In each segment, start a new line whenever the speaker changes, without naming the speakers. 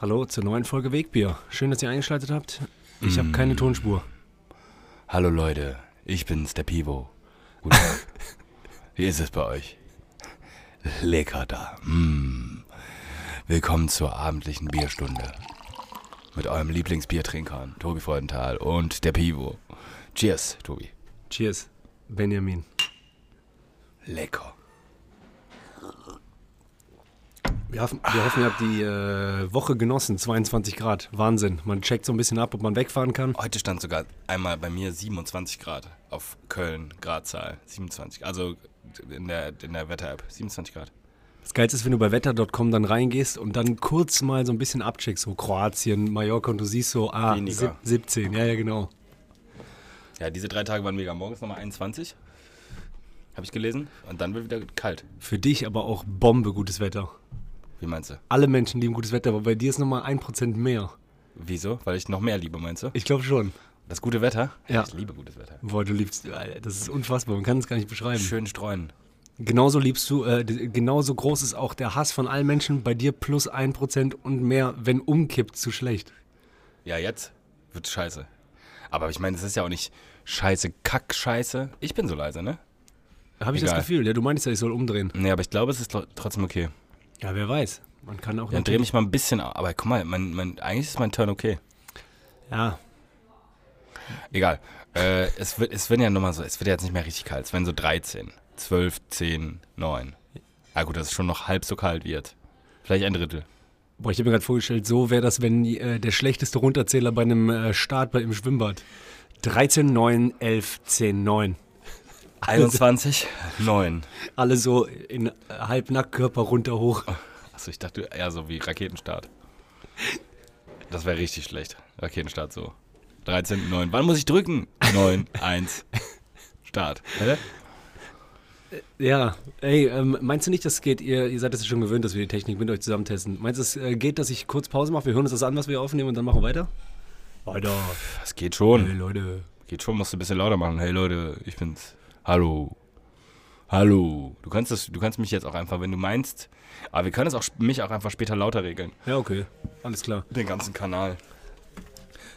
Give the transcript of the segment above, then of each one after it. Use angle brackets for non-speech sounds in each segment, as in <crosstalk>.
Hallo zur neuen Folge Wegbier. Schön, dass ihr eingeschaltet habt. Ich habe keine Tonspur.
Hallo Leute, ich bin's, der Pivo. Guten Tag. Wie ist es bei euch? Lecker da. Mm. Willkommen zur abendlichen Bierstunde. Mit eurem Lieblingsbiertrinkern, Tobi Freudenthal und der Pivo. Cheers, Tobi.
Cheers, Benjamin.
Lecker.
Wir hoffen, wir hoffen ihr habt die äh, Woche genossen. 22 Grad. Wahnsinn. Man checkt so ein bisschen ab, ob man wegfahren kann.
Heute stand sogar einmal bei mir 27 Grad auf Köln, Gradzahl. 27, also in der, in der Wetter-App. 27 Grad.
Das Geilste ist, wenn du bei wetter.com dann reingehst und dann kurz mal so ein bisschen abcheckst. So Kroatien, Mallorca und du siehst so, ah,
Weniger.
sieb- 17. Ja, ja, genau.
Ja, diese drei Tage waren mega. Morgens nochmal 21. Habe ich gelesen. Und dann wird wieder kalt.
Für dich aber auch Bombe gutes Wetter.
Wie meinst du?
Alle Menschen lieben gutes Wetter, aber bei dir ist nochmal 1% mehr.
Wieso? Weil ich noch mehr liebe, meinst du?
Ich glaube schon.
Das gute Wetter?
Ja.
Ich liebe gutes Wetter.
Boah, du liebst, Alter, das ist unfassbar, man kann es gar nicht beschreiben.
Schön streuen.
Genauso liebst du, äh, d- genauso groß ist auch der Hass von allen Menschen bei dir plus 1% und mehr, wenn umkippt, zu schlecht.
Ja, jetzt wird scheiße. Aber ich meine, es ist ja auch nicht scheiße, kack, scheiße. Ich bin so leise, ne?
Habe ich
Egal.
das Gefühl, ja, du meinst ja, ich soll umdrehen.
Nee, aber ich glaube, es ist tro- trotzdem okay.
Ja, wer weiß. Man kann auch
Dann
natürlich-
drehe mich mal ein bisschen auf. Aber guck mal, mein, mein, eigentlich ist mein Turn okay.
Ja,
Egal. Äh, es, wird, es werden ja nochmal so, es wird ja jetzt nicht mehr richtig kalt. Es werden so 13, 12, 10, 9. Ah gut, das ist schon noch halb so kalt wie jetzt. Vielleicht ein Drittel.
boah, ich habe mir gerade vorgestellt, so wäre das, wenn äh, der schlechteste Runterzähler bei einem äh, Start bei, im Schwimmbad. 13, 9, 11, 10, 9.
21, 9.
Alle so in äh, Halbnacktkörper runter hoch.
Achso, ich dachte eher so wie Raketenstart. Das wäre richtig schlecht. Raketenstart so. 13, 9. Wann muss ich drücken? <laughs> 9, 1. Start. Hä?
Ja, ey, ähm, meinst du nicht, das geht, ihr, ihr seid es ja schon gewöhnt, dass wir die Technik mit euch zusammen testen. Meinst du, es äh, geht, dass ich kurz Pause mache, wir hören uns das an, was wir aufnehmen und dann machen wir weiter? Weiter.
Das geht schon.
Hey Leute.
Geht schon, musst du ein bisschen lauter machen. Hey Leute, ich bin's. Hallo. Hallo. Du kannst, das, du kannst mich jetzt auch einfach, wenn du meinst. Aber wir können es auch sp- mich auch einfach später lauter regeln.
Ja, okay. Alles klar.
Den ganzen Kanal.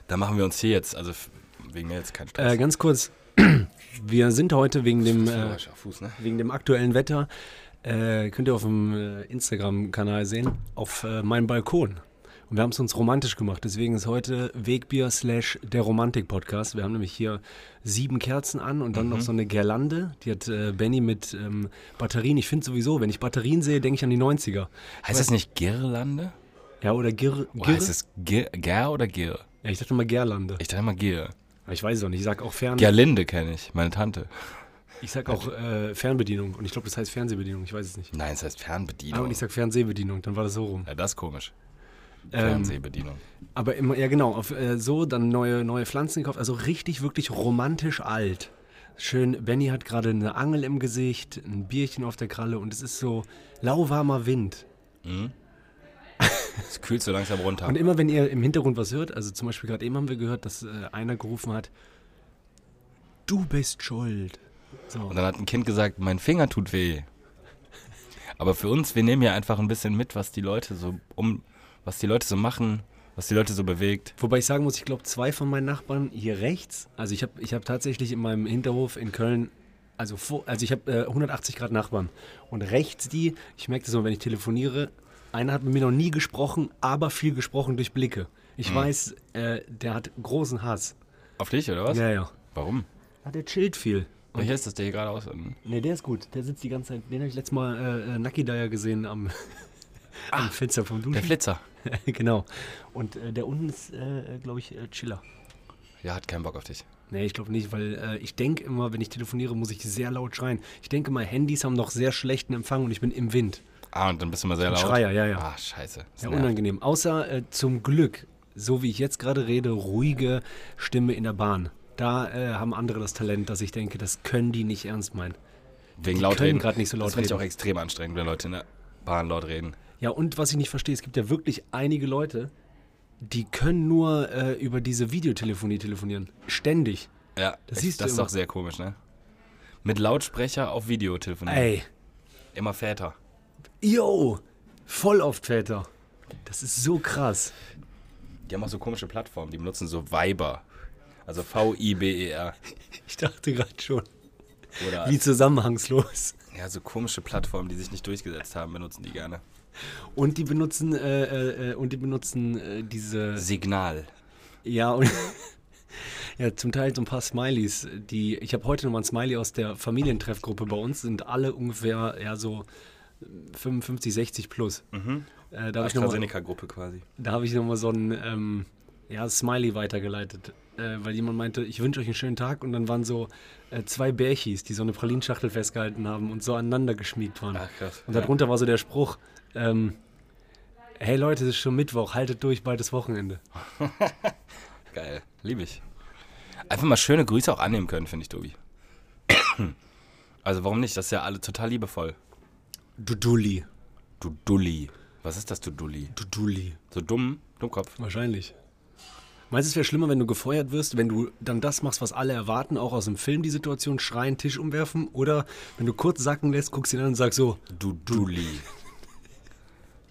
Da machen wir uns hier jetzt, also f- wegen mir jetzt keinen Stress.
Äh, ganz kurz, wir sind heute wegen dem, äh,
auf Fuß, ne?
wegen dem aktuellen Wetter, äh, könnt ihr auf dem äh, Instagram-Kanal sehen, auf äh, meinem Balkon. Und wir haben es uns romantisch gemacht, deswegen ist heute Wegbier slash der Romantik-Podcast. Wir haben nämlich hier sieben Kerzen an und dann
Mhm.
noch so eine Girlande, die hat äh, Benny mit ähm, Batterien. Ich finde sowieso, wenn ich Batterien sehe, denke ich an die 90er.
Heißt das nicht Girlande?
Ja, oder Gir...
Oh,
Gir-
heißt es Gir, Ger oder Gir?
ja, ich dachte mal Girlande.
Ich dachte mal Gir.
Aber Ich weiß es auch nicht, ich sag auch Fern...
Gerlinde kenne ich, meine Tante.
Ich sag auch äh, Fernbedienung und ich glaube, das heißt Fernsehbedienung, ich weiß es nicht.
Nein, es heißt
Ah,
Fernbedienung.
und ich sag Fernsehbedienung, dann war das so rum.
ja, das ist komisch.
Ähm,
Fernsehbedienung.
aber immer, ja genau, auf, äh, so, dann neue, neue Pflanzen gekauft, also richtig, wirklich romantisch alt. Schön, Benny hat gerade eine Angel im Gesicht, ein Bierchen auf der Kralle und es ist so lauwarmer Wind.
Es kühlt so langsam runter.
Und immer wenn ihr im Hintergrund was hört, also zum Beispiel gerade eben haben wir gehört, dass äh, einer gerufen hat, du bist schuld. So.
Und dann hat ein Kind gesagt, mein Finger tut weh. Aber für uns, wir nehmen ja einfach ein bisschen mit, was die Leute so um, was die Leute so machen, was die Leute so bewegt.
Wobei ich sagen muss, ich glaube, zwei von meinen Nachbarn hier rechts, also ich habe ich hab tatsächlich in meinem Hinterhof in Köln, also, vor, also ich habe äh, 180 Grad Nachbarn. Und rechts die, ich merke das immer, wenn ich telefoniere, einer hat mit mir noch nie gesprochen, aber viel gesprochen durch Blicke. Ich weiß, äh, der hat großen Hass.
Auf dich, oder was?
Ja, ja.
Warum?
Ja, der chillt viel.
Welcher ist das, der hier gerade aus?
Ne, der ist gut. Der sitzt die ganze Zeit, den habe ich letztes Mal äh, äh, Nucky Dyer gesehen am, <laughs> am Fenster vom
Der
Duschen.
Flitzer.
<laughs> genau. Und äh, der unten ist, äh, glaube ich, äh, Chiller.
Der hat keinen Bock auf dich.
Nee, ich glaube nicht, weil äh, ich denke immer, wenn ich telefoniere, muss ich sehr laut schreien. Ich denke mal, Handys haben noch sehr schlechten Empfang und ich bin im Wind.
Ah, und dann bist du mal sehr laut.
Schreier, ja, ja.
Ah, scheiße. Das
Sehr
nervt.
unangenehm. Außer äh, zum Glück, so wie ich jetzt gerade rede, ruhige Stimme in der Bahn. Da äh, haben andere das Talent, dass ich denke, das können die nicht ernst meinen.
Wegen
Die
laut
können
reden.
grad nicht so laut
das finde ich
reden.
auch extrem anstrengend, wenn Leute in der Bahn laut reden.
Ja, und was ich nicht verstehe, es gibt ja wirklich einige Leute, die können nur äh, über diese Videotelefonie telefonieren. Ständig.
Ja,
Das
ich-
siehst du
das ist
immer.
doch sehr komisch, ne? Mit Lautsprecher auf Video telefonieren.
Ey,
Immer Väter.
yo, voll oft Väter. Das ist so krass.
Die haben auch so komische Plattformen, die benutzen so Viber. Also V-I-B-E-R.
Ich dachte gerade schon.
Oder
Wie zusammenhangslos.
ja, so komische Plattformen, die sich nicht durchgesetzt haben, benutzen die gerne.
Und die benutzen, äh, äh, äh, und die benutzen äh, diese.
Signal.
Ja, und <laughs> ja, zum Teil so ein paar Smileys, die ich habe heute nochmal ein Smiley aus der Familientreffgruppe bei uns, sind alle ungefähr ja so 55, 60 plus. Äh, da habe ich nochmal
AstraZeneca-Gruppe quasi.
hab ich noch mal so ein ähm, ja, Smiley weitergeleitet, äh, weil jemand meinte, ich wünsche euch einen schönen Tag und dann waren so äh, zwei Bärchis, die so eine Pralinschachtel festgehalten haben und so aneinander geschmiegt waren.
Ach, krass.
Und darunter war so der Spruch, ähm, hey Leute, es ist schon Mittwoch, haltet durch, bald ist Wochenende.
Geil. Liebe ich. Einfach mal schöne Grüße auch annehmen können, finde ich, Tobi. Also warum nicht? Das ist ja alle total liebevoll.
Du Dulli,
Du Dulli. Was ist das, du Dulli?
du Dulli.
So dumm? Dummkopf.
Wahrscheinlich. Meinst du, es wäre schlimmer, wenn du gefeuert wirst, wenn du dann das machst, was alle erwarten, auch aus dem Film die Situation, schreien, Tisch umwerfen? Oder wenn du kurz sacken lässt, guckst ihn an und sagst so,
Du Dulli.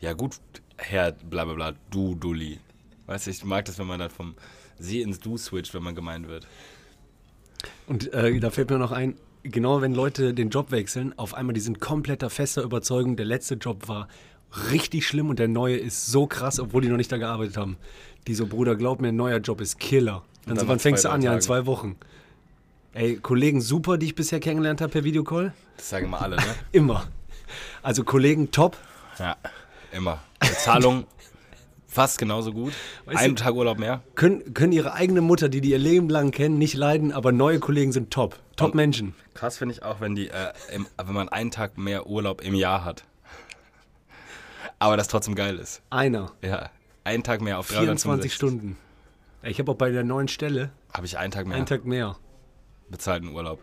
Ja gut, Herr bla bla bla, du Dulli. Weißt du, ich mag das, wenn man dann vom Sie ins Du switcht, wenn man gemeint wird.
und äh, da fällt mir noch ein, genau wenn Leute den Job wechseln, auf einmal die sind kompletter fester Überzeugung, der letzte Job war richtig schlimm und der neue ist so krass, obwohl die noch nicht da gearbeitet haben. Die so, Bruder, glaub mir, ein neuer Job ist Killer. Dann,
dann
so,
nach
wann fängst
zwei,
du an?
drei
Ja, in
Tagen.
zwei Wochen. Ey, Kollegen, super, die ich bisher kennengelernt habe per Videocall.
Das sagen immer alle, ne?
Immer. Also Kollegen, top,
<laughs> Ja, immer. Bezahlung fast genauso gut.
Weißt
Einen
du-
Tag Urlaub mehr.
können, können ihre eigene Mutter, die die ihr Leben lang kennen, nicht leiden, aber neue Kollegen sind top. Top Menschen.
Krass finde ich auch, wenn, die, äh, im, wenn man einen Tag mehr Urlaub im Jahr hat. Aber das trotzdem geil ist.
Einer.
Ja. Einen Tag mehr auf
24
365.
Stunden. Ey, Ich habe auch bei der neuen Stelle
Habe ich einen Tag mehr
einen Tag mehr.
bezahlten Urlaub.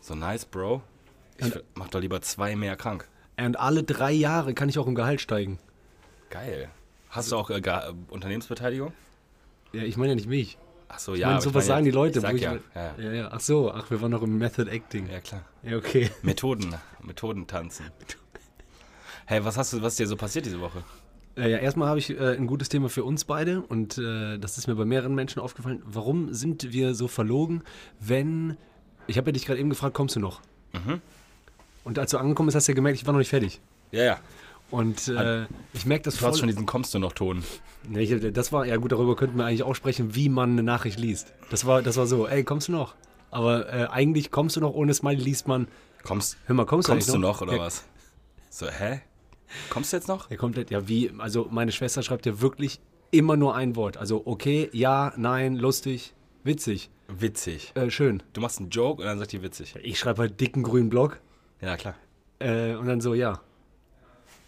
So nice, Bro. Ich w- mach doch lieber zwei mehr krank.
Ey, Und alle drei Jahre kann ich auch im Gehalt steigen.
Geil. Hast du auch äh, Ge- äh, Unternehmensbeteiligung?
Ja, ich meine ja nicht mich.
Ach so,
Ich
ja.
meine,
aber
sowas
mein
sagen die
jetzt-
Leute.
Ich sag
wo ich halt-
ja.
mal-
Ja.
ja, ja. Ach so, ach, wir waren noch im Method Acting.
ja, klar.
Ja, okay.
Methoden. Methoden tanzen. Hey, was hast du, was ist dir so passiert diese Woche?
Äh, ja, erstmal habe ich äh, ein gutes Thema für uns beide und äh, das ist mir bei mehreren Menschen aufgefallen. Warum sind wir so verlogen, wenn. Ich habe ja dich gerade eben gefragt, kommst du noch?
Mhm.
Und als du angekommen bist, hast du ja gemerkt, ich war noch nicht fertig.
Ja, ja.
Und äh, ich merke das
Du hast schon
voll.
diesen kommst du noch Ton.
Nee, ich, das war, ja gut, darüber könnten wir eigentlich auch sprechen, wie man eine Nachricht liest. Das war, das war so, ey, kommst du noch? Aber äh, eigentlich kommst du noch ohne Smiley, liest man,
Kommst,
hör mal, kommst,
Kommst du
eigentlich
noch oder
ja,
was? So, hä? Kommst du jetzt noch?
Ja, komplett, ja, wie, also meine Schwester schreibt ja wirklich immer nur ein Wort. Also okay, ja, nein, lustig, witzig,
Witzig.
äh, schön.
Du machst einen Joke und dann sagt die witzig.
Ich schreibe halt dicken grünen Block
Ja, klar.
äh, und dann so, ja.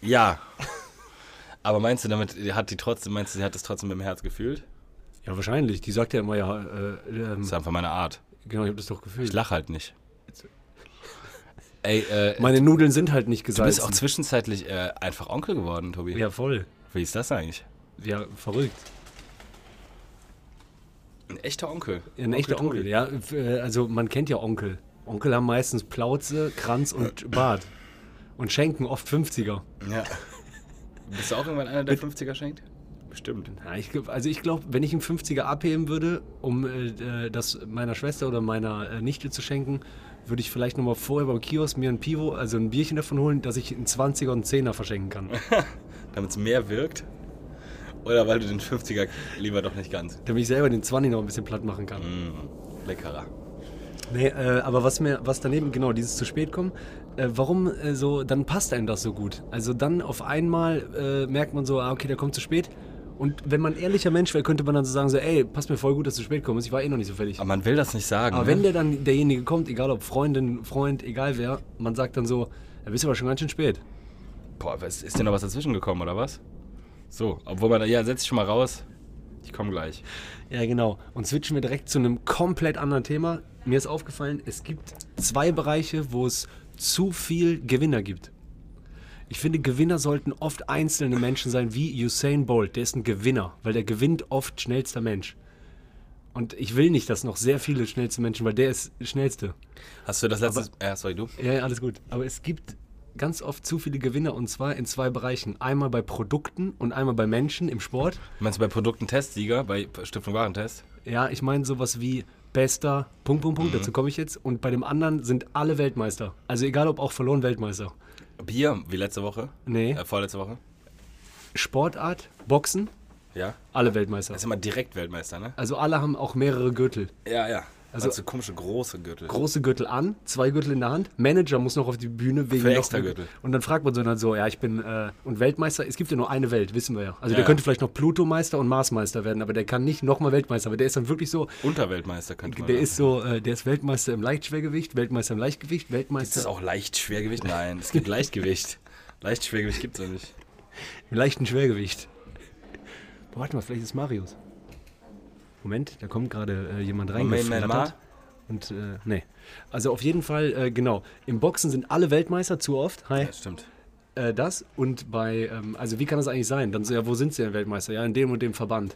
Ja. Aber meinst du damit, hat die trotzdem, meinst du, sie hat es trotzdem mit dem Herz gefühlt?
Ja, wahrscheinlich. Die sagt ja immer, ja, äh, ähm,
Das ist einfach meine Art.
genau, ich habe das doch
Ich
gefühlt.
lach halt nicht. Ey, äh,
Meine Nudeln sind halt nicht
du bist
gesalzen.
auch zwischenzeitlich äh, einfach Onkel geworden, Tobi.
ja, voll.
Wie ist das eigentlich?
Ja, verrückt.
Ein echter Onkel.
Ein echter Onkel, ja. f- äh, Also man kennt ja Onkel. Onkel haben meistens Plauze, Kranz <clears throat> und Bart. Und schenken oft 50er.
Tobi. Ja. <laughs> Bist du auch irgendwann einer, der 50er schenkt? Bestimmt.
Ja, ich, glaub- also ich glaube, wenn ich einen 50er abheben würde, um äh, äh, das meiner Schwester oder meiner äh, Nichte zu schenken, würde ich vielleicht nochmal vorher beim Kiosk mir ein Pivo, also ein Bierchen davon holen, dass ich einen 20er und einen 10er verschenken <laughs> kann.
Damit es mehr wirkt? Oder weil du den 50er lieber doch nicht ganz
damit ich selber den 20 noch ein bisschen platt machen kann.
leckerer.
Nee, äh, aber was mir, was daneben, genau, dieses zu spät kommen, äh, warum äh, so, dann passt einem das so gut. Also dann auf einmal äh, merkt man so, ah, okay, der kommt zu spät. Und wenn man ehrlicher Mensch wäre, könnte man dann so sagen, so, ey, passt mir voll gut, dass du spät kommst, ich war eh noch nicht so fertig.
Aber man will das nicht sagen.
Aber
ne?
wenn der dann derjenige kommt, egal ob Freundin, Freund, egal wer, man sagt dann so, er bist aber schon ganz schön spät.
Boah, was, ist denn noch was dazwischen gekommen, oder was? So, obwohl man, ja, setz dich schon mal raus. Ich komme gleich.
Ja, genau. Und switchen wir direkt zu einem komplett anderen Thema. Mir ist aufgefallen, es gibt zwei Bereiche, wo es zu viel Gewinner gibt. Ich finde, Gewinner sollten oft einzelne Menschen sein, wie Usain Bolt. Der ist ein Gewinner, weil der gewinnt oft schnellster Mensch. Und ich will nicht, dass noch sehr viele schnellste Menschen, weil der ist schnellste.
Hast du das letzte... Äh, sorry, du?
Ja, ja, alles gut. Aber es gibt ganz oft zu viele Gewinner und zwar in zwei Bereichen. Einmal bei Produkten und einmal bei Menschen im Sport.
Meinst du bei Produkten Testsieger, bei Stiftung Warentest?
Ja, ich meine sowas wie bester Punkt, Punkt, Punkt,
Mhm.
dazu komme ich jetzt. Und bei dem anderen sind alle Weltmeister. Also egal ob auch verloren Weltmeister.
Bier, wie letzte Woche?
Nee.
Äh, vorletzte Woche?
Sportart, Boxen,
Ja.
alle Weltmeister.
Das ist immer direkt Weltmeister, ne?
Also alle haben auch mehrere Gürtel.
Ja, ja.
Also-
Also, so komische große Gürtel.
Große Gürtel an, zwei Gürtel in der Hand. Manager muss noch auf die Bühne wegen
Für
noch-
Extragürtel.
Und dann fragt man so dann so, ja, ich bin äh, und Weltmeister. Es gibt ja nur eine Welt, wissen wir ja. Also
Ja,
der
ja.
könnte vielleicht noch Plutomeister und Marsmeister werden, aber der kann nicht nochmal Weltmeister. Aber der ist dann wirklich so,
Unterweltmeister könnte man
der
sagen.
ist so, äh, der ist Weltmeister im Leichtschwergewicht, Weltmeister im Leichtgewicht,
Ist das
Weltmeister
auch Leichtschwergewicht? Nein, es gibt <laughs> Leichtgewicht. Leichtschwergewicht gibt es ja nicht.
im leichten Schwergewicht. Boah, warte mal, vielleicht ist Marius. Moment, da kommt gerade äh, jemand reingeflattert.
Myanmar?
Und äh, nee. Also auf jeden Fall, äh, genau. Im Boxen sind alle Weltmeister zu oft. Hi.
Ja, stimmt.
Äh, das und bei, ähm, also wie kann das eigentlich sein? Dann so, ja, wo sind sie denn Weltmeister? Ja, in dem und dem Verband.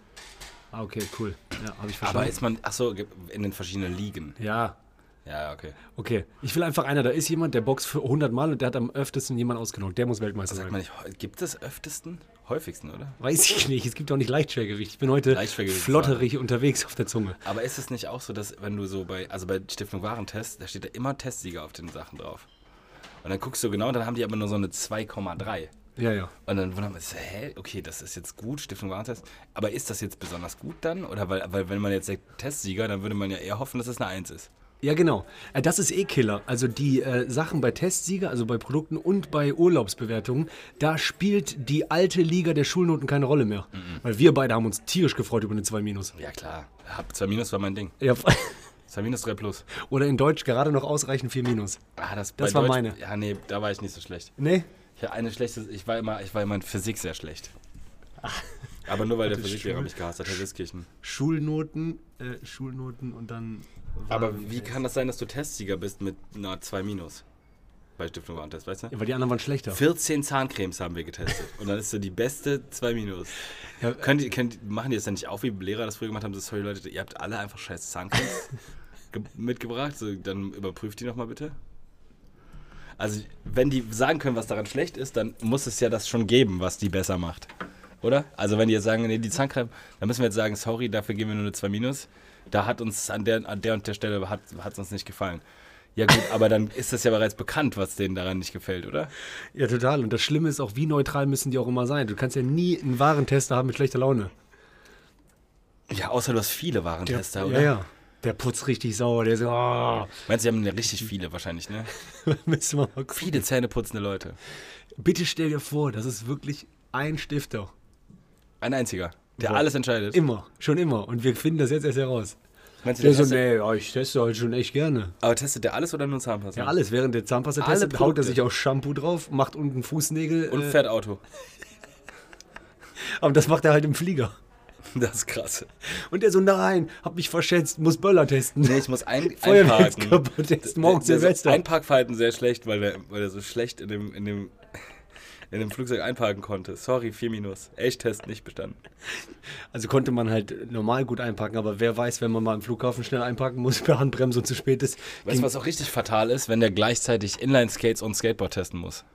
Ah, okay, cool. Ja, habe ich
Aber
verstanden.
ist man, ach so, in den verschiedenen Ligen.
ja,
Ja, okay.
okay. Ich will einfach einer, da ist jemand, der boxt für 100 Mal und der hat am öftesten jemand ausgenockt. Der muss Weltmeister
Sagt
sein.
man nicht, heu- gibt es öftesten? Häufigsten, oder?
Weiß ich nicht, es gibt auch nicht Leichtschwergewicht. Ich bin heute
Leichtschwergewicht,
flotterig unterwegs auf der Zunge.
Aber ist es nicht auch so, dass wenn du so bei, also bei Stiftung Warentest, da steht da immer Testsieger auf den Sachen drauf. Und dann guckst du genau, und dann haben die aber nur so eine 2,3.
Ja, ja.
Und dann wundert man sich, hä, okay, das ist jetzt gut, Stiftung Warentest. Aber ist das jetzt besonders gut dann? Oder weil, weil wenn man jetzt sagt Testsieger, dann würde man ja eher hoffen, dass es eine 1 ist.
Ja, genau. Äh, Das ist eh Killer. Also die äh, Sachen bei Testsieger, also bei Produkten und bei Urlaubsbewertungen, da spielt die alte Liga der Schulnoten keine Rolle mehr. Weil wir beide haben uns tierisch gefreut über eine 2 Minus.
Ja, klar. Hab 2 Minus war mein Ding.
Ja,
2 Minus, 3 Plus.
<laughs> oder in Deutsch gerade noch ausreichend 4 Minus. Ne?
Ah, das,
Das
bei
war meine.
Ja, nee, da war ich nicht so schlecht.
Nee?
Ich hatte eine schlechte, ich war immer, ich war immer in Physik sehr schlecht.
Ah.
Aber nur weil der Physiklehrer mich gehasst hat, Herr Wiskirchen.
Schulnoten, äh, Schulnoten und dann. äh
Aber wie kann das sein, dass du Testsieger bist mit einer 2 Minus? Bei Stiftung Warentest, weißt du?
Ja, weil die anderen waren schlechter.
14 Zahncremes haben wir getestet. Und dann ist so die beste 2 Minus.
Ja, äh,
Könnt ihr, könnt, machen die das dann nicht auch, wie Lehrer das früher gemacht haben? So, sorry Leute, ihr habt alle einfach scheiß Zahncremes ge- mitgebracht. So, dann überprüft die nochmal bitte. Also, wenn die sagen können, was daran schlecht ist, dann muss es ja das schon geben, was die besser macht. Oder? Also, wenn die jetzt sagen, nee, die Zahncreme, dann müssen wir jetzt sagen, sorry, dafür geben wir nur eine 2 Minus. Da hat uns an der, an der und der Stelle hat es uns nicht gefallen. Ja, gut, aber dann ist das ja bereits bekannt, was denen daran nicht gefällt, oder?
Ja, total. Und das Schlimme ist auch, wie neutral müssen die auch immer sein. Du kannst ja nie einen wahren Tester haben mit schlechter Laune.
Ja, außer du hast viele Warentester,
ja,
oder?
ja. Der putzt richtig sauer. Der so, oh,
Meinst du, die haben ja richtig viele wahrscheinlich, ne?
<laughs> müssen wir mal gucken.
Viele zähneputzende Leute.
Bitte stell dir vor, das ist wirklich ein Stifter.
Ein einziger, der
Boah.
alles entscheidet.
Immer, schon immer. Und wir finden das jetzt erst heraus.
Meinst du,
Der
der
so,
testet,
nee, ja, ich teste halt schon echt gerne.
aber testet der alles oder nur Zahnpasta?
Ja, alles. Während der Zahnpasta
Alle
testet, haut er
Produkte.
sich auch Shampoo drauf, macht unten Fußnägel.
Und
äh,
fährt Auto. <laughs>
aber das macht er halt im Flieger.
Das ist krass.
Und der so, nein, hab mich verschätzt, muss Böller testen.
Nee,
<laughs>
ich muss ein, einparken.
Feuerwerkskörper testen, morgens
Der- der so-
Silvester.
Einparkverhalten sehr schlecht, weil er weil der so schlecht in dem, in, dem, in dem Flugzeug einparken konnte. Sorry, 4 Minus. Elchtest nicht bestanden.
Also konnte man halt normal gut einpacken, aber wer weiß, wenn man mal am Flughafen schnell einpacken muss, <laughs> per Handbremse und zu spät ist.
Weißt du, was auch richtig fatal ist, wenn der gleichzeitig Inline-Skates und Skateboard testen muss?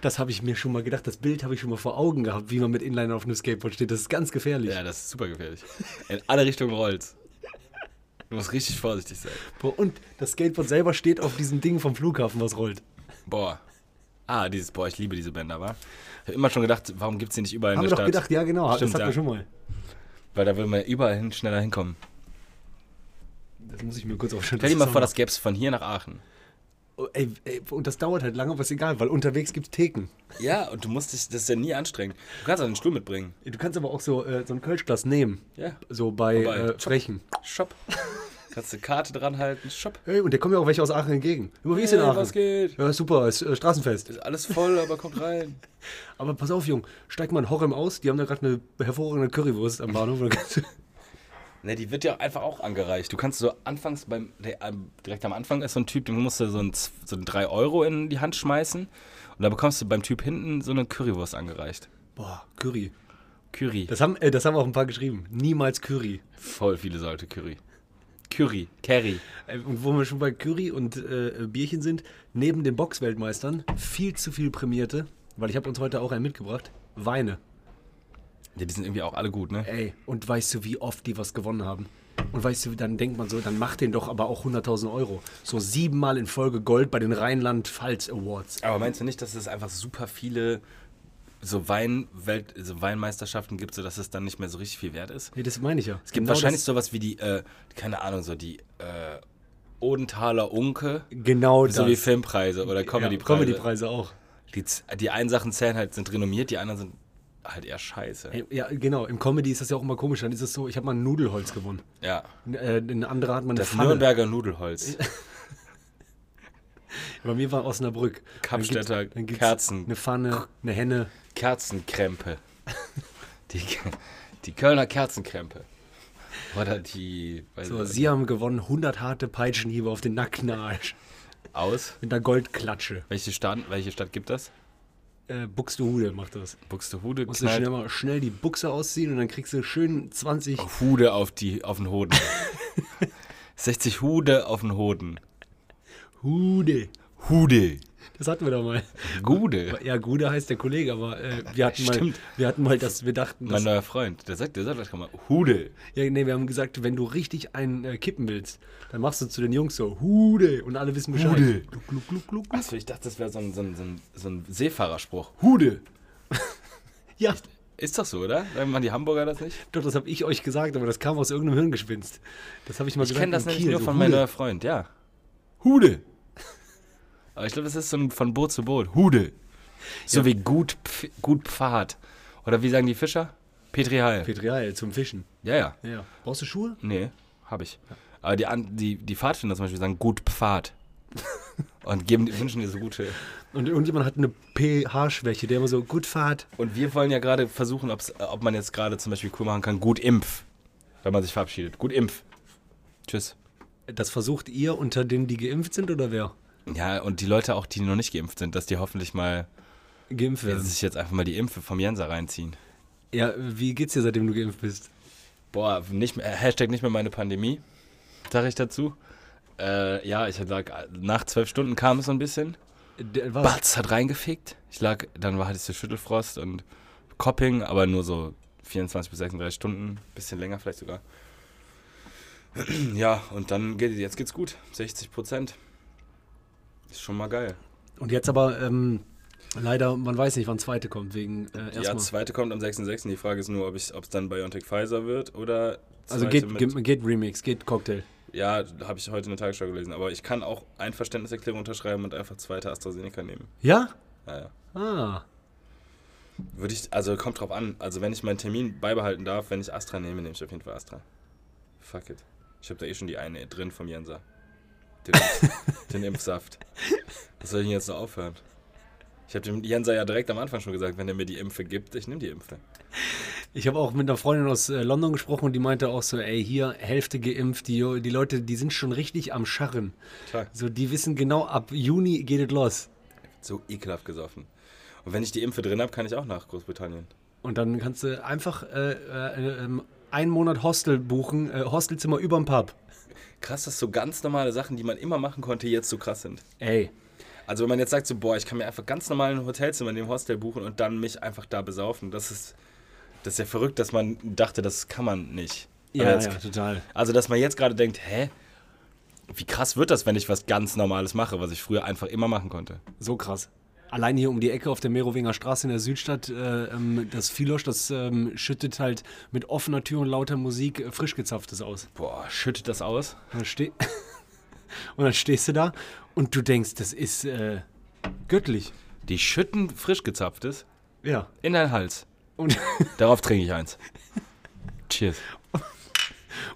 Das habe ich mir schon mal gedacht, das Bild habe ich schon mal vor Augen gehabt, wie man mit Inliner auf einem Skateboard steht. Das ist ganz gefährlich.
Ja, das ist super gefährlich. In alle Richtungen rollt's. Du musst richtig vorsichtig sein.
Boah, und das Skateboard selber steht auf diesem Ding vom Flughafen, was rollt.
Boah. Ah, dieses, boah, ich liebe diese Bänder, wa? Ich habe immer schon gedacht, warum gibt's die nicht überall in
Haben wir
der
doch
Stadt?
gedacht, ja genau,
Stimmt,
das hatten
ja.
wir schon mal.
Weil da würde man überall hin, schneller hinkommen.
Das muss ich mir kurz aufschreiben.
Stell dir mal vor, das gäbe es von hier nach Aachen.
Oh, Ey, ey, und das dauert halt lange, aber ist egal, weil unterwegs gibt's Theken.
Ja, und du musst dich, das ist ja nie anstrengend. Du kannst auch den Stuhl mitbringen.
Du kannst aber auch so, äh, so ein Kölschglas nehmen.
Ja.
So bei
Wobei,
äh,
tschopp.
Frechen.
Shop. Kannst du Karte dran halten. Shop.
Hey, und da kommen ja auch welche aus Aachen entgegen. Immer wie ist denn
Hey,
Aachen?
was geht?
Ja, super, ist äh, Straßenfest.
Ist alles voll, aber kommt rein.
Aber pass auf, Jung, steig mal in Horem aus. Die haben da gerade eine hervorragende Currywurst am Bahnhof. <laughs> Da kannst du-
Ne, die wird ja einfach auch angereicht. Du kannst so anfangs beim, der, ähm, direkt am Anfang ist so ein Typ, dem musst du so ein, Z- so ein 3 Euro in die Hand schmeißen. Und da bekommst du beim Typ hinten so eine Currywurst angereicht.
Boah, Curry.
Curry.
Das haben, äh, das haben auch ein paar geschrieben. Niemals Curry.
Voll viele sollte Curry. Curry. Curry.
Äh, Und wo wir schon bei Curry und äh, Bierchen sind, neben den Boxweltmeistern viel zu viel prämierte, weil ich habe uns heute auch einen mitgebracht, Weine.
Ja, die sind irgendwie auch alle gut, ne?
Ey, und weißt du, wie oft die was gewonnen haben? Und weißt du, dann denkt man so, dann macht den doch aber auch 100.000 Euro. So siebenmal in Folge Gold bei den Rheinland-Pfalz Awards.
Aber meinst du nicht, dass es einfach super viele so, Weinwelt, so Weinmeisterschaften gibt, sodass es dann nicht mehr so richtig viel wert ist?
Nee, das meine ich ja.
Es gibt wahrscheinlich sowas wie die, äh, keine Ahnung, so die äh, Odenthaler Unke,
das, genau das.
so wie Filmpreise oder Comedypreise.
Comedypreise auch.
Die, z- die einen Sachen zählen halt, sind renommiert, die anderen sind halt eher scheiße.
Ey, Ja, genau. Im Comedy ist das ja auch immer komisch. Dann ist es so, ich habe mal ein Nudelholz gewonnen.
Ja.
N- Äh, ein anderer hat mal eine
Das
Pfanne.
Nürnberger Nudelholz.
Bei mir war Osnabrück. Dann
Kapstädter
gibt's- dann gibt's
Kerzen.
Eine Pfanne, eine Henne.
<laughs> Kerzenkrempe. Die, die Kölner Kerzenkrempe. Oder die weiß
So,
nicht,
sie haben gewonnen 100 harte Peitschenhiebe auf den <laughs> Nackenarsch.
aus.
Mit einer Goldklatsche.
Welche Stadt, welche Stadt gibt das?
Äh, Buxtehude macht das.
Buxtehude
Musst du schnell,
knallt
mal schnell die Buchse ausziehen und dann kriegst du schön 20.
Hude auf, die, auf den <laughs> Hoden. 60 Hude auf den Hoden.
Hude.
Hude.
Das hatten wir doch mal.
Gude.
Ja, Gude heißt der Kollege, aber äh, wir, hatten mal,
Stimmt.
wir hatten mal, dass wir dachten,
Mein
dass,
neuer Freund, der sagt, der sagt gleich mal Hude.
ja, nee, wir haben gesagt, wenn du richtig einen äh, kippen willst, dann machst du zu den Jungs so Hude und alle wissen Bescheid.
Hude.
Gluck, gluck, gluck, gluck.
Achso, ich dachte, das wäre so ein, so, ein, so, ein, so ein Seefahrerspruch. Hude.
<laughs> Ja,
Ist doch so, oder? Sagen man die Hamburger das nicht?
doch, das habe ich euch gesagt, aber das kam aus irgendeinem Hirngespinst. Das habe ich mal
Ich
gesagt.
kenne das
in
nämlich
Kiel,
nur
so
von
Hude.
meinem neuen Freund, ja. Hude. Aber ich glaube, das ist so ein von Boot zu Boot. Hude. So wie gut, Pf- gut Pfad. Oder wie sagen die Fischer? Petri Heil.
Petrial zum Fischen.
ja, ja.
Ja, ja. Brauchst du Schuhe?
Nee, habe ich. Aber die, an- die, die Pfadfinder zum Beispiel sagen gut <laughs> Pfad. Und geben, wünschen dir so gute.
Und irgendjemand hat eine pH-Schwäche, der immer so, gut Fahrt.
Und wir wollen ja gerade versuchen, ob's, äh, ob man jetzt gerade zum Beispiel cool machen kann, gut Impf. Wenn man sich verabschiedet. Gut Impf. Tschüss.
Das versucht ihr unter denen, die geimpft sind oder wer?
Ja, und die Leute auch, die noch nicht geimpft sind, dass die hoffentlich mal
Geimpft
Dass
werden.
sie sich jetzt einfach mal die Impfe vom Jenser reinziehen.
Ja, wie geht's dir, seitdem du geimpft bist?
Boah, nicht mehr, äh, Hashtag nicht mehr meine Pandemie, sage ich dazu. Äh, ja, ich lag, nach zwölf Stunden kam es so ein bisschen.
D- Was?
Batz hat reingefickt. Ich lag, dann war, hatte ich so Schüttelfrost und Copping, aber nur so 24 bis 36 Stunden, bisschen länger vielleicht sogar. Ja, und dann geht jetzt geht's gut. 60 Prozent. Ist schon mal geil.
Und jetzt aber ähm, leider, man weiß nicht, wann zweite kommt, wegen äh,
Ja,
erstmal.
zweite kommt am 6.6. Die Frage ist nur, ob es dann Biontech Pfizer wird oder.
also
zweite
geht,
mit-
geht, geht Remix, geht Cocktail.
Ja, habe ich heute in der Tagesschau gelesen. Aber ich kann auch Einverständniserklärung unterschreiben und einfach zweite AstraZeneca nehmen.
Ja?
Naja.
Ah.
Würde ich, also kommt drauf an. Also wenn ich meinen Termin beibehalten darf, wenn ich Astra nehme, nehme ich auf jeden Fall Astra. Fuck it. Ich habe da eh schon die eine drin vom Jensa. Den, den Impfsaft. Was soll ich denn jetzt noch aufhören? Ich habe dem Jensa ja direkt am Anfang schon gesagt, wenn er mir die Impfe gibt, ich nehme die Impfe.
Ich habe auch mit einer Freundin aus äh, London gesprochen und die meinte auch so, ey, hier, Hälfte geimpft, die, Jo- die Leute, die sind schon richtig am Scharren.
Klar.
So, die wissen genau, ab Juni geht es los.
So ekelhaft gesoffen. Und wenn ich die Impfe drin habe, kann ich auch nach Großbritannien.
Und dann kannst du einfach äh, äh, ähm, einen Monat Hostel buchen, äh, Hostelzimmer überm Pub.
Krass, dass so ganz normale Sachen, die man immer machen konnte, jetzt so krass sind.
Ey,
Also wenn man jetzt sagt so, boah, ich kann mir einfach ganz normal ein Hotelzimmer in dem Hostel buchen und dann mich einfach da besaufen, das ist, das ist ja verrückt, dass man dachte, das kann man nicht. Aber
ja,
das,
ja total.
Also dass man jetzt gerade denkt, hä, wie krass wird das, wenn ich was ganz Normales mache, was ich früher einfach immer machen konnte.
So krass. Allein hier um die Ecke auf der Merowinger Straße in der Südstadt, äh, ähm, das Filosch, das ähm, schüttet halt mit offener Tür und lauter Musik äh, frisch gezapftes aus.
Boah, schüttet das aus?
Und dann, ste <laughs> und dann stehst du da und du denkst, das ist äh, göttlich.
Die schütten frisch gezapftes
Ja.
in deinen Hals.
Und, <laughs>
Darauf trinke ich eins. Cheers.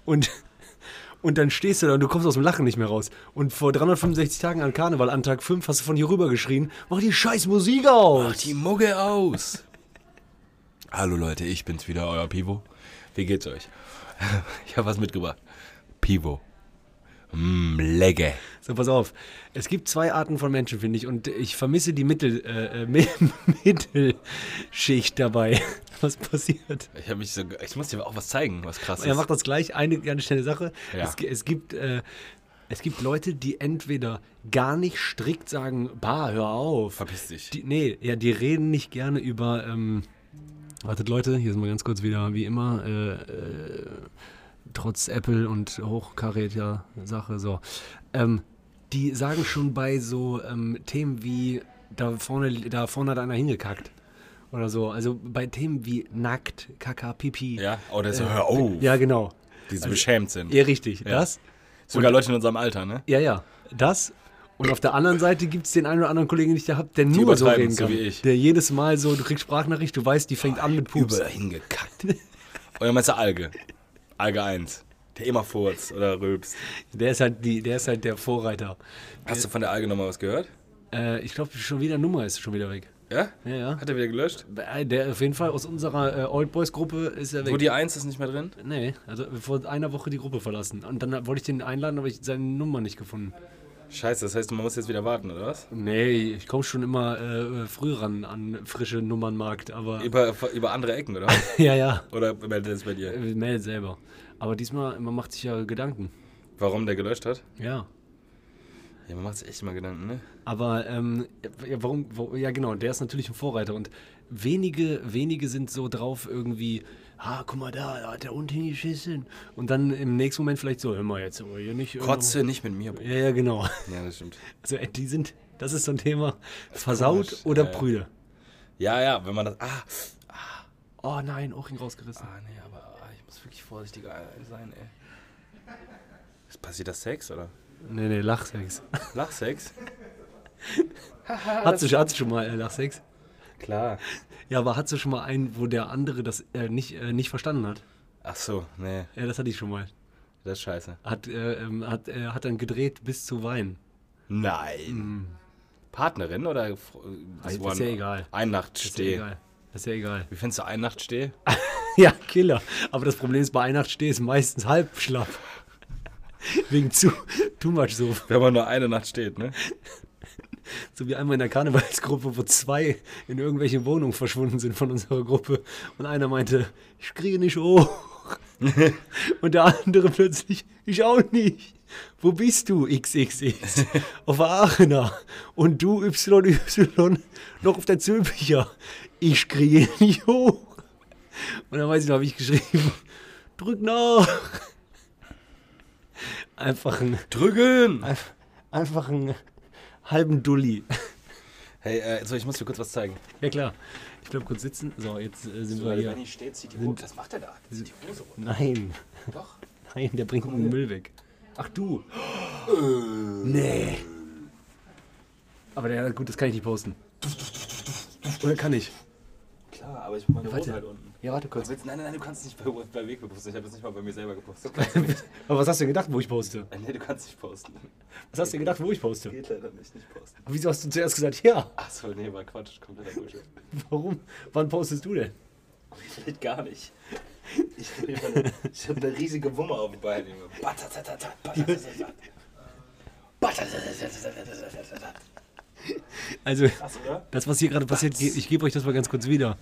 und, und dann stehst du da und du kommst aus dem Lachen nicht mehr raus. Und vor 365 Tagen an Karneval, an Tag 5, hast du von hier rüber geschrien, mach die scheiß Musik
Mach
aus.
die Mugge aus! Hallo Leute, ich bin's wieder, <laughs> euer Pivo. Wie geht's euch? Ich hab was mitgebracht. Pivo. Mm, lecker.
So, pass auf. Es gibt zwei Arten von Menschen, finde ich. Und ich vermisse die Mittel, äh, <laughs> äh, Mi- Mittelschicht dabei. <laughs> Was passiert?
Ich, hab mich so, ge- ich muss dir auch was zeigen, was krass
Er macht das gleich. Eine ganz schnelle Sache.
Ja.
Es, es, gibt, äh, es gibt Leute, die entweder gar nicht strikt sagen, bah, hör auf.
Verpiss dich.
Die, nee, ja, die reden nicht gerne über. Ähm, wartet, Leute, hier sind wir ganz kurz wieder, wie immer. Äh, äh, trotz Apple und hochkarätiger Sache, so. Ähm, die sagen schon bei so ähm, Themen wie: da vorne, da vorne hat einer hingekackt. Oder so. Also bei Themen wie nackt, Kaka, Pipi.
ja, oder so,
äh,
hör auf,
Ja, genau.
die so beschämt sind.
Ja, richtig.
Ja.
Das.
Sogar Leute in unserem Alter, ne?
Ja, ja. Das. Und auf der anderen Seite gibt es den einen oder anderen Kollegen, den ich da habe, der nur so
übertreiben,
reden
so
kann.
wie ich.
Der jedes Mal so, du kriegst Sprachnachricht, du weißt, die fängt an mit Pups.
Überall hingekackt. Oder meinst du Alge? Alge 1. Der immer furzt oder rülpst.
Der ist halt, die, der, ist halt der Vorreiter.
Hast du von der Alge nochmal was gehört?
Äh, ich glaube, schon wieder Nummer ist schon wieder weg.
Ja?
Ja, ja.
Hat er wieder gelöscht?
Äh, Der auf jeden Fall aus unserer äh, Old Boys Gruppe ist er weg.
Wo die 1 ist nicht mehr drin?
nee, also vor einer Woche die Gruppe verlassen. Und dann wollte ich den einladen, aber ich seine Nummer nicht gefunden.
Scheiße, das heißt, man muss jetzt wieder warten, oder was?
Nee, ich komme schon immer äh, früh ran an frische Nummernmarkt, aber.
Über, über andere Ecken, <laughs> oder?
<laughs>
was?
ja, ja.
oder meldet es bei dir?
Äh, Meldet selber. Aber diesmal, man macht sich ja Gedanken.
Warum der gelöscht hat?
Ja.
Ja, man macht sich echt immer Gedanken, ne?
Aber ähm, ja, warum, wo, ja genau, der ist natürlich ein Vorreiter und wenige, wenige sind so drauf irgendwie, ah, guck mal da, da hat der Hund hingeschissen. Und dann im nächsten Moment vielleicht so, hör mal jetzt, aber hier nicht. äh,
Kotze nicht mit mir, Bro.
Ja, ja, genau. <laughs>
Ja, das stimmt.
Also äh, die sind, das ist so ein Thema, versaut
komisch,
oder
ja, ja.
Brüder.
Ja, ja, wenn man das. Ah,
Oh nein, Ohrring rausgerissen.
ah nee, aber ah, ich muss wirklich vorsichtiger sein, ey. Ist passiert das Sex, oder?
Ah, Nee, nee, <laughs> Lachsex.
Lachsex?
Hattest du, hattest du schon mal äh, Lachsex?
Klar.
Ja, aber hattest du schon mal einen, wo der andere das äh, nicht, äh, nicht verstanden hat?
Ach so, nee,
Ja, das hatte ich schon mal.
das ist scheiße.
Hat, äh, ähm, hat, äh, hat dann gedreht bis zu Wein.
Nein. Partnerin oder Fr- äh,
Das
war
ist
ein-
ja egal. Ist ja
Einnachtsteh.
egal. Das ist ja egal.
Wie findest du Einnachtsteh?
<laughs> Ja, Killer. Aber das Problem ist, bei Einnachtsteh ist meistens halb <laughs> schlapp. Wegen zu too much so.
Wenn man nur eine Nacht steht, ne?
So wie einmal in der Karnevalsgruppe, wo zwei in irgendwelchen Wohnungen verschwunden sind von unserer Gruppe. Und einer meinte, ich kriege nicht <laughs> hoch. Und der andere plötzlich, ich auch nicht. Wo bist du, XXX? <laughs> Auf der Aachener. Und du, YY, noch auf der Zülpicher. Ich kriege nicht hoch. Und dann weiß ich noch, habe ich geschrieben, drück nach. Einfach ein,
Drücken!
einf- einfach einen halben Dulli.
Hey, äh, so, ich muss dir kurz was zeigen.
Ja klar. Ich bleib kurz sitzen. So, jetzt äh, sind wir hier.
ich stehe, zieht die Hose. Was macht er da? Zieht die Hose runter.
Nein, <laughs>
Doch.
nein, der bringt den Müll weg. Ach du. <gasps> nee. Aber der, gut, das kann ich nicht posten. Oder kann ich?
Klar, aber ich hab meine Hose
Warte.
halt unten.
Ja, warte kurz.
Willst, nein, nein, nein, du kannst nicht bei, bei Weg posten. Ich habe es nicht mal bei mir selber gepostet.
Aber was hast du denn gedacht, wo ich poste?
nee, du kannst nicht posten.
Was hast du denn gedacht, wo ich poste?
Geht leider nicht, nicht posten.
Aber wieso hast du zuerst gesagt, ja? <laughs>
Achso, nee, war Quatsch, kompletter Bullshit.
Warum? Wann postest du denn?
Vielleicht gar nicht. Ich habe hab eine riesige Wumme auf dem Bein. Junge. Batatatatat, batatatatat. Batatatatat.
Also,
Krass, oder?
das, was hier gerade passiert, ge- ich gebe euch das mal ganz kurz wieder.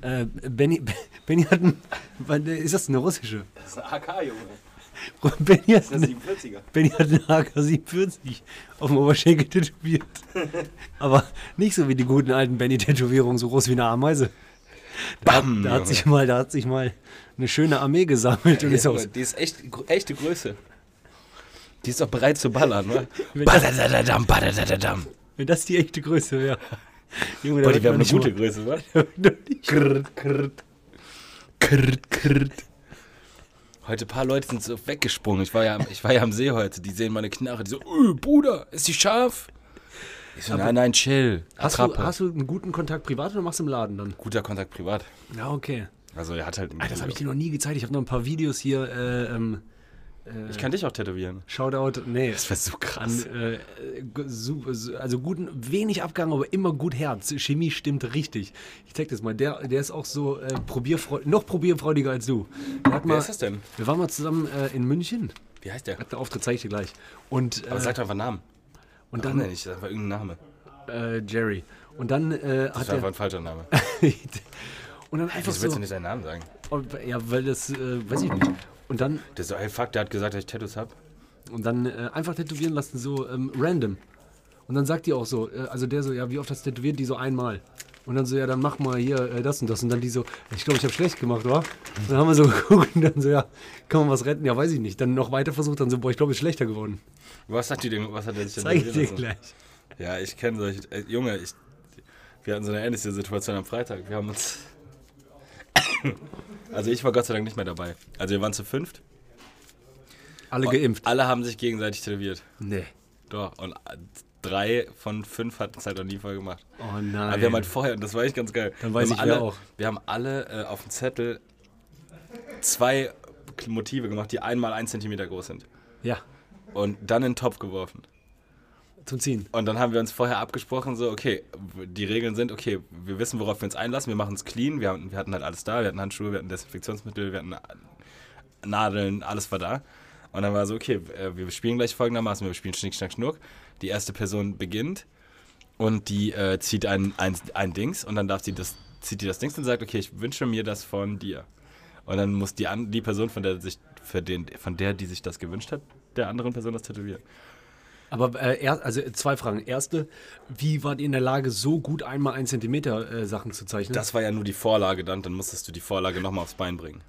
Äh, Benny, <laughs> Benny hat ein. Wann- Ist das eine russische?
Das ist ein AK, Junge.
Benny hat
Das
eine
ist ein 47er.
Benny hat eine AK-47 auf dem Oberschenkel tätowiert. Aber nicht so wie die guten alten Benny-Tätowierungen, so groß wie eine Ameise.
Bam!
Da hat sich mal, da hat sich mal eine schöne Armee gesammelt und ist aus.
die ist echt echte Größe. Die ist doch bereit zu ballern, <laughs> ne?
Wenn das,
Badadadadam, badadadadam.
wenn das die echte Größe wäre. Junge,
Boah, die wäre
man
eine
nicht
gute
mal- <laughs>
Größe, wa?
da wird man nicht-
Krrt, krrt. Krrt, krrt. Heute ein paar Leute sind so weggesprungen. Ich war ja, am- ich war ja am See heute. Die sehen meine Knarre. Die so, öh, Bruder, ist die scharf? Ich so, nein, nein, chill.
Hast du,
Attrappe.
hast du einen guten Kontakt privat oder machst du im Laden dann?
Guter Kontakt privat.
Ja, okay.
Also er hat halt... einen
Das habe ich
Bruder.
dir noch nie gezeigt. Ich habe noch ein paar Videos hier. Äh, ähm,
ich kann dich auch tätowieren.
Shoutout. Nee.
Das wäre so
an
krass.
äh, äh, gu- su- su- also guten, wenig Abgang, aber immer gut Herz. Chemie stimmt richtig. Ich zeig das mal. Der, der ist auch so äh, probierfreu noch probierfreudiger als du. Der hat mal,
ist das denn?
Wir waren mal zusammen äh, in München
Wie heißt der?
Hat der Auftritt zeige ich dir gleich. Und,
Aber
äh,
sag doch einfach einen Namen.
und
Dann
dann
nenne ich das einfach irgendeinen Name.
äh, Jerry. Und dann äh,
Das
hat
war einfach
er.
ein falscher Name.
<laughs> und dann einfach
Wieso willst
so.
du nicht seinen Namen sagen?
Und, ja, weil das, äh, weiß ich nicht. Und dann,
Der so, ey, fuck, der hat gesagt, dass ich Tattoos hab.
und dann äh, einfach tätowieren lassen, so ähm, random. Und dann sagt die auch so, äh, also der so, ja, wie oft hast du tätowiert? Die so einmal. Und dann so, ja, dann mach mal hier äh, das und das. Und dann die so, ich glaube, ich habe schlecht gemacht, oder? Und dann haben wir so <laughs> geguckt und dann so, ja, kann man was retten? Ja, weiß ich nicht. Dann noch weiter versucht, dann so, boah, ich glaube, ist schlechter geworden.
Was hat die denn, was hat er sich denn
Zeige ich dir
tätowieren lassen?
gleich.
Ja, ich kenne solche. Äh, Junge, ich, wir hatten so eine ähnliche Situation am Freitag. Wir haben uns. <coughs> Also ich war Gott sei Dank nicht mehr dabei. Also wir waren zu fünft.
Alle geimpft.
Alle haben sich gegenseitig tätowiert.
Nee.
Doch. Und äh, drei von fünf hatten es halt noch nie voll gemacht.
Oh nein.
Aber wir haben halt vorher, und das war echt ganz geil.
Dann weiß
wir
ich,
haben
wer
alle,
auch.
Wir haben alle äh, auf dem Zettel zwei Motive gemacht, die einmal ein Zentimeter groß sind.
ja,
Und dann in den Topf geworfen.
zum Ziehen.
Und dann haben wir uns vorher abgesprochen, so, okay, w- die Regeln sind, okay, wir wissen, worauf wir uns einlassen, wir machen es clean, wir, haben, wir hatten halt alles da, wir hatten Handschuhe, wir hatten Desinfektionsmittel, wir hatten äh, Nadeln, alles war da. Und dann war so, okay, äh, wir spielen gleich folgendermaßen, wir spielen Schnick, Schnack, Schnuck. Die erste Person beginnt und die äh, zieht ein, ein, ein Dings und dann darf sie das, zieht die das Dings und sagt, okay, ich wünsche mir das von dir. Und dann muss die, an, die Person, von der, sich, für den, von der, die sich das gewünscht hat, der anderen Person das tätowieren.
Aber äh, er, also äh, zwei Fragen. Erste, wie wart ihr in der Lage, so gut einmal ein Zentimeter äh, Sachen zu zeichnen?
Das war ja nur die Vorlage dann, dann musstest du die Vorlage nochmal aufs Bein bringen.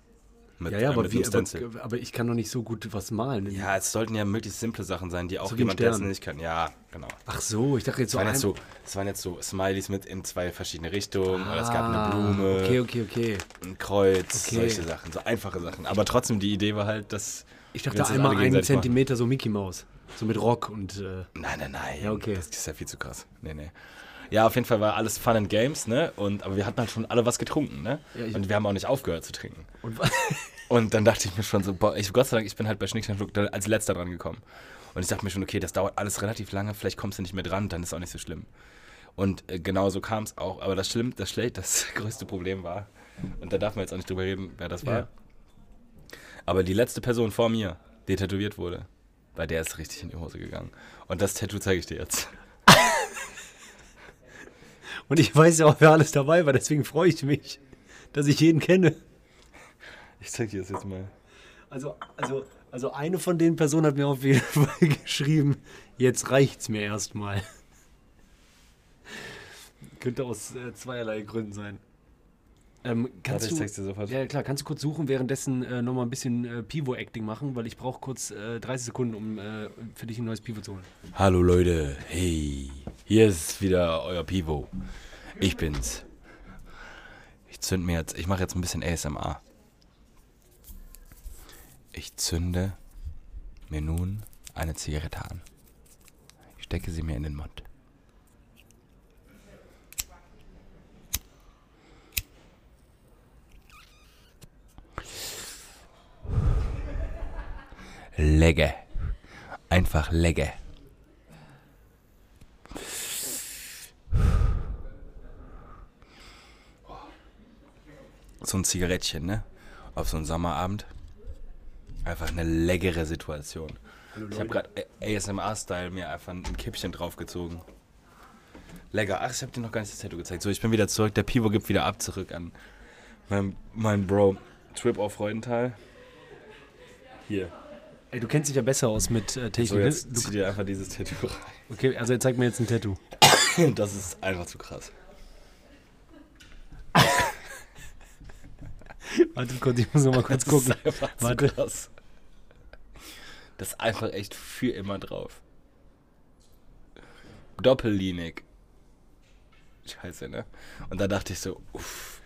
Mit,
ja, ja,
äh,
aber,
mit
wie,
einem Stencil.
aber, aber ich kann doch nicht so gut was malen.
Ja, es sollten ja möglichst simple Sachen sein, die auch
So wie ein
jemand, der es
Stern.
nicht kann. Ja, genau.
Ach so, ich dachte jetzt
Es
so
waren, jetzt
ein-
so, es waren jetzt so Smileys mit in zwei verschiedene Richtungen oder es gab
Ah,
eine Blume,
Okay, okay, okay.
ein Kreuz,
Okay.
solche Sachen, so einfache Sachen. Aber trotzdem, die Idee war halt, dass.
Ich
wir
dachte
uns das
einmal
alle
einen
gegenseitig machen.
Zentimeter so Mickey Maus. So mit Rock und. Äh,
Nein, nein, nein.
Ja, okay.
Das ist ja viel zu krass. Nee, nee. Ja, auf jeden Fall war alles Fun and Games, ne? Und, aber wir hatten halt schon alle was getrunken, ne?
Ja, ich-
und wir haben auch nicht aufgehört zu trinken.
<laughs> und
Und dann dachte ich mir schon so, boah, ich, Gott sei Dank, ich bin halt bei Schnickschnack da- als letzter dran gekommen. Und ich dachte mir schon, okay, das dauert alles relativ lange, vielleicht kommst du nicht mehr dran, dann ist auch nicht so schlimm. Und äh, genau so kam es auch. Aber das schlimm, das schlecht, das <laughs> größte Problem war, und da darf man jetzt auch nicht drüber reden, wer das war.
Ja.
Aber die letzte Person vor mir, die tätowiert wurde, bei der ist richtig in die Hose gegangen. Und das Tattoo zeige ich dir jetzt. <laughs>
und ich weiß ja auch, wer alles dabei war, deswegen freue ich mich, dass ich jeden kenne.
Ich zeige dir das jetzt mal.
Also, also, also eine von den Personen hat mir auf jeden <laughs> Fall geschrieben, jetzt reicht's mir erstmal. <laughs> Könnte aus äh, zweierlei Gründen sein. Ähm,
Warte,
kannst
ich zeig's
du,
dir sofort.
ja klar, kannst du kurz suchen, währenddessen äh, nochmal ein bisschen äh, Pivo-Acting machen, weil ich brauche kurz äh, 30 Sekunden, um äh, für dich ein neues Pivo zu holen.
Hallo Leute, hey, hier ist wieder euer Pivo. Ich bin's. Ich zünd mir jetzt, ich mache jetzt ein bisschen ASMR. Ich zünde mir nun eine Zigarette an. Ich stecke sie mir in den Mund. Legge. Einfach legge. so ein Zigarettchen, ne? Auf so einen Sommerabend. Einfach eine leckere Situation. Ich habe gerade ASMR-Style mir einfach ein Kippchen draufgezogen. Lecker. Ach, ich habe dir noch gar nicht das Tattoo gezeigt. So, ich bin wieder zurück. Der Pivo gibt wieder ab zurück an mein, mein Bro. Trip auf Freudenthal. Hier.
Ey, du kennst dich ja besser aus mit äh, Technik.
So,
ne?
jetzt
du,
zieh dir einfach dieses Tattoo rein.
okay, also er zeigt mir jetzt ein Tattoo.
<laughs> Das ist einfach zu krass.
Warte kurz, ich muss
<laughs>
nochmal kurz
Das ist
gucken.
einfach zu
Warte.
krass. Das ist einfach echt für immer drauf. Doppellinig. Scheiße, ne? Und da dachte ich so, uff,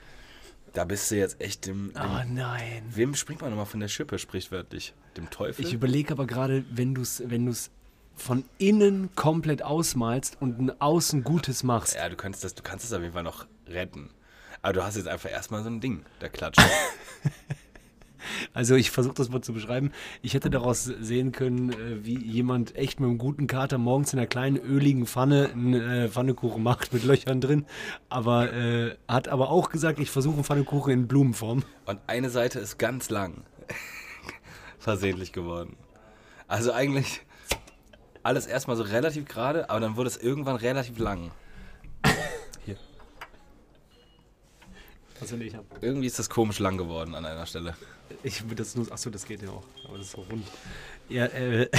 da bist du jetzt echt dem. dem
Oh nein.
Wem springt man nochmal von der Schippe, sprichwörtlich? Dem Teufel?
Ich überlege aber gerade, wenn du es wenn du's von innen komplett ausmalst und ein Außen Gutes machst.
ja, du kannst das, du kannst das auf jeden Fall noch retten. Aber du hast jetzt einfach erstmal so ein Ding, da klatscht.
Also ich versuche das mal zu beschreiben. Ich hätte daraus sehen können, äh, wie jemand echt mit einem guten Kater morgens in einer kleinen öligen Pfanne einen äh, Pfannekuchen macht mit Löchern drin. Aber äh, hat aber auch gesagt, ich versuche einen Pfannekuchen in Blumenform.
Und eine Seite ist ganz lang. <laughs> Versehentlich geworden. Also eigentlich alles erstmal so relativ gerade, aber dann wurde es irgendwann relativ lang.
Also nee, ich hab.
Irgendwie ist das komisch lang geworden an einer Stelle.
Ich würde das nur. Achso, das geht ja auch. Aber das ist auch rund. Ja, äh.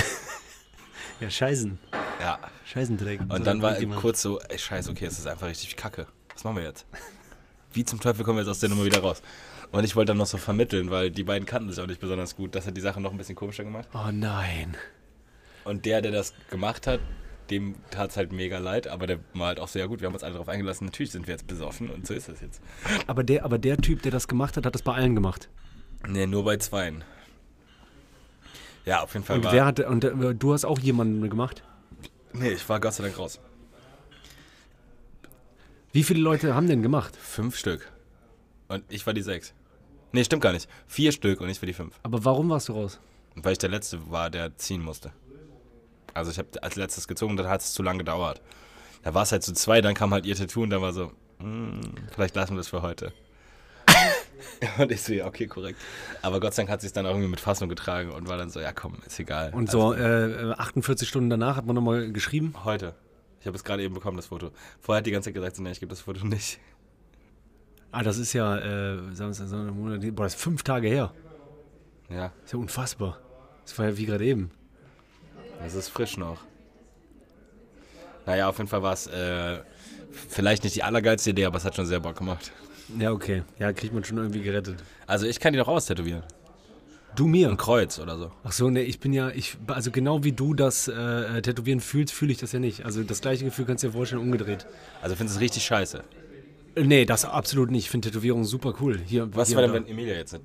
<laughs> ja, Scheißen.
Ja.
Scheißendreck.
Und dann war kurz so, ey, scheiße, okay, es ist einfach richtig kacke. Was machen wir jetzt? Wie zum Teufel kommen wir jetzt aus der Nummer wieder raus? Und ich wollte dann noch so vermitteln, weil die beiden kannten sich auch nicht besonders gut. Das hat die Sache noch ein bisschen komischer gemacht.
Oh nein.
Und der, der das gemacht hat, dem tat es halt mega leid, aber der war halt auch so, ja gut, wir haben uns alle drauf eingelassen, natürlich sind wir jetzt besoffen und so ist das jetzt.
Aber der, aber der Typ, der das gemacht hat, hat das bei allen gemacht.
Nee, nur bei zweien. Ja, auf jeden Fall
Und
war...
wer hat. Und äh, du hast auch jemanden gemacht?
Nee, ich war Gott sei Dank raus.
Wie viele Leute haben den gemacht?
Fünf Stück. Und ich war die sechs. Nee, stimmt gar nicht. Vier Stück und ich war die fünf.
Aber warum warst du raus?
Weil ich der Letzte war, der ziehen musste. Also ich habe als letztes gezogen, dann hat es zu lange gedauert. Da war es halt zu zwei, dann kam halt ihr Tattoo und dann war so, "Mm, vielleicht lassen wir das für heute. <laughs> und ich so, ja, okay, korrekt. Aber Gott sei Dank hat sie es dann auch irgendwie mit Fassung getragen und war dann so, ja komm, ist egal.
Und
Also,
so äh, 48 Stunden danach hat man nochmal geschrieben.
heute. Ich habe es gerade eben bekommen, das Foto. Vorher hat die ganze Zeit gesagt, so, nee, ich gebe das Foto nicht.
Ah, das ist ja, äh, Samstag, Sonntag, Monat, boah, das ist fünf Tage her.
Ja,
Ist ja unfassbar. Das war ja wie gerade eben.
Es ist frisch noch. Naja, auf jeden Fall war es äh, vielleicht nicht die allergeilste Idee, aber es hat schon sehr Bock gemacht.
Ja, okay. Ja, kriegt man schon irgendwie gerettet.
Also ich kann die doch austätowieren.
Du mir.
Ein Kreuz oder so.
Ach so, nee, ich bin ja, ich, also genau wie du das äh, Tätowieren fühlst, fühle ich das ja nicht. Also das gleiche Gefühl kannst du dir vorstellen, umgedreht.
Also findest du es richtig scheiße.
Äh, Nee, das absolut nicht. Ich finde Tätowierungen super cool. Hier,
Was
hier
war
und
denn,
da.
wenn Emilia jetzt eine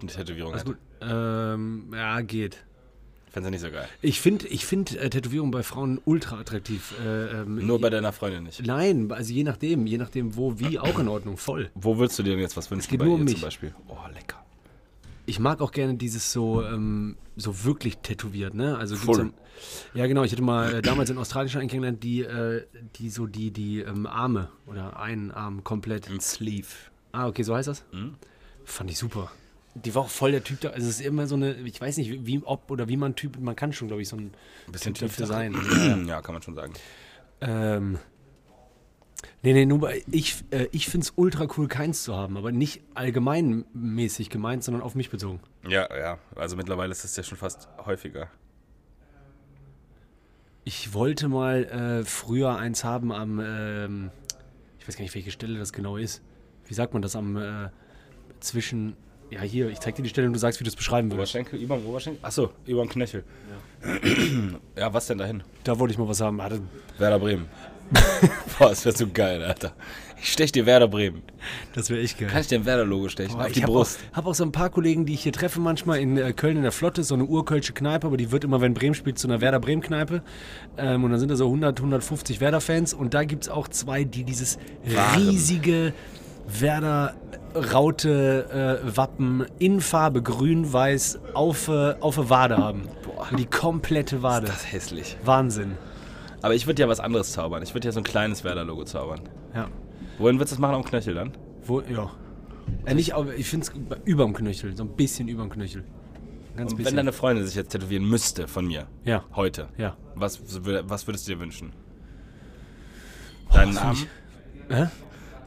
eine Tätowierung
Alles
hat?
gut. Ähm, ja, geht.
Fändest du nicht so geil.
Ich finde ich find, äh, Tätowierungen bei Frauen ultra attraktiv. Äh, ähm,
Nur bei deiner Freundin nicht.
Nein, also je nachdem, je nachdem wo, wie, auch in Ordnung, voll.
Wo würdest du dir denn jetzt was wünschen?
geht
bei
nur
ihr
um mich.
zum Beispiel. Oh, lecker.
Ich mag auch gerne dieses so, ähm, so wirklich tätowiert, ne? Also gibt's
Full.
Ja, ja, genau, ich hatte mal äh, damals in Australien schon einen kennengelernt, die, äh, die so die, die ähm, Arme oder einen Arm komplett.
Ein Sleeve. Hm?
Ah, okay, so heißt das? Fand ich super. Die war auch voll der Typ da. Also es ist immer so eine, ich weiß nicht, wie, ob oder wie man Typ, man kann schon, glaube ich, so ein
Bisschen
Typ dafür
tief
sein.
<clears throat> ja, kann man schon sagen.
Ähm. Nee, nee, nur bei- ich, äh, ich finde es ultra cool, keins zu haben, aber nicht allgemeinmäßig gemeint, sondern auf mich bezogen.
Ja, ja. Also mittlerweile ist es ja schon fast häufiger.
Ich wollte mal äh, früher eins haben am, ähm, ich weiß gar nicht, welche Stelle das genau ist. Wie sagt man das am äh, zwischen, ja hier, ich zeig dir die Stelle und du sagst, wie du es beschreiben würdest.
Oberschenkel, über dem Oberschenkel? Achso, über dem Knöchel. ja, was denn dahin?
Da wollte ich mal was haben. Ah, das-
Werder Bremen. <laughs> Boah, das wäre so geil, Alter. Ich stech dir Werder Bremen.
Das wäre echt geil.
Kann ich dir ein Werder-Logo stechen?
Boah,
auf die
ich habe auch,
Brust.
hab auch so ein paar Kollegen, die ich hier treffe manchmal in äh, Köln in der Flotte, so eine urkölsche Kneipe, aber die wird immer, wenn Bremen spielt, zu einer Werder Bremen Kneipe. Ähm, und dann sind da so 100, 150 Werder Fans und da gibt es auch zwei, die dieses
Waren.
riesige Werder Raute äh, Wappen in Farbe grün-weiß auf, äh, auf der Wade haben.
Boah.
Und die komplette Wade.
Das ist hässlich.
Wahnsinn.
Aber ich würde ja was anderes zaubern. Ich würde ja so ein kleines Werder-Logo zaubern.
Ja.
Wohin würdest du das machen? Am Knöchel dann?
Wo, ja. Äh, nicht, aber ich finde es überm Knöchel, so ein bisschen überm Knöchel. Ganz
Und
bisschen.
wenn deine Freundin sich jetzt tätowieren müsste von mir,
ja.
heute,
Ja.
was, wür- was würdest du dir wünschen? Deinen
das
Namen?
find Hä?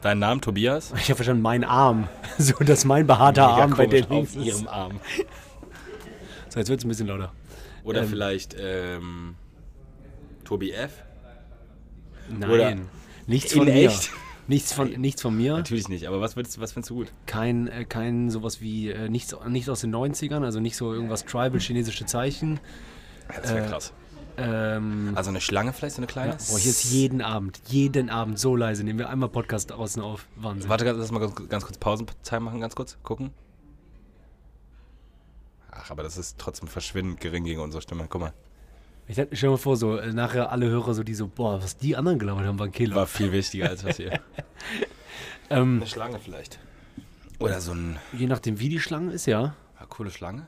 Deinen Namen, Tobias?
Ich habe verstanden, mein Arm. <laughs> So, dass mein behaarter
Mega
Arm bei
komisch,
der links
auf
ist.
ihrem Arm.
So, jetzt wird es ein bisschen lauter.
Oder
Ähm.
vielleicht ähm, Tobi F?
Nein.
Oder-
nichts
In
von mir.
echt?
Nichts von, nichts von mir.
Natürlich nicht, aber was, würdest, was findest du gut?
Kein, äh, kein sowas wie, äh, nichts, nichts aus den 90ern, also nicht so irgendwas tribal, chinesische Zeichen.
Das
Äh,
wäre krass.
Ähm,
Also eine Schlange vielleicht, so eine kleine?
boah, oh, hier ist jeden Abend, jeden Abend so leise. Nehmen wir einmal Podcast außen auf. Wahnsinn.
Warte, ganz- lass mal ganz, ganz kurz Pausenzeit machen, ganz kurz, gucken. Ach, aber das ist trotzdem verschwindend gering gegen unsere Stimme. Guck mal,
Ich dachte, stell mir vor, so äh, nachher alle Hörer so, die so, boah, was die anderen gelabert haben, war ein Killer.
war viel wichtiger als was hier.
<laughs> Ähm,
Eine Schlange vielleicht. Oder so ein.
je nachdem, wie die Schlange ist, ja.
ah, coole Schlange?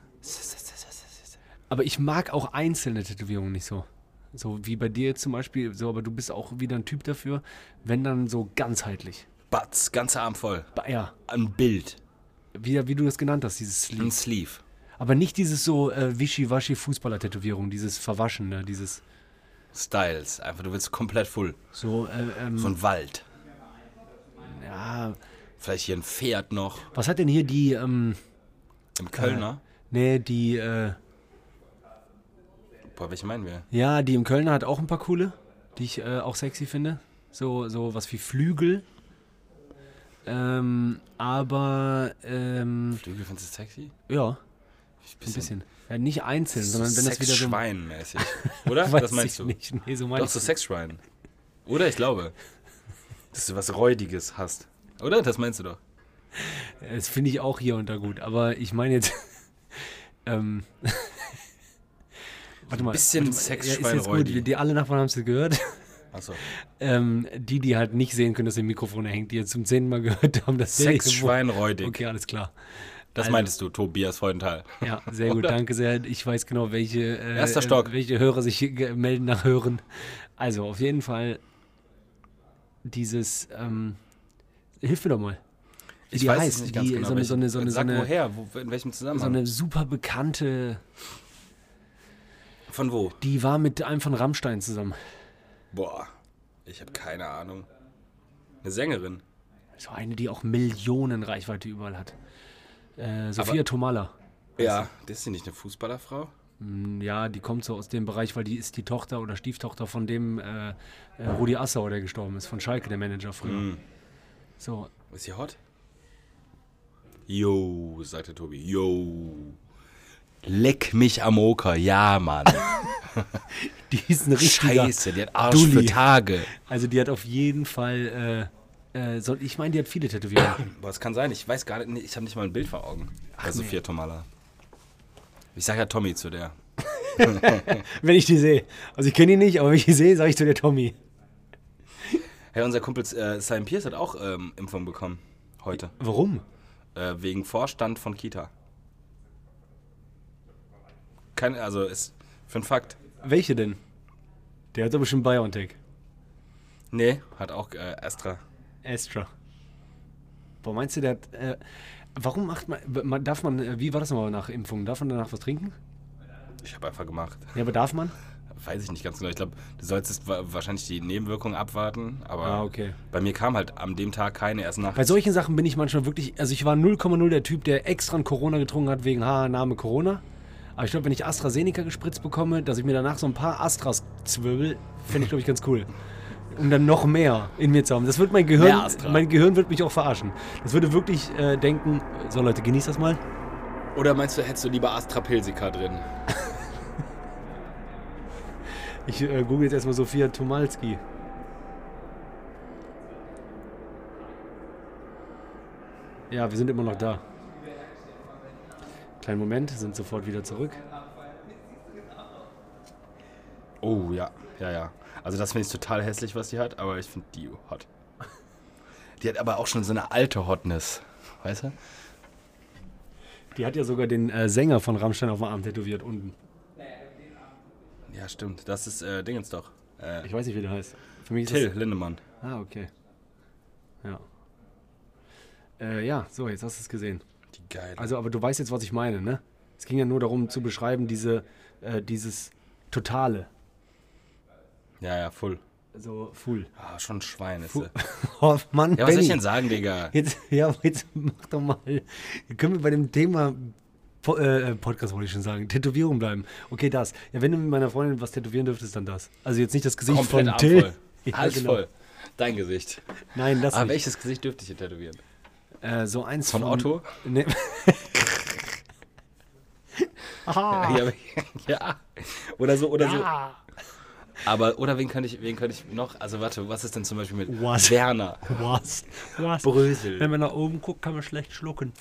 Aber ich mag auch einzelne Tätowierungen nicht so. So wie bei dir jetzt zum Beispiel, so, aber du bist auch wieder ein Typ dafür, wenn dann so ganzheitlich.
Batz, ganzer Arm voll.
Ba- Ja,
Ein Bild.
wie, wie du das genannt hast, dieses Sleeve.
Ein Sleeve.
Aber nicht dieses so äh, wischiwaschi Fußballer-Tätowierung, dieses Verwaschene, dieses
Styles. Einfach, du willst komplett full.
so, äh, ähm,
So ein Wald.
ja,
Vielleicht hier ein Pferd noch.
was hat denn hier die, ähm,
Im Kölner.
nee, die, äh,
Boah, welche meinen wir?
ja, die im Kölner hat auch ein paar coole, die ich äh, auch sexy finde. So, so was wie Flügel. Ähm, aber, ähm,
Flügel findest du sexy?
ja,
Ein
ein bisschen. Ja, nicht einzeln, sondern wenn das wieder so.
Sexschwein-mäßig. Oder?
<laughs> Weiß
das meinst
ich
du?
Nicht. Nee, so meine
Doch,
ich
so
nicht.
Sexschwein. Oder? Ich glaube. Dass du was Räudiges hast. Oder? Das meinst du doch.
Das finde ich auch hier und da gut, aber ich meine jetzt. <laughs> ähm, warte mal.
bisschen
warte mal,
Sexschwein
ist jetzt gut.
Räudi.
Die, die alle Nachbarn haben es gehört. <laughs>
Achso.
Ähm, die, die halt nicht sehen können, dass ihr Mikrofon hängt, die jetzt zum zehnten Mal gehört haben, dass der
Sexschwein-Räudig.
Okay, alles klar.
Das
Also-
meintest du, Tobias Freudenthal.
Ja, sehr gut,
Oder?
danke sehr. Ich weiß genau, welche, äh,
Erster Stock.
äh, welche Hörer sich ge- melden nach Hören. Also, auf jeden Fall dieses. Ähm, hilf mir doch mal. Wie die heißt, die, So eine, so eine, so eine, so
genau, Sag
eine,
woher, wo, in welchem
so
Zusammenhang?
eine super bekannte.
Von wo?
Die war mit einem von Rammstein zusammen.
Boah, ich habe keine Ahnung. Eine Sängerin.
So eine, die auch Millionen Reichweite überall hat. Äh, Sophia Tomala.
Ja. Ist sie nicht eine Fußballerfrau?
Hm, Ja, die kommt so aus dem Bereich, weil die ist die Tochter oder Stieftochter von dem äh, äh, Rudi Assauer, der gestorben ist, von Schalke, der Manager früher.
Mhm.
So,
Ist sie hot? Yo, sagte Tobi. Yo. Leck mich am Oker. Ja, <laughs> Mann.
die ist ein richtiger.
Scheiße, die hat Arsch
Dulli.
für Tage.
Also die hat auf jeden Fall, äh, äh, so, ich meine, die hat viele Tätowierungen.
Boah, es kann sein. Ich weiß gar nicht. nee, Ich habe nicht mal ein Bild vor Augen. Ach,
nee.
Sophia Tomala. Also Ich sag ja Tommy zu der.
<clears throat> wenn ich die sehe. Also ich kenne die nicht, aber wenn ich die sehe, sage ich zu der Tommy.
Hey, unser Kumpel äh, Simon Pierce hat auch ähm, Impfung bekommen. Heute.
Warum?
Äh, wegen Vorstand von Kita. Kein, also ist für einen Fakt.
Welche denn? Der hat doch bestimmt Biontech.
Nee, hat auch äh, Astra.
Astra. Boah, meinst du, der hat, äh, Warum macht man, man. Darf man. äh, Wie war das nochmal nach Impfung? Darf man danach was trinken?
Ich habe einfach gemacht.
Ja, aber darf man?
Weiß ich nicht ganz genau. Ich glaube, du solltest wa- wahrscheinlich die Nebenwirkungen abwarten. Aber
Ah, okay.
bei mir kam halt an dem Tag keine erst nach.
Bei solchen Sachen bin ich manchmal wirklich. Also, ich war 0,0 der Typ, der extra ein Corona getrunken hat wegen haha, Name Corona. Aber ich glaube, wenn ich AstraZeneca gespritzt bekomme, dass ich mir danach so ein paar Astras zwirbel, finde ich, glaube ich, ganz cool. Um dann noch mehr in mir zu haben. Das wird mein
Mehr
Gehirn.
Astra.
Mein Gehirn wird mich auch verarschen. Das würde wirklich äh, denken, so Leute, genießt das mal.
Oder meinst du, hättest du lieber Astra Pilsica drin?
Ich äh, google jetzt erstmal Sophia Tomalski. Ja, wir sind immer noch da. Kleinen Moment, sind sofort wieder zurück.
Oh ja, ja, ja. Also das finde ich total hässlich, was die hat, aber ich finde die hot. Die hat aber auch schon so eine alte Hotness. Weißt du?
Die hat ja sogar den äh, Sänger von Rammstein auf dem Arm tätowiert unten.
Ja, stimmt. Das ist äh, Dingens doch. Äh,
Ich weiß nicht, wie der heißt. Für mich ist
Till Lindemann.
Das, ah, okay. Ja. Äh, ja, so, jetzt hast du es gesehen.
Die geile.
Also, aber du weißt jetzt, was ich meine, ne? Es ging ja nur darum zu beschreiben, diese, äh, dieses Totale.
ja, ja, voll.
So, full.
Ah, schon ein Schwein ist
Fu-
sie.
<laughs> Oh Mann,
Ja, was soll ich denn sagen, Digga?
Jetzt, ja, jetzt mach doch mal. Können wir bei dem Thema Po- äh, Podcast wollte ich schon sagen, Tätowierung bleiben. Okay, das. Ja, wenn du mit meiner Freundin was tätowieren dürftest, dann das. Also jetzt nicht das Gesicht
Komplett
von Till. <laughs>
<laughs> armvoll.
Ja,
Alles
genau.
voll. Dein Gesicht.
Nein, das
Ah,
nicht.
welches Gesicht dürfte ich hier tätowieren?
Äh, so eins
Von Otto?
<laughs> Nee. Aha.
<laughs> Ja, ja. Oder so, oder so.
Ja.
Aber, oder wen könnte ich, wen könnte ich noch? Also, warte, was ist denn zum Beispiel mit
Was?
Werner?
Was? Was?
Brösel.
Wenn man nach oben guckt, kann man schlecht schlucken.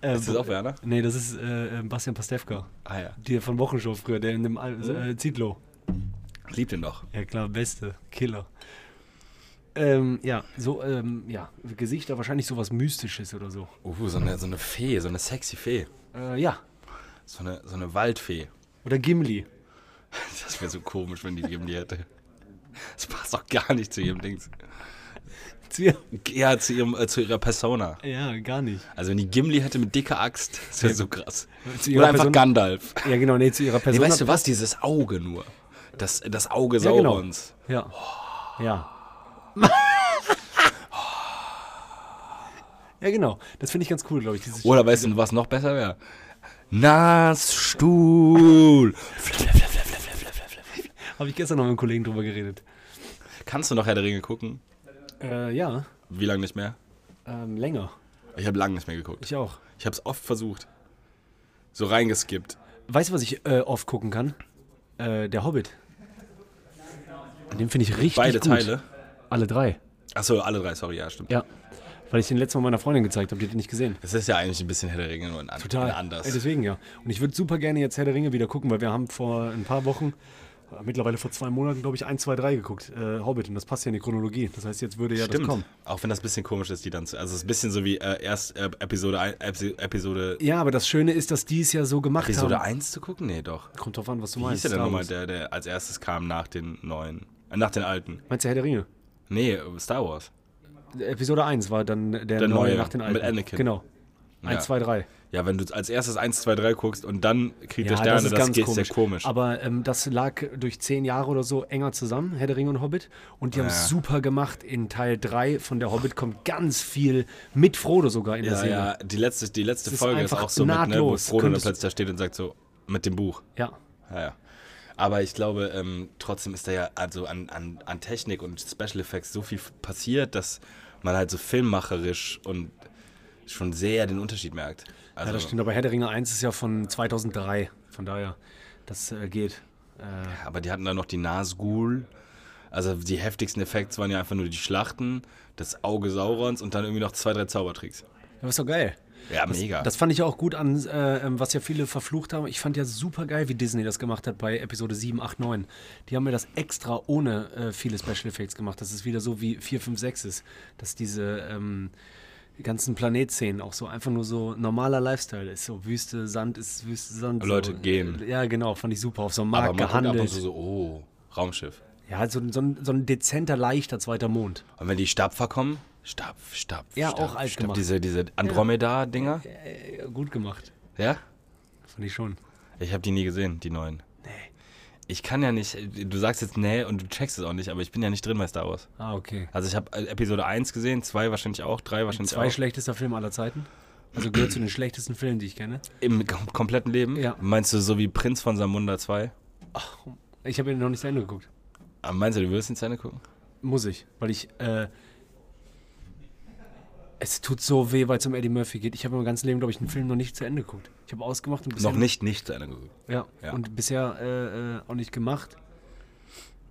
Äh,
Ist das auch Werner?
Nee, das ist äh, äh, Bastian Pastewka.
Ah ja. Hm?
Der von Wochenshow früher, der in dem Al äh, Zitlo.
Liebt ihn doch.
Ja klar, beste, Killer. Ähm, ja, so, ähm, ja, Gesichter, wahrscheinlich sowas Mystisches oder so.
Uh, so eine, so eine Fee, so eine sexy Fee.
Äh, ja,
So eine, so eine Waldfee. <laughs>
oder Gimli. <laughs>
Das wäre so komisch, wenn die geben die hätte. Das passt doch gar nicht zu ihrem Dings.
zu ihr.
Ja, zu, ihrem, äh, zu ihrer Persona.
Ja, gar nicht.
Also wenn die Gimli hätte mit dicker Axt, das wäre so krass.
Zu ihrer
Oder einfach
Person-
Gandalf.
Ja, genau, nee, zu ihrer
Nee,
Person.
weißt du was? Dieses Auge nur. Das, das Auge
ja, genau.
Saurons.
Ja. Ja. <laughs> ja, genau. Das finde ich ganz cool, glaube ich. Dieses
Oder weißt du, was noch besser wäre? Nassstuhl. <laughs>
Habe ich gestern noch mit einem Kollegen drüber geredet.
Kannst du noch Herr der Ringe gucken?
Äh, ja,
Wie lange nicht mehr?
ähm, länger.
Ich habe lange nicht mehr geguckt.
Ich auch.
Ich habe es oft versucht. So reingeskippt.
Weißt du, was ich äh, oft gucken kann? Äh, der Hobbit. Den finde ich richtig
Beide
gut.
Teile.
Alle drei.
Achso, alle drei, sorry, ja, stimmt.
Ja. Weil ich den letzten Mal meiner Freundin gezeigt habe, die hat den nicht gesehen.
Das ist ja eigentlich ein bisschen Herr der Ringe, nur in an in
Äh,
anders.
deswegen ja. Und ich würde super gerne jetzt Herr der Ringe wieder gucken, weil wir haben vor ein paar Wochen, äh, mittlerweile vor zwei Monaten, glaube ich, 1, 2, 3 geguckt. Äh, Hobbit. Und das passt ja in die Chronologie. Das heißt, jetzt würde ja das kommen.
Stimmt. Auch wenn das ein bisschen komisch ist, die dann zu. Also, es ist ein bisschen so wie äh, erst äh, Episode, ein, Epi- Episode,
Ja, aber das Schöne ist, dass die es ja so gemacht
Episode
haben.
1 zu gucken? Nee, doch.
Kommt drauf an, was du
Wie
meinst.
hieß der denn
Star
nochmal,
Wars.
der, der als erstes kam nach den neuen? Äh, nach den alten?
Meinst du Herr der Ringe?
Nee, äh, Star Wars.
Episode 1 war dann der, neue,
neue,
nach den alten.
mit Anakin. Ah,
Genau. 1,
Ja.
2, 3.
Ja, wenn du als erstes 1, 2, 3 guckst und dann Krieg der
Ja,
Sterne,
das ist
das,
ganz
geht
komisch.
sehr komisch.
Aber ähm, das lag durch zehn Jahre oder so enger zusammen, Herr der Ringe und Hobbit. Und die haben es super gemacht. In Teil 3 von der Hobbit kommt ganz viel mit Frodo sogar in der
ja,
Serie.
ja, die letzte, die letzte
ist
Folge ist
einfach
auch so mit, ne, wo
nahtlos.
Frodo dann
Könntest-
plötzlich da steht und sagt so, mit dem Buch.
Ja.
Ja, ja. Aber ich glaube, ähm, trotzdem ist da ja also an, an, an Technik und Special Effects so viel f- passiert, dass man halt so filmmacherisch und schon sehr den Unterschied merkt. Also,
ja, das stimmt. Aber Herr der Ringe 1 ist ja von 2003. Von daher, das äh, geht. Äh,
Aber die hatten dann noch die Nazgul. Also die heftigsten Effekte waren ja einfach nur die Schlachten, das Auge Saurons und dann irgendwie noch zwei, drei Zaubertricks.
das ist doch geil.
Ja, mega.
Das fand ich auch gut an, äh, ähm, was ja viele verflucht haben. Ich fand ja super geil, wie Disney das gemacht hat bei Episode 7, 8, 9. Die haben ja das extra ohne äh, viele Special Effects gemacht. Das ist wieder so wie 4, 5, 6 ist. Dass diese ähm, ganzen Planetszenen auch so einfach nur so normaler Lifestyle ist. So Wüste, Sand ist Wüste, Sand. So.
Leute gehen.
Ja, genau. Fand ich super. Auf so einem
aber
Markt
man guckt ab und
gehandelt.
zu so, oh, Raumschiff.
Ja, so, ein- so, ein, so ein dezenter, leichter zweiter Mond.
Und wenn die Stapfer kommen, Stapf, Stapf,
Ja,
Stapf,
auch alt
Stapf,
gemacht.
Diese, diese Andromeda-Dinger.
Äh, gut gemacht.
Ja?
Fand ich schon.
Ich habe die nie gesehen, die neuen. Nee. Ich kann ja nicht, du sagst jetzt nee und du checkst es auch nicht, aber ich bin ja nicht drin bei Star Wars.
Ah, okay.
Also ich habe Episode 1 gesehen, 2 wahrscheinlich auch, 3 wahrscheinlich
Zwei
auch.
schlechtester Film aller Zeiten. Also gehört zu den schlechtesten Filmen, die ich kenne.
Im kom kompletten Leben?
Ja.
Meinst du so wie Prinz von Samunda 2?
Ich habe ihn noch nicht zu Ende geguckt.
Ah, Meinst du, du würdest ihn zu Ende gucken?
Muss ich, weil ich. Äh, es tut so weh, weil es um Eddie Murphy geht. Ich habe mein ganzes Leben, glaube ich, einen Film noch nicht zu Ende geguckt. Ich habe ausgemacht und bisher.
Noch nicht, nicht zu Ende geguckt.
Ja,
Ja.
und bisher äh, äh, auch nicht gemacht.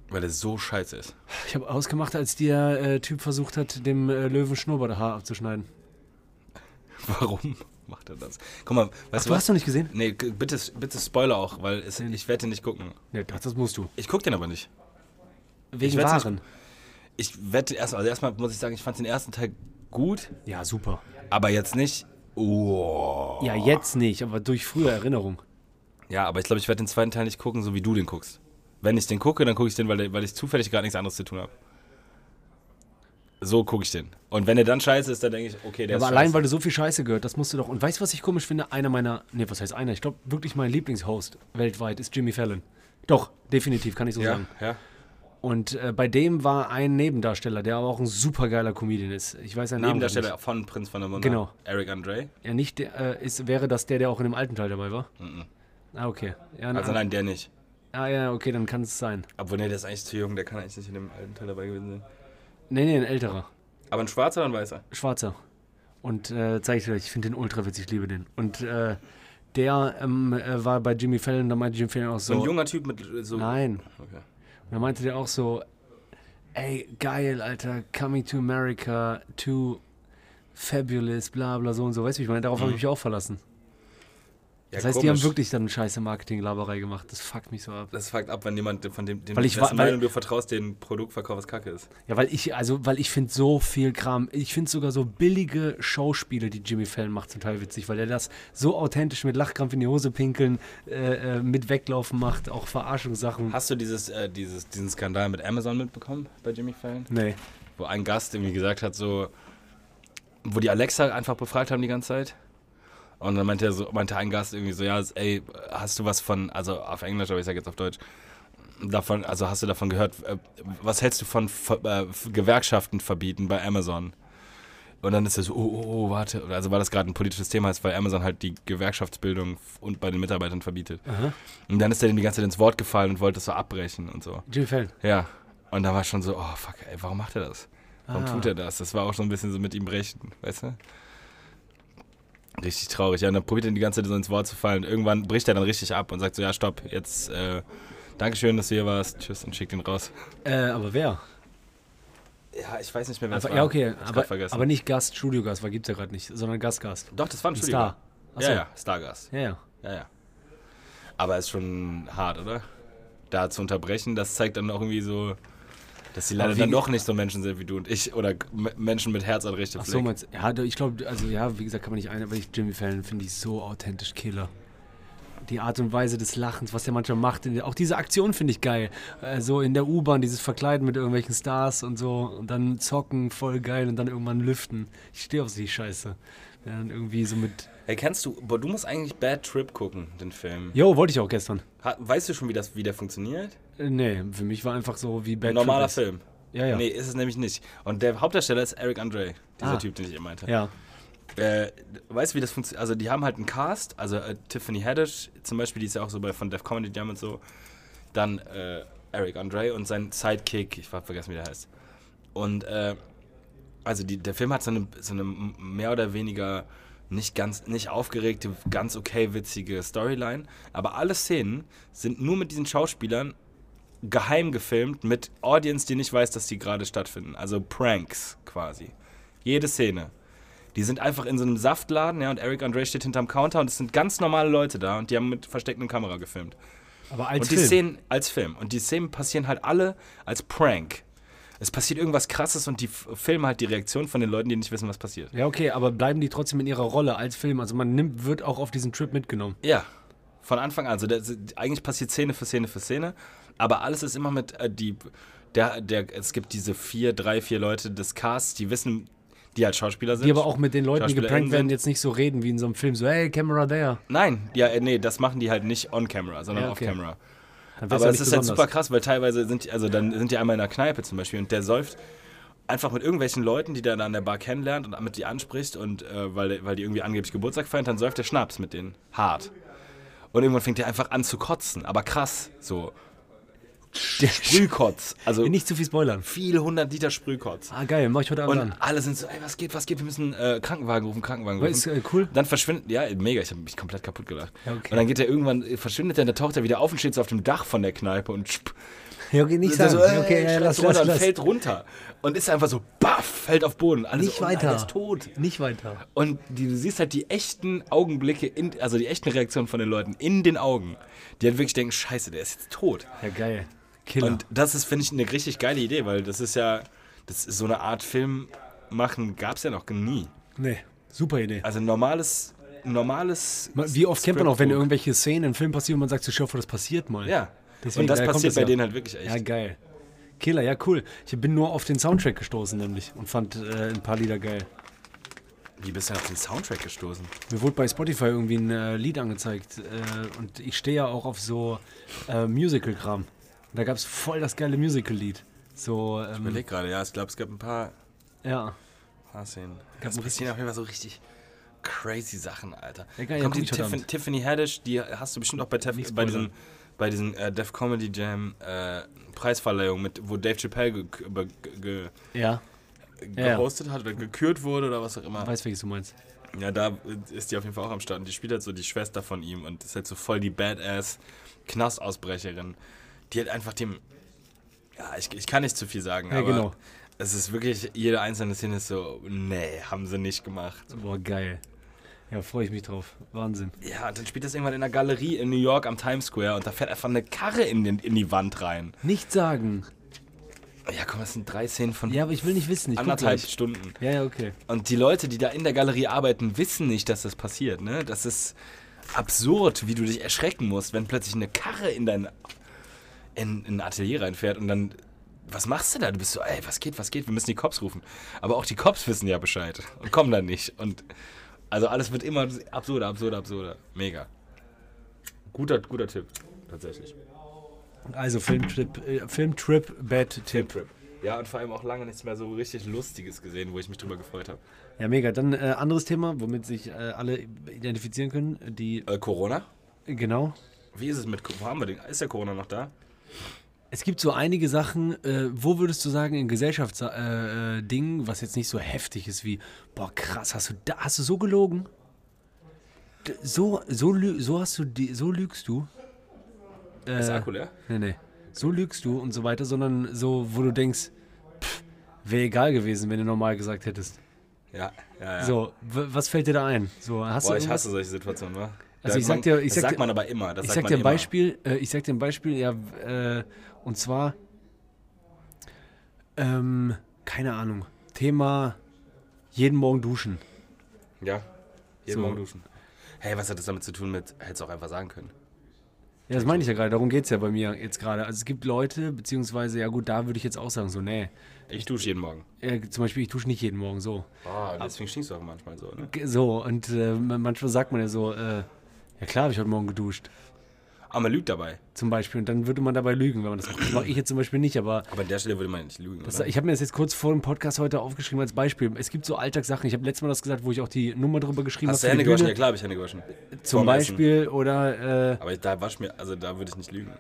Weil es so scheiße ist. <laughs>
Ich habe ausgemacht, als der äh, Typ versucht hat, dem äh, Löwen Schnurrbart Haar abzuschneiden.
Warum macht er das? Guck mal, weißt
Ach,
du
du hast
was?
noch nicht gesehen?
Nee, g- bitte, bitte Spoiler auch, weil es, ich werde den nicht gucken.
Nee, Ne, das, das musst du.
Ich gucke den aber nicht.
Wegen
werd's
Waren.
Ich wette erstmal, also erstmal muss ich sagen, ich fand den ersten Teil gut,
Ja, super.
aber jetzt nicht. Oh.
Ja, jetzt nicht, aber durch frühe Erinnerung.
Ja, aber ich glaube, ich werde den zweiten Teil nicht gucken, so wie du den guckst. Wenn ich den gucke, dann gucke ich den, weil, der- weil ich zufällig gerade nichts anderes zu tun habe. So gucke ich den. Und wenn der dann scheiße ist, dann denke ich, okay, der
Ja,
ist
aber allein,
scheiße.
weil du so viel Scheiße gehört, das musst du doch. Und weißt du, was ich komisch finde? Einer meiner, nee, was heißt einer? Ich glaube, wirklich mein Lieblingshost weltweit ist Jimmy Fallon. Doch, definitiv, kann ich so
Ja,
sagen.
ja.
Und äh, bei dem war ein Nebendarsteller, der aber auch ein supergeiler Comedian ist. Ich weiß seinen Namen. gerade
Nebendarsteller von Prinz von der Munda.
Genau.
Eric Andre.
Nicht. Ja, nicht der, äh, ist, wäre das der, der auch in dem alten Teil dabei war?
Mhm.
Ah, okay. Ja, na,
Also nein, der nicht.
ah, ja, okay, dann kann es sein.
Obwohl, nee, der ist eigentlich zu jung, der kann eigentlich nicht in dem alten Teil dabei gewesen sein.
Nee, nee, ein älterer.
Aber ein schwarzer oder ein weißer?
Schwarzer. Und äh, zeig ich dir, ich finde den ultra witzig, ich liebe den. Und äh, der ähm, äh, war bei Jimmy Fallon, da meinte Jimmy Fallon auch so.
So ein junger Typ mit äh, so.
Nein.
Okay.
Und dann meinte der auch so, ey, geil, Alter, Coming to America, too fabulous, bla bla so und so. Weißt du, wie ich meine, darauf habe ich mich auch verlassen.
Mhm. Ja,
Das heißt, die haben
komisch.
wirklich dann scheiße Marketing-Laberei gemacht. Das fuckt mich so ab.
Das fuckt ab, wenn jemand, von dem, dem
Weil ich wa-
dessen
weil-
Meinung du vertraust, den Produktverkauf als Kacke ist.
Ja, weil ich, also, weil ich finde so viel Kram. Ich finde sogar so billige Schauspiele, die Jimmy Fallon macht, zum Teil witzig, weil er das so authentisch mit Lachkrampf in die Hose pinkeln, äh, äh, mit Weglaufen macht, auch Verarschungssachen.
Hast du dieses, äh, dieses, diesen Skandal mit Amazon mitbekommen bei Jimmy Fallon?
Nee.
wo ein Gast irgendwie gesagt hat, so, wo die Alexa einfach befragt haben die ganze Zeit. Und dann meinte, er so, meinte ein Gast irgendwie so, ja, ey, hast du was von, also auf Englisch, aber ich sage jetzt auf Deutsch, davon, also hast du davon gehört, äh, was hältst du von Ver äh, Gewerkschaften verbieten bei Amazon? Und dann ist das, so, oh, oh, oh, warte, Oder also war das gerade ein politisches Thema ist, weil Amazon halt die Gewerkschaftsbildung f- und bei den Mitarbeitern verbietet. Und dann ist er dem die ganze Zeit ins Wort gefallen und wollte das so abbrechen und so.
Jimmy Fallon.
Ja. Und da war ich schon so, oh fuck, ey, warum macht er das? Warum
Ah.
tut er das? Das war auch so ein bisschen so mit ihm brechen, weißt du? Richtig traurig. Ja, und dann probiert er die ganze Zeit so ins Wort zu fallen. Irgendwann bricht er dann richtig ab und sagt so, ja, stopp, jetzt, äh, Dankeschön, dass du hier warst. Tschüss und schickt ihn raus.
Äh, aber wer?
Ja, ich weiß nicht mehr, wer
Einfach,
das war.
ja, okay.
Hab's grad
Aber,
vergessen.
aber nicht Gast, Studiogast, weil gibt's ja gerade nicht, sondern Gastgast.
Doch, das war ein Studio.
Star. Achso.
Ja, ja, Stargast.
Ja, ja.
Ja, ja. Aber ist schon hart, oder? Da zu unterbrechen, das zeigt dann auch irgendwie so, dass die leider
wie-
dann doch nicht so Menschen sind wie du und ich oder g- M- Menschen mit Herz an rechter
Ach so,
Fleck.
meinst, ja, da- ich glaube, also ja, wie gesagt, kann man nicht ein, aber ich, Jimmy Fallon finde ich so authentisch Killer. Die Art und Weise des Lachens, was der manchmal macht, in der- auch diese Aktion finde ich geil. Äh, so in der U-Bahn, dieses Verkleiden mit irgendwelchen Stars und so und dann zocken, voll geil und dann irgendwann lüften. Ich stehe auf die Scheiße. Ja, dann irgendwie so mit.
Hey, kennst du, boah, du musst eigentlich Bad Trip gucken, den Film.
Jo, wollte ich auch gestern.
Ha, weißt du schon, wie, das, wie der funktioniert?
Äh, nee, für mich war einfach so wie Bad
Ein normaler
Trip ist.
Film.
Ja, ja.
Nee, ist es nämlich nicht. Und der Hauptdarsteller ist Eric Andre, dieser
Ah.
Typ, den ich eben meinte.
Ja.
Äh, weißt du, wie das funktioniert? Also, die haben halt einen Cast, also äh, Tiffany Haddish zum Beispiel, die ist ja auch so bei von Def Comedy Jam und so. Dann äh, Eric Andre und sein Sidekick, ich hab vergessen, wie der heißt. Und äh, also die, der Film hat so eine, so eine mehr oder weniger nicht ganz, nicht aufgeregte, ganz okay witzige Storyline, aber alle Szenen sind nur mit diesen Schauspielern geheim gefilmt mit Audience, die nicht weiß, dass die gerade stattfinden. Also Pranks quasi. Jede Szene. Die sind einfach in so einem Saftladen, ja, und Eric Andre steht hinterm Counter und es sind ganz normale Leute da und die haben mit versteckten Kamera gefilmt.
Aber als
und die
Film.
Szenen als Film. Und die Szenen passieren halt alle als Prank. Es passiert irgendwas krasses und die f- filmen halt die Reaktion von den Leuten, die nicht wissen, was passiert.
ja, okay, aber bleiben die trotzdem in ihrer Rolle als Film? Also man nimmt, wird auch auf diesen Trip mitgenommen.
Ja, von Anfang an. Also das, eigentlich passiert Szene für Szene für Szene, aber alles ist immer mit äh, die der, der es gibt diese vier, drei, vier Leute des Casts, die wissen, die halt Schauspieler sind.
Die aber auch mit den Leuten, die
Schauspieler
geprankt werden,
sind.
jetzt nicht so reden wie in so einem Film, so hey, Camera there.
Nein, ja, äh, nee, das machen die halt nicht on camera, sondern
Ja, okay.
off camera.
Dann wär's
Aber
ja
es
nicht
ist halt
besonders.
super krass, weil teilweise sind die, also dann sind die einmal in der Kneipe zum Beispiel und der säuft einfach mit irgendwelchen Leuten, die der dann an der Bar kennenlernt und mit die anspricht und äh, weil, weil die irgendwie angeblich Geburtstag feiern, dann säuft der Schnaps mit denen. Hart. Und irgendwann fängt der einfach an zu kotzen, aber krass, so. Sprühkotz, also
Nicht zu viel spoilern.
viele hundert Liter Sprühkotz.
Ah, geil, mach ich heute Abend
Und
an.
alle sind so, ey, was geht, was geht, wir müssen äh, Krankenwagen rufen, Krankenwagen
Aber
rufen.
ist äh, cool.
Dann verschwindet, ja, mega, ich habe mich komplett kaputt gelacht.
Ja, okay.
Und dann geht er irgendwann, verschwindet dann der Tochter wieder auf und steht so auf dem Dach von der Kneipe und sp
Ja, okay, nicht
dann
sagen.
so,
Ja,
äh,
okay, ja,
schreit
lass,
so
lass,
runter und
lass.
fällt runter. Und ist einfach so, baff, fällt auf Boden. Alles
Nicht
so, oh nein,
weiter.
der ist tot.
Nicht weiter.
Und die, du siehst halt die echten Augenblicke, in, also die echten Reaktionen von den Leuten in den Augen. Die halt wirklich denken, scheiße, der ist jetzt tot.
Ja, geil. Killer.
Und das ist, finde ich, eine richtig geile Idee, weil das ist ja, das ist so eine Art Film machen gab es ja noch nie.
nee, super Idee.
Also ein normales, ein normales.
Ma- Wie oft kennt man auch, wenn
Scriptbook.
irgendwelche Szenen im Film passieren und man sagt, so schau vor, das passiert mal.
Ja.
Deswegen,
und das
daher kommt
passiert
das
bei
ja.
denen halt wirklich echt.
Ja, geil. Killer, ja, cool. Ich bin nur auf den Soundtrack gestoßen, nämlich. Und fand äh, ein paar Lieder geil.
Wie bist du denn auf den Soundtrack gestoßen?
Mir wurde bei Spotify irgendwie ein äh, Lied angezeigt äh, und ich stehe ja auch auf so äh, Musical-Kram. Und da gab es voll das geile Musical-Lied. So,
Ich
ähm,
überleg gerade, ja, ich glaube, es gab ein paar,
ja.
paar Szenen.
Gab's
Es passieren auf jeden Fall so richtig crazy Sachen, Alter.
Egal, ja,
Kommt
guck
die
ich heute
Tiffin,
Abend.
Tiffany Haddish, die hast du bestimmt auch bei, Tef,
Nicht
bei
spoilern.
diesen, bei diesen äh, Def Comedy Jam äh, Preisverleihung, mit, wo Dave Chappelle ge ge ge
Ja, Ja.
gehostet hat oder gekürt wurde oder was auch immer.
weiß, welches du meinst.
Ja, da ist die auf jeden Fall auch am Start. Und die spielt halt so die Schwester von ihm und ist halt so voll die Badass Knastausbrecherin. Die halt einfach dem. Ja, ich, ich kann nicht zu viel sagen,
Ja,
aber
genau.
es ist wirklich, jede einzelne Szene ist so, nee, haben sie nicht gemacht.
Boah, geil. Ja, freue ich mich drauf. Wahnsinn.
Ja, und dann spielt das irgendwann in einer Galerie in New York am Times Square und da fährt einfach eine Karre in, den, in die Wand rein.
Nicht sagen.
Ja, komm, das sind drei Szenen von
Ja, aber ich will nicht wissen. Ich guck
anderthalb
gleich.
Stunden.
Ja, ja, okay.
Und die Leute, die da in der Galerie arbeiten, wissen nicht, dass das passiert. Ne? Das ist absurd, wie du dich erschrecken musst, wenn plötzlich eine Karre in dein in, in ein Atelier reinfährt und dann was machst du da? Du bist so, ey, was geht, was geht? Wir müssen die Cops rufen. Aber auch die Cops wissen ja Bescheid und kommen dann nicht. Und also alles wird immer absurder, absurder, absurder. Mega. Guter, guter Tipp, tatsächlich.
Also Filmtrip, äh, Filmtrip, Bad-Tipp.
Trip. Ja, und vor allem auch lange nichts mehr so richtig Lustiges gesehen, wo ich mich drüber gefreut habe.
Ja, mega. Dann äh, anderes Thema, womit sich äh, alle identifizieren können. Die,
Äh, Corona?
genau.
Wie ist es mit Corona? Wo haben wir den? Ist der Corona noch da?
Es gibt so einige Sachen, äh, wo würdest du sagen, in Gesellschaftsdingen, äh, Dingen, was jetzt nicht so heftig ist wie, boah, krass, hast du, da, hast du so gelogen? D so, so, lü- so hast du, die, so lügst du? Äh,
Ist der Akku leer?
Nee, nee. So lügst du und so weiter, sondern so, wo du denkst, wäre egal gewesen, wenn du normal gesagt hättest.
Ja, ja, ja.
So, w- was fällt dir da ein? So, hast
Boah,
du
ich
irgendwas?
hasse solche Situationen, wa?
Also ich
man,
sag dir- ich
das
sag
sagt
dir-
man aber immer. Das
Ich
sagt
sag
man
dir ein
immer.
Beispiel, äh, ich sag dir ein Beispiel, ja, w- äh, und zwar, ähm, keine Ahnung, Thema jeden Morgen duschen.
Ja. Jeden
So.
Morgen duschen. Hey, was hat das damit zu tun mit, hättest du auch einfach sagen können?
Ja, das meine ich ja gerade, darum geht's ja bei mir jetzt gerade. Also es gibt Leute, beziehungsweise, ja gut, da würde ich jetzt auch sagen, so, nee.
Ich dusche jeden Morgen.
Ja, zum Beispiel, ich dusche nicht jeden Morgen so.
Ah, deswegen stinkst du auch manchmal so, ne?
G- So, und äh, man- manchmal sagt man ja so, äh, ja klar habe ich heute Morgen geduscht,
Aber man lügt dabei.
zum Beispiel. Und dann würde man dabei lügen, wenn man das macht. Das mache ich jetzt zum Beispiel nicht, aber
Aber an der Stelle würde man nicht lügen,
Das,
oder?
ich habe mir das jetzt kurz vor dem Podcast heute aufgeschrieben als Beispiel. Es gibt so Alltagssachen. Ich habe letztes Mal das gesagt, wo ich auch die Nummer drüber geschrieben habe.
Hast du
für die
Hände gewaschen? Ja,
Bühne.
klar habe ich Hände gewaschen.
Zum
Vorm Essen.
Beispiel oder, äh,
Aber ich- da wasch mir, also da würde ich nicht lügen.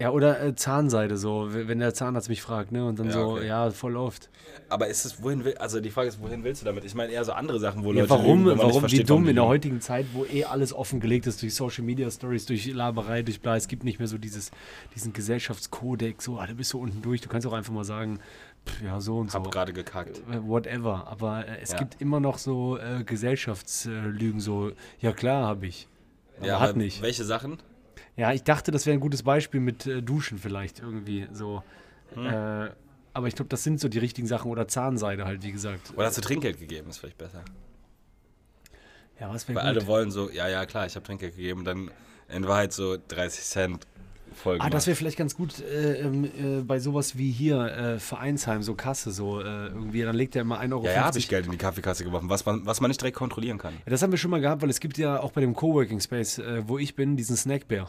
ja, oder äh, Zahnseide, so, w- wenn der Zahnarzt mich fragt, ne? Und dann
Ja,
so,
okay.
ja, voll oft.
Aber ist es, wohin will, also die Frage ist, wohin willst du damit? Ich meine eher so andere Sachen, wo
Ja,
Leute
warum,
lügen, wo man nicht
warum, wie
versteht, warum
dumm
die
in der
lügen.
heutigen Zeit, wo eh alles offengelegt ist durch Social Media Stories, durch Laberei, durch bla. Es gibt nicht mehr so dieses, diesen Gesellschaftskodex, so, ah, du bist so unten durch. Du kannst auch einfach mal sagen, pff, ja, so und so.
Hab gerade gekackt.
Äh, whatever. Aber äh, es
Ja.
gibt immer noch so äh, Gesellschaftslügen, so, ja klar, habe ich. Aber
Ja,
hat
aber
nicht.
Welche Sachen?
Ja, ich dachte, das wäre ein gutes Beispiel mit äh, Duschen vielleicht irgendwie so.
Hm.
Äh, aber ich glaube, das sind so die richtigen Sachen. Oder Zahnseide halt, wie gesagt.
Oder hast du Trinkgeld gegeben? Ist vielleicht besser.
Ja, was
Weil
wäre
alle
gut?
wollen so, ja, ja, klar, ich habe Trinkgeld gegeben und dann in Wahrheit so 30 Cent voll
Ah,
gemacht.
das wäre vielleicht ganz gut äh, ähm, äh, bei sowas wie hier, äh, Vereinsheim, so Kasse, so äh, irgendwie. Dann legt er immer 1,50 Euro.
ja, ja, habe ich Geld in die Kaffeekasse geworfen, was man, was man nicht direkt kontrollieren kann.
Ja, das haben wir schon mal gehabt, weil es gibt ja auch bei dem Coworking Space, äh, wo ich bin, diesen Snackbär.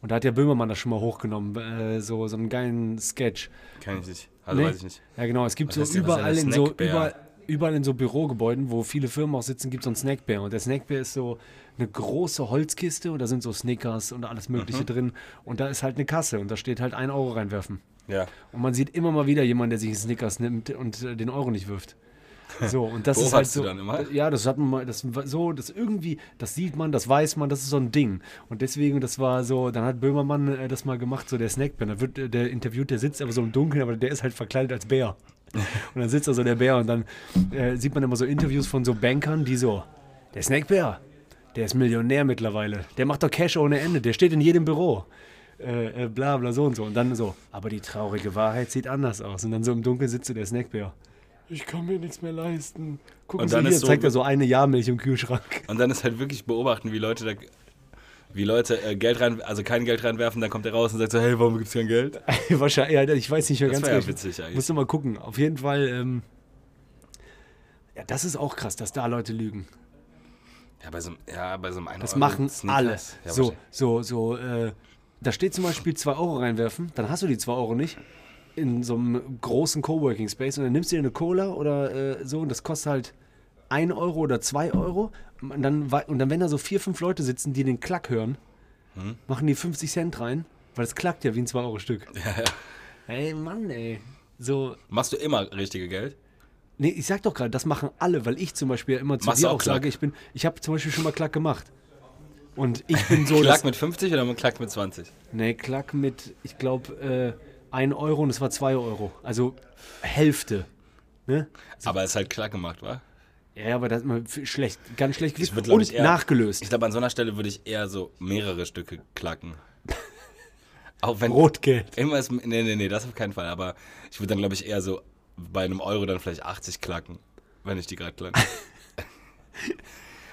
Und da hat ja Böhmermann das schon mal hochgenommen, äh, so, so einen geilen Sketch.
Kann ich nicht. Also
Nee.
weiß ich nicht.
Ja, genau, es gibt
Was
so
heißt denn- was ist denn
überall
der
in so,
Snackbär?
überall, überall in so Bürogebäuden, wo viele Firmen auch sitzen, gibt es so einen Snackbär. Und der Snackbär ist so eine große Holzkiste und da sind so Snickers und alles Mögliche
Mhm.
drin. Und da ist halt eine Kasse und da steht halt ein Euro reinwerfen.
Ja.
Und man sieht immer mal wieder jemanden, der sich einen Snickers nimmt und äh, den Euro nicht wirft.
<laughs>
So, und das ist halt
Beobachtest
so.
du dann immer?
Ja, das hat man mal, das war so, das irgendwie, das sieht man, das weiß man, das ist so ein Ding. Und deswegen, das war so, dann hat Böhmermann äh, das mal gemacht, so der Snackbär. Da wird, äh, der interviewt, der sitzt aber so im Dunkeln, aber der ist halt verkleidet als
<laughs>
Bär. Und dann sitzt da so der Bär und dann äh, sieht man immer so Interviews von so Bankern, die so, der Snackbär, der ist Millionär mittlerweile, der macht doch Cash ohne Ende, der steht in jedem Büro. Äh, äh, bla bla so und so. Und dann so, aber die traurige Wahrheit sieht anders aus. Und dann so im Dunkeln sitzt so der Snackbär. Ich kann mir nichts mehr leisten. Gucken
Und
Sie
dann
hier,
ist so-
zeigt er so eine Jahrmilch im Kühlschrank. <laughs>
Und dann ist halt wirklich beobachten, wie Leute da wie Leute äh, Geld rein, also kein Geld reinwerfen, dann kommt er raus und sagt so, hey, warum gibt's kein Geld?
Wahrscheinlich, ja, ich weiß nicht mehr
Das
ganz
wär ja
genau.
witzig eigentlich.
Musst du mal gucken. Auf jeden Fall, ähm, ja, das ist auch krass, dass da Leute lügen.
Ja, bei so einem, ja, bei so einem
Das machen alle.
Ja,
so,
wahrscheinlich.
so, so, äh, da steht zum Beispiel 2 Euro reinwerfen, dann hast du die 2 Euro nicht in so einem großen Coworking Space und dann nimmst du dir eine Cola oder äh, so und das kostet halt 1 Euro oder 2 Euro und dann, wei- und dann, wenn da so vier, fünf Leute sitzen, die den Klack hören,
Hm?
machen die 50 Cent rein, weil es klackt ja wie ein 2 Euro
<laughs>
Stück. Ey, Mann, ey. So,
Machst du immer richtige Geld?
Nee, ich sag doch gerade, das machen alle, weil ich zum Beispiel ja immer zu
Machst
dir
du auch
auch, sage,
Klack?
ich bin, ich habe zum Beispiel schon mal Klack gemacht. Und ich bin so,
<laughs> Klack
dass-
mit 50 oder man klackt mit 20?
nee, Klack mit, ich glaube, äh, 1 Euro und es war 2 Euro. Also Hälfte. Ne?
Aber es ist halt Klack gemacht, wa?
Ja, aber das ist mal f- schlecht, ganz schlecht gewesen.
würd, glaub
und
ich, eher- Ich
nachgelöst.
glaube, an so einer Stelle würde ich eher so mehrere Stücke
<laughs>
klacken. Auch wenn
Rotgeld.
immer ist. Nee, nee, nee, das auf keinen Fall. Aber ich würde dann, glaube ich, eher so bei einem Euro dann vielleicht 80 klacken, wenn ich die gerade
<laughs>
klacke.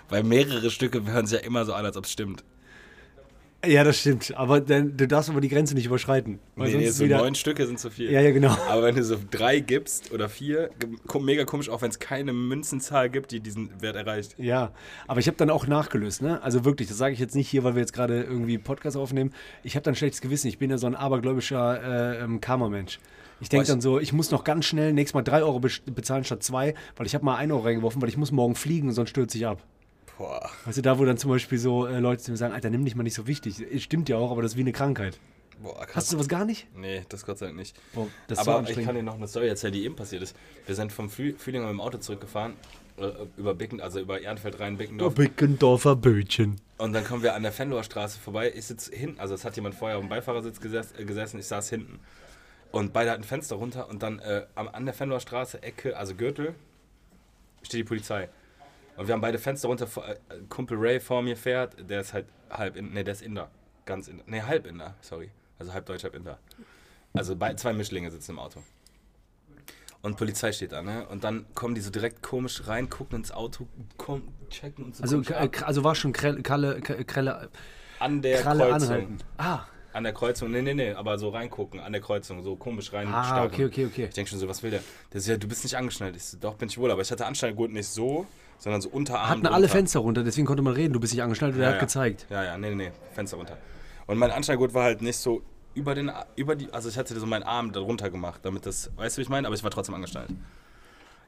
Weil mehrere Stücke hören sich ja immer so an, als ob es stimmt.
Ja, das stimmt. Aber dann, du darfst aber die Grenze nicht überschreiten. Weil
Nee,
sonst
nee,
ist
so
wieder.
neun Stücke sind zu viel.
Ja, ja, genau.
Aber wenn du so drei gibst oder vier, ge- kom- mega komisch, auch wenn es keine Münzenzahl gibt, die diesen Wert erreicht.
Ja, aber ich habe dann auch nachgelöst, ne? Also wirklich, das sage ich jetzt nicht hier, weil wir jetzt gerade irgendwie Podcast aufnehmen. Ich habe dann ein schlechtes Gewissen. Ich bin ja so ein abergläubischer äh, ähm, Karma-Mensch. Ich denke
Boah, ich-
dann so, ich muss noch ganz schnell nächstes Mal drei Euro be bezahlen statt zwei, weil ich habe mal ein Euro reingeworfen, weil ich muss morgen fliegen, sonst stürze ich ab.
Boah.
Also da, wo dann zum Beispiel so äh, Leute zu mir sagen, Alter, nimm dich mal nicht so wichtig. Es Stimmt ja auch, aber das ist wie eine Krankheit.
Boah, krass.
Hast du sowas gar nicht?
Nee, das Gott sei Dank nicht.
Boah, das ist so
Aber ich
anstrengend.
kann dir noch eine Story erzählen, die eben passiert ist. Wir sind vom Früh- Frühling mit dem Auto zurückgefahren, äh, über Bicken, also über Ehrenfeld rein, Bickendorf.
Bickendorfer Bötchen.
Und dann kommen wir an der Fenloher Straße vorbei. Ich sitze hinten, also es hat jemand vorher auf dem Beifahrersitz gesessen, äh, gesessen ich saß hinten. Und beide hatten Fenster runter und dann äh, am- an der Fenloher Straße, Ecke, also Gürtel, steht die Polizei. Und wir haben beide Fenster runter. vor- äh, Kumpel Ray vor mir fährt, der ist halt halb Inder. Ne, der ist Inder. Ganz Inder. Ne, halb Inder, sorry. Also halb Deutsch, halb Inder. Also bei, zwei Mischlinge sitzen im Auto. Und Polizei steht da, ne? Und dann kommen die so direkt komisch rein, gucken ins Auto, kommen, checken uns so
Also,
komisch
äh,
ab.
kr- also war schon Krelle, Kralle, Krelle,
An der
Kralle
Kreuzung.
anhalten. Ah,
An der Kreuzung, nee, nee, nee, aber so reingucken, an der Kreuzung, so komisch rein.
Ah,
starren.
okay, okay, okay.
Ich denke schon so, was will der? Der sagt, ja, du bist nicht angeschnallt. Ich so, doch, bin ich wohl, aber ich hatte Anschnallgurt nicht so, sondern so Unterarm.
hatten alle
drunter.
Fenster runter, deswegen konnte man reden. Du bist nicht angeschnallt und er
Ja,
hat
ja.
gezeigt.
Ja, ja, nee, nee, nee, Fenster runter. Und mein Anschnallgurt war halt nicht so über den, Ar- über die, also ich hatte so meinen Arm darunter gemacht, damit das, weißt du, wie ich meine? Aber ich war trotzdem angeschnallt.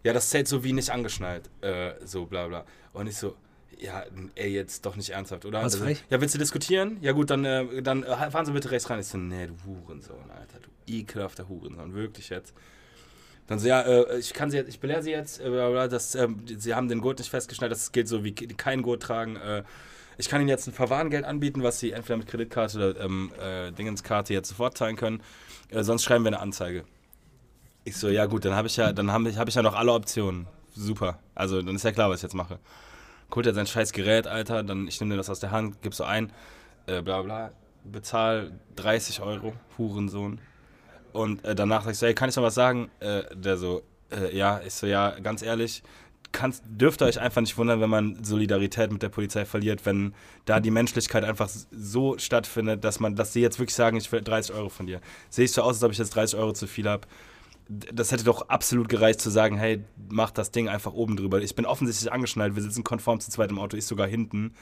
Ja, das zählt so wie nicht angeschnallt, äh, so bla bla. Und ich so, ja, ey, jetzt doch nicht ernsthaft, oder?
Was
Also,
frech?
Ja, willst du diskutieren? Ja gut, dann, äh, dann äh, fahren Sie bitte rechts rein. Ich so, nee, du Hurensohn, Alter, du ekelhafter Hurensohn, wirklich jetzt. Dann so, ja, äh, ich kann sie jetzt, ich belehre sie jetzt, äh, bla, bla, dass, ähm, die- sie haben den Gurt nicht festgeschnallt, das gilt so wie ke- kein Gurt tragen. Äh, ich kann ihnen jetzt ein Verwarngeld anbieten, was sie entweder mit Kreditkarte oder ähm, äh, Dingenskarte jetzt sofort zahlen können. Äh, sonst schreiben wir eine Anzeige. Ich so, ja gut, dann habe ich ja, dann habe ich, hab ich ja noch alle Optionen. Super. Also dann ist ja klar, was ich jetzt mache. Holt er sein scheiß Gerät, Alter, dann ich nehme dir das aus der Hand, gib so ein, äh, bla bla, bezahl 30 Euro, Hurensohn. Und äh, danach sag ich so, hey, kann ich noch was sagen? Äh, der so, äh, ja, ich so, ja, ganz ehrlich, kannst, dürft ihr euch einfach nicht wundern, wenn man Solidarität mit der Polizei verliert, wenn da die Menschlichkeit einfach s- so stattfindet, dass man, dass sie jetzt wirklich sagen, ich will 30 Euro von dir. Sehe ich so aus, als ob ich jetzt 30 Euro zu viel habe. Das hätte doch absolut gereicht zu sagen, hey, mach das Ding einfach oben drüber. Ich bin offensichtlich angeschnallt, wir sitzen konform zu zweit im Auto, ich sogar hinten.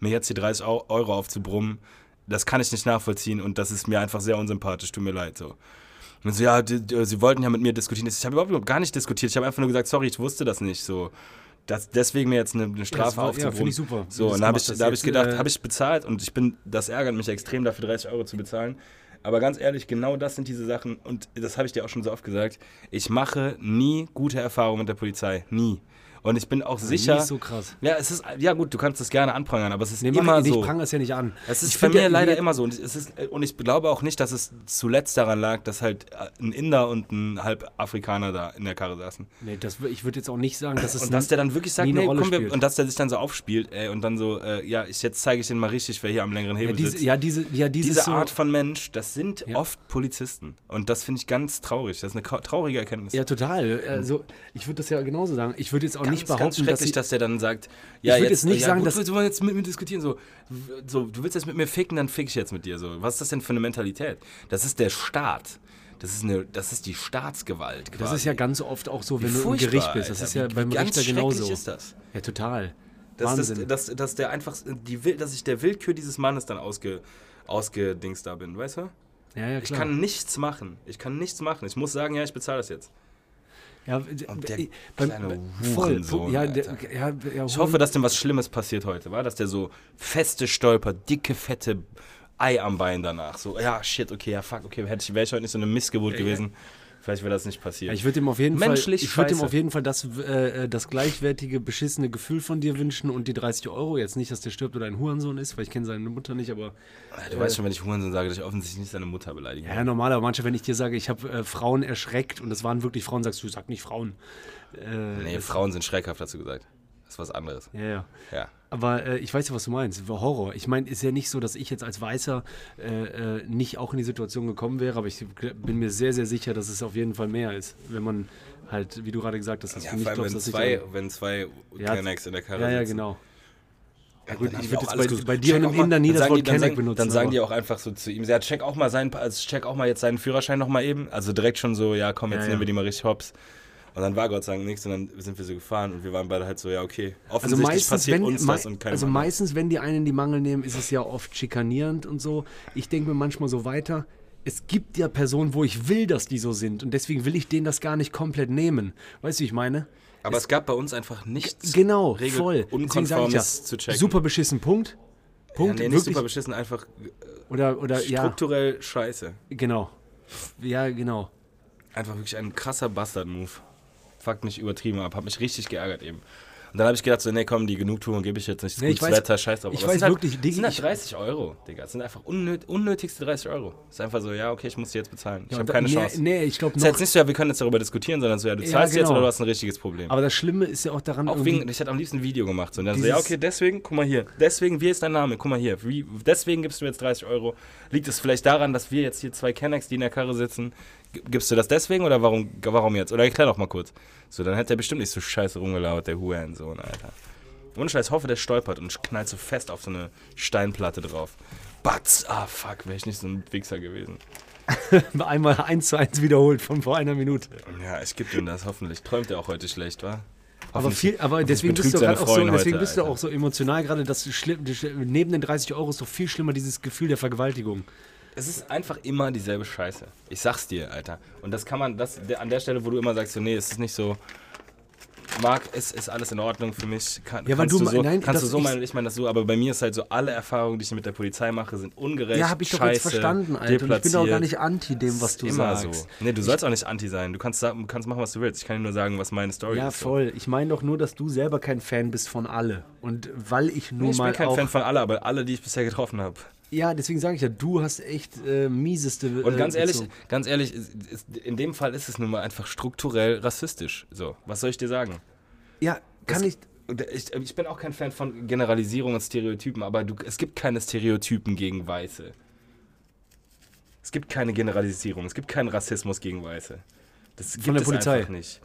Mir jetzt die 30 Au- Euro aufzubrummen, das kann ich nicht nachvollziehen und das ist mir einfach sehr unsympathisch, tut mir leid so. Und so, ja, die, die, sie wollten ja mit mir diskutieren. Ich habe überhaupt gar nicht diskutiert. Ich habe einfach nur gesagt, sorry, ich wusste das nicht. So, das, deswegen mir jetzt eine, eine
das
Strafe
war- ja,
aufzubrummen.
finde ich super, wie
So,
du das
und da habe
gemacht
ich,
hast.
da hab ich
Jetzt,
gedacht,
äh,
habe ich bezahlt und ich bin, das ärgert mich extrem, dafür 30 Euro zu bezahlen. Aber ganz ehrlich, genau das sind diese Sachen und das habe ich dir auch schon so oft gesagt. Ich mache nie gute Erfahrungen mit der Polizei. Nie. Und ich bin auch sicher.
Nicht so krass.
ja, es ist, ja gut, du kannst das gerne anprangern, aber es ist
Nee, mach
immer
ich, nicht,
so.
Ich prang das ja nicht an.
Es ist
ich
bei
find
mir
ja-
leider immer so. Und, es ist, äh, und ich glaube auch nicht, dass es zuletzt daran lag, dass halt äh, ein Inder und ein Halbafrikaner da in der Karre saßen.
Nee, das, wür- ich würde jetzt auch nicht sagen, dass es.
Und dass der dann wirklich sagt,
nie eine
nee,
Rolle
komm, wir,
spielt.
und dass der sich dann so aufspielt, ey, und dann so, äh, ja, ich, jetzt zeige ich denen mal richtig, wer hier am längeren
ja,
Hebel
diese,
sitzt.
ja, diese, ja, dieses
Diese
so,
Art von Mensch, das sind
Ja.
oft Polizisten. Und das finde ich ganz traurig. Das ist eine ka- traurige Erkenntnis.
Ja, total. Also, ich würde das ja genauso sagen. Ich würde jetzt auch
ganz,
nicht
ganz
behaupten, dass
schrecklich,
ich,
dass der dann sagt, ja,
würd
jetzt,
jetzt nicht
ja,
sagen,
gut,
dass-
willst du mal jetzt mit mir diskutieren, so, w- so, du willst jetzt mit mir ficken, dann fick ich jetzt mit dir, so. Was ist das denn für eine Mentalität? Das ist der Staat. Das ist eine, das ist die Staatsgewalt. Quasi.
Das ist ja ganz oft auch so, wenn du im
Furchtbar,
Gericht bist. Das
Alter.
ist ja
Wie-
beim
wie ganz
Richter genauso.
schrecklich ist das?
Ja, total.
Dass, dass,
Wahnsinn.
dass, dass der einfach, die, Wild- dass ich der Willkür dieses Mannes dann ausge, ausgedings da bin, weißt du?
ja, ja,
Ich
klar.
kann nichts machen. Ich kann nichts machen. Ich muss sagen, ja, ich bezahle das jetzt.
ja,
Und der
äh,
kleine
voll,
Hurensohn,
ja, der,
Alter.
ja, ja,
Ich hoffe, dass dem was Schlimmes passiert heute, war? Dass der so feste Stolper, dicke, fette Ei am Bein danach. So, ja, shit, okay, ja, fuck, okay, hätte ich, wäre ich heute nicht so eine Missgeburt gewesen, vielleicht wäre das nicht passiert.
Ja, ich würde ihm auf jeden Fall,
Menschlich
ich würde ihm
scheiße.
auf jeden Fall das, äh, äh, das gleichwertige, beschissene Gefühl von dir wünschen und die 30 Euro. Jetzt nicht, dass der stirbt oder ein Hurensohn ist, weil ich kenne seine Mutter nicht, aber
du weißt schon, wenn ich Hurensohn sage, dass ich offensichtlich nicht seine Mutter beleidige.
ja, normal. Aber manchmal, wenn ich dir sage, ich habe äh, Frauen erschreckt und das waren wirklich Frauen, sagst du, sag nicht Frauen. Äh,
nee, Frauen sind schreckhaft, dazu gesagt. Das ist was anderes.
Ja, ja.
Ja.
Aber äh, ich weiß ja, was du meinst. Horror. Ich meine, ist ja nicht so, dass ich jetzt als Weißer äh, äh, nicht auch in die Situation gekommen wäre, aber ich gl- bin mir sehr, sehr sicher, dass es auf jeden Fall mehr ist. Wenn man halt, wie du gerade gesagt hast, dass
Ja,
du
vor
nicht
allem,
glaubst,
wenn
dass ich
zwei,
da-
wenn zwei
Ja,
Kennex in der Karre
Ja, ja,
sitzen.
genau.
Ja, gut,
ich
ich
würd jetzt
würde jetzt
bei-
bei,
bei dir
dir
und
und
dem Inder nie das Wort Kenneck benutzen,
Dann sagen
aber-
die auch einfach so zu ihm, ja, check auch mal seinen, also check auch mal jetzt seinen Führerschein noch mal eben. Also direkt schon so, ja, komm, jetzt
Ja, ja.
nehmen wir die mal richtig hops. Und dann war Gott sei Dank nichts und dann sind wir so gefahren und wir waren beide halt so, ja, okay.
Also
Offensichtlich
meistens,
passiert
wenn,
uns
mei-
das und keine
also
Ahnung.
meistens, wenn die einen in die Mangel nehmen, ist es ja oft schikanierend und so. Ich denke mir manchmal so weiter. Es gibt ja Personen, wo ich will, dass die so sind. Und deswegen will ich denen das gar nicht komplett nehmen. Weißt du, wie ich meine?
Aber es gab bei uns einfach nichts.
Genau,
Regel-
voll. Deswegen sag ich ja,
Unkonformes zu checken.
super beschissen, Punkt.
ja,
Punkt,
nee, nicht
wirklich.
super beschissen, einfach
oder, oder, ja,
strukturell scheiße.
genau. Ja, genau.
Einfach wirklich ein krasser Bastard-Move. Fuck mich übertrieben ab, hab mich richtig geärgert eben. Und dann habe ich gedacht, so, nee, komm, die Genugtuung gebe ich jetzt nicht. Das
Nee,
nee,
ich
gutes
weiß-
Wetter, scheiß drauf.
ich
Aber es
weiß
sind
wirklich,
halt,
Digga,
Digga. Das
ich-
sind halt 30 Euro, Digga. Das sind einfach unnöt unnötigste 30 Euro. Das ist einfach so, ja, okay, ich muss die jetzt bezahlen. Ich
Ja,
habe
und-
keine
nee,
Chance.
Nee, ich glaube
Das ist
noch.
jetzt nicht so, ja, wir können jetzt darüber diskutieren, sondern so, ja, du
Ja,
zahlst jetzt
genau.
oder du hast ein richtiges Problem.
Aber das Schlimme ist ja auch daran,
auch
irgendwie-
wegen, ich hätte am liebsten ein Video gemacht. So. Und dann so, ja,
Dieses-
okay, deswegen, guck mal hier. Deswegen, wie ist dein Name? Guck mal hier. Wie, deswegen gibst du jetzt 30 Euro. Liegt es vielleicht daran, dass wir jetzt hier zwei Kennex, die in der Karre sitzen, g- gibst du das deswegen oder warum, warum jetzt? Oder erklär doch mal kurz. So, dann hätte er bestimmt nicht so scheiße rumgelauert, der Huan, so, ne, Alter. Und Scheiß, hoffe, der stolpert und knallt so fest auf so eine Steinplatte drauf. Batz, ah fuck, wäre ich nicht so ein Wichser gewesen.
<laughs> einmal eins zu eins wiederholt von vor einer Minute.
Ja, ich geb ihm das, hoffentlich. Träumt er auch heute schlecht, wa?
Aber,
Hoffentlich.
viel, aber deswegen bist, du
betrügt seine
gerade auch so,
Freundin
deswegen
heute,
bist du
Alter.
auch so emotional gerade, dass du schlimm, die- neben den 30 Euro ist doch viel schlimmer dieses Gefühl der Vergewaltigung.
Es ist einfach immer dieselbe Scheiße. Ich sag's dir, Alter. Und das kann man, das der- an der Stelle, wo du immer sagst, so, nee, es ist nicht so. Marc, es ist alles in Ordnung für mich. Kann,
Ja, weil
kannst
du me-
so,
nein,
kannst du
das-
so
ich-
meinen, und ich meine das so, aber bei mir ist halt so, alle Erfahrungen, die ich mit der Polizei mache, sind ungerecht.
Ja, habe ich doch
scheiße,
jetzt verstanden, Alter. Und ich bin doch gar
deplatziert.
nicht anti dem, was du
immer
sagst.
so. Nee, du sollst auch nicht anti sein. Du kannst, sagen- kannst machen, was du willst. Ich kann dir nur sagen, was meine Story
Ja,
ist. so.
voll. Ich meine doch nur, dass du selber kein Fan bist von alle. Und weil ich nun
Ich
mal
bin kein
auch...
Fan von alle, aber alle, die ich bisher getroffen habe.
Ja, deswegen sage ich ja, du hast echt äh, mieseste...
Und
äh,
ganz ehrlich,
Beziehung.
ganz ehrlich, ist, ist, in dem Fall ist es nun mal einfach strukturell rassistisch. So, was soll ich dir sagen?
Ja, kann
Es-
ich...
Und Ich, ich bin auch kein Fan von Generalisierung und Stereotypen, aber du, es gibt keine Stereotypen gegen Weiße. Es gibt keine Generalisierung, es gibt keinen Rassismus gegen Weiße. Das gibt
der
es
Polizei?
einfach nicht.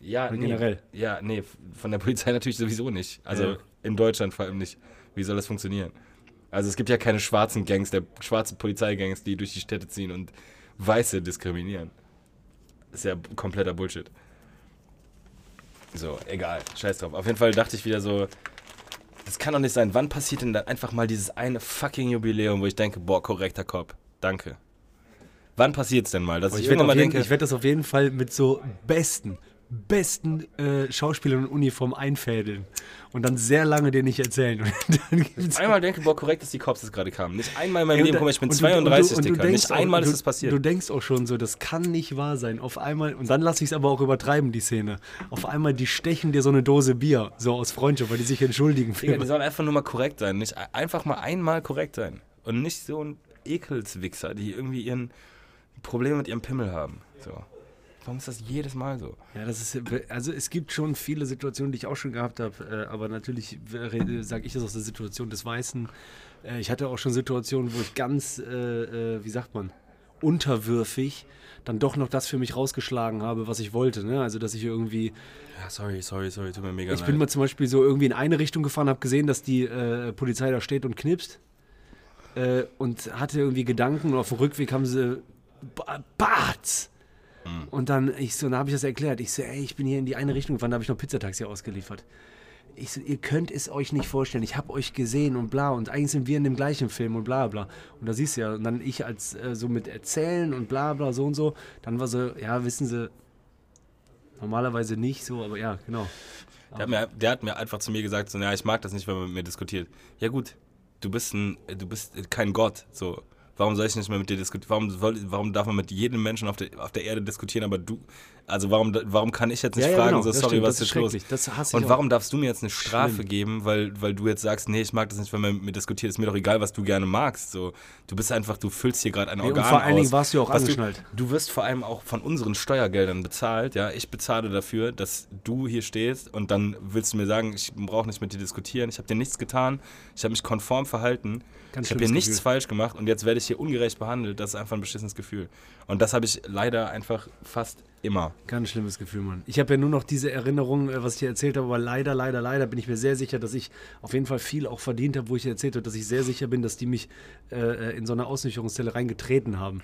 Ja, nee,
generell?
Ja, nee, von der Polizei <laughs> natürlich sowieso nicht. Also
Ja.
in Deutschland vor allem nicht. Wie soll das funktionieren? Also es gibt ja keine schwarzen Gangs, der schwarzen Polizeigangs, die durch die Städte ziehen und Weiße diskriminieren. Ist ja b- kompletter Bullshit. So, egal, scheiß drauf. Auf jeden Fall dachte ich wieder so, das kann doch nicht sein. Wann passiert denn dann einfach mal dieses eine fucking Jubiläum, wo ich denke, boah, korrekter Cop, danke. Wann passiert's denn mal, dass ich,
Oh, Ich werde
irgendwann mal
auf jeden-
denke,
ich werd das auf jeden Fall mit so besten, besten äh, Schauspielern und Uniform einfädeln. Und dann sehr lange dir nicht erzählen. <laughs> Und dann gibt's
einmal denke, boah, korrekt, dass die Cops das gerade kamen. Nicht einmal in meinem
Ja, und
Leben,
da-
guck mal, ich bin
und du- und du-
32,
und du
Dicker. Nicht
denkst auch-
einmal
du,
ist das passiert.
Du denkst auch schon so, das kann nicht wahr sein. Auf einmal, und dann lasse ich es aber auch übertreiben, die Szene. Auf einmal, die stechen dir so eine Dose Bier, so aus Freundschaft, weil die sich entschuldigen. für-
Digga, die sollen einfach nur mal korrekt sein. Nicht ein- einfach mal einmal korrekt sein. Und nicht so ein Ekelswichser, die irgendwie ihren Problem mit ihrem Pimmel haben. So. Warum ist das jedes Mal so?
Ja, das ist, also es gibt schon viele Situationen, die ich auch schon gehabt habe, äh, aber natürlich sage ich das aus der Situation des Weißen. Äh, ich hatte auch schon Situationen, wo ich ganz, äh, äh, wie sagt man, unterwürfig dann doch noch das für mich rausgeschlagen habe, was ich wollte. Ne? Also, dass ich irgendwie
Ja, sorry, sorry, sorry, tut mir mega
Ich bin mal zum Beispiel so irgendwie in eine Richtung gefahren, habe gesehen, dass die äh, Polizei da steht und knipst äh, und hatte irgendwie Gedanken. Und auf dem Rückweg haben sie ba- Bart. Und dann ich so, dann habe ich das erklärt. Ich so, ey, ich bin hier in die eine Richtung gefahren, da habe ich noch Pizzataxi ausgeliefert. Ich so, ihr könnt es euch nicht vorstellen. Ich habe euch gesehen und bla. Und eigentlich sind wir in dem gleichen Film und bla bla. Und da siehst du ja. Und dann ich als äh, so mit erzählen und bla bla so und so. Dann war so, ja, wissen Sie, normalerweise nicht so, aber ja, genau.
Der hat, mir, der hat mir einfach zu mir gesagt, so, ja, ich mag das nicht, wenn man mit mir diskutiert. Ja gut, du bist ein, du bist kein Gott, so. Warum soll ich nicht mehr mit dir diskutieren? Warum, soll- warum darf man mit jedem Menschen auf der, auf der Erde diskutieren, aber du, also warum, warum kann ich jetzt nicht
Ja, ja,
fragen,
genau,
so,
das
sorry,
stimmt, das
was ist
ist
los?
schrecklich, das hasse ich
Und
auch.
warum darfst du mir jetzt eine Strafe
Schlimm.
geben, weil, weil du jetzt sagst, nee, ich mag das nicht, wenn man mit mir diskutiert, ist mir doch egal, was du gerne magst, so. Du bist einfach, du füllst hier gerade ein
und
Organ
vor allen
aus,
Dingen warst du ja auch
was
angeschnallt.
Du wirst vor allem auch von unseren Steuergeldern bezahlt. Ja, ich bezahle dafür, dass du hier stehst und dann willst du mir sagen, ich brauche nicht mit dir diskutieren. Ich habe dir nichts getan. Ich habe mich konform verhalten.
Ganz
ich habe
schlimmes
hier nichts
Gefühl.
falsch gemacht und jetzt werde ich ich hier ungerecht behandelt, das ist einfach ein beschissenes Gefühl. Und das habe ich leider einfach fast immer.
Ganz schlimmes Gefühl, Mann. Ich habe ja nur noch diese Erinnerung, äh, was ich dir erzählt habe, aber leider, leider, leider bin ich mir sehr sicher, dass ich auf jeden Fall viel auch verdient habe, wo ich dir erzählt habe, dass ich sehr sicher bin, dass die mich äh, äh, in so eine Ausnüchterungszelle reingetreten haben.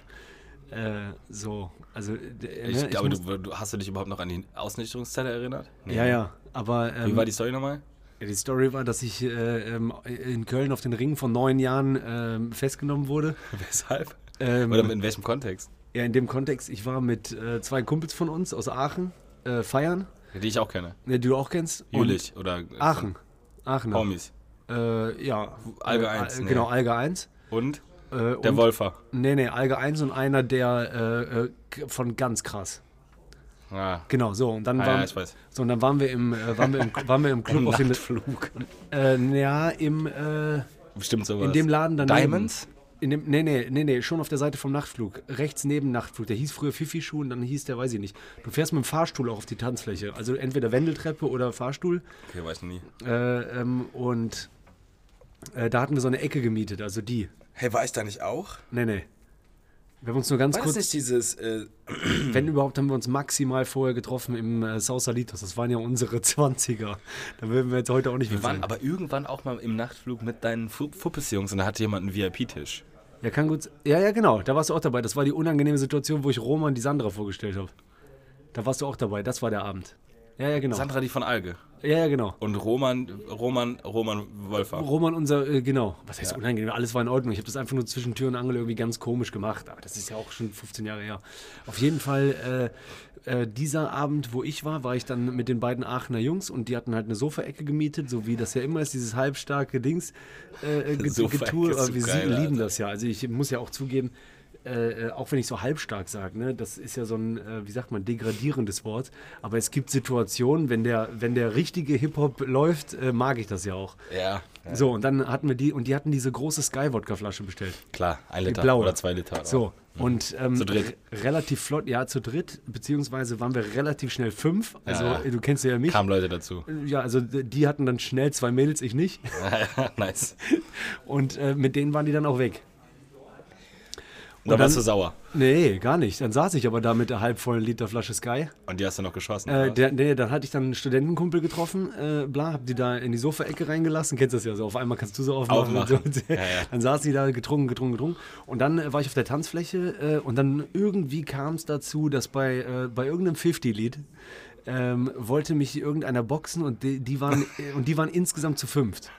Äh, so, also. äh,
Ich
ne,
glaube,
muss-
du, du, hast du dich überhaupt noch an die Ausnüchterungszelle erinnert? Nee.
Ja, ja, aber.
Wie
ähm,
war die Story nochmal? <laughs>
Ja, Die Story war, dass ich äh, ähm, in Köln auf den Ringen von neun Jahren ähm, festgenommen wurde.
Weshalb?
Ähm,
Oder in welchem Kontext?
ja, in dem Kontext, ich war mit äh, zwei Kumpels von uns aus Aachen äh, feiern, ne,
Die ich auch kenne.
die du auch kennst. und-
Jülich oder
Aachen. Aachen.
Homies.
Äh, ja.
Alge
Äh,
1,
Al-
nee.
Genau, Alge 1.
Und
Äh,
der
und,
Wolfer.
Nee, nee, Alge 1 und einer der äh, äh, k- von ganz krass.
Ah.
Genau, so. Und dann,
Ah,
waren,
ja, ich weiß.
So, und dann waren wir im, äh, waren wir
<laughs>
im, waren wir im Club auf den. Flug. Äh, ja, im. Äh,
Bestimmt sowas.
In dem Laden daneben.
Diamonds?
In dem, nee, nee, nee, nee, schon auf der Seite vom Nachtflug. Rechts neben Nachtflug. Der hieß früher Fifi-Schuh und dann hieß der, weiß ich nicht. Du fährst mit dem Fahrstuhl auch auf die Tanzfläche. Also entweder Wendeltreppe oder Fahrstuhl.
Okay, weiß ich nie.
Äh, ähm, und äh, da hatten wir so eine Ecke gemietet, also die.
Hey, war ich da nicht auch?
Nee, nee. Wir haben uns nur ganz
War das
kurz,
nicht dieses. Äh,
wenn überhaupt, haben wir uns maximal vorher getroffen im äh, Sausalitos. Das waren ja unsere <laughs> 20er. Da würden wir jetzt heute auch nicht mehr
wir waren
sein.
aber irgendwann auch mal im Nachtflug mit deinen Fu Fuppes-Jungs und da hatte jemand einen VIP-Tisch.
Ja, kann gut. Ja, ja, genau. Da warst du auch dabei. Das war die unangenehme Situation, wo ich Roman die Sandra vorgestellt habe. Da warst du auch dabei. Das war der Abend. Ja, ja, genau.
Sandra, die von Alge.
Ja, ja, genau.
Und Roman, Roman, Roman Wolfer.
Roman, unser, äh, genau. Was heißt unangenehm? Alles war in Ordnung. Ich habe das einfach nur zwischen Tür und Angel irgendwie ganz komisch gemacht. Aber das ist ja auch schon 15 Jahre her. Auf jeden Fall, äh, äh, dieser Abend, wo ich war, war ich dann mit den beiden Aachener Jungs und die hatten halt eine Sofaecke gemietet, so wie das ja immer ist, dieses halbstarke Dings.
<laughs>
Äh, get
Sofaecke
Getue.
ist
Aber
so
wir sie-
geil,
lieben
Alter.
das ja. Also ich muss ja auch zugeben, äh, äh, auch wenn ich so halbstark sage, ne, das ist ja so ein, äh, wie sagt man, degradierendes Wort. Aber es gibt Situationen, wenn der, wenn der richtige Hip-Hop läuft, äh, mag ich das ja auch.
Ja, ja,
So, und dann hatten wir die, und die hatten diese große Sky-Wodka-Flasche bestellt.
klar. Ein Liter
blaue.
oder zwei Liter.
So, und ähm,
Zu dritt.
re- relativ flott, ja, zu dritt, beziehungsweise waren wir relativ schnell fünf. Also,
Ja.
du kennst ja mich.
Kamen Leute
<laughs>
dazu.
Ja, also d- die hatten dann schnell zwei Mädels, ich nicht.
nice.
Und äh, mit denen waren die dann auch weg.
Und da warst
dann-
du sauer.
Nee, gar nicht. Dann saß ich aber da mit der halbvollen Liter Flasche Sky.
Und die hast du noch geschossen.
Äh,
oder?
der, nee, dann hatte ich dann einen Studentenkumpel getroffen, äh, bla, hab die da in die Sofaecke reingelassen, kennst das ja so, auf einmal kannst du so aufmachen.
Aufmachen.
Und so.
Ja, ja.
Dann saßen die da getrunken, getrunken, getrunken und dann äh, war ich auf der Tanzfläche äh, und dann irgendwie kam es dazu, dass bei, äh, bei irgendeinem 50-Lied ähm, wollte mich irgendeiner boxen und die, die waren, äh, und die waren insgesamt zu fünft.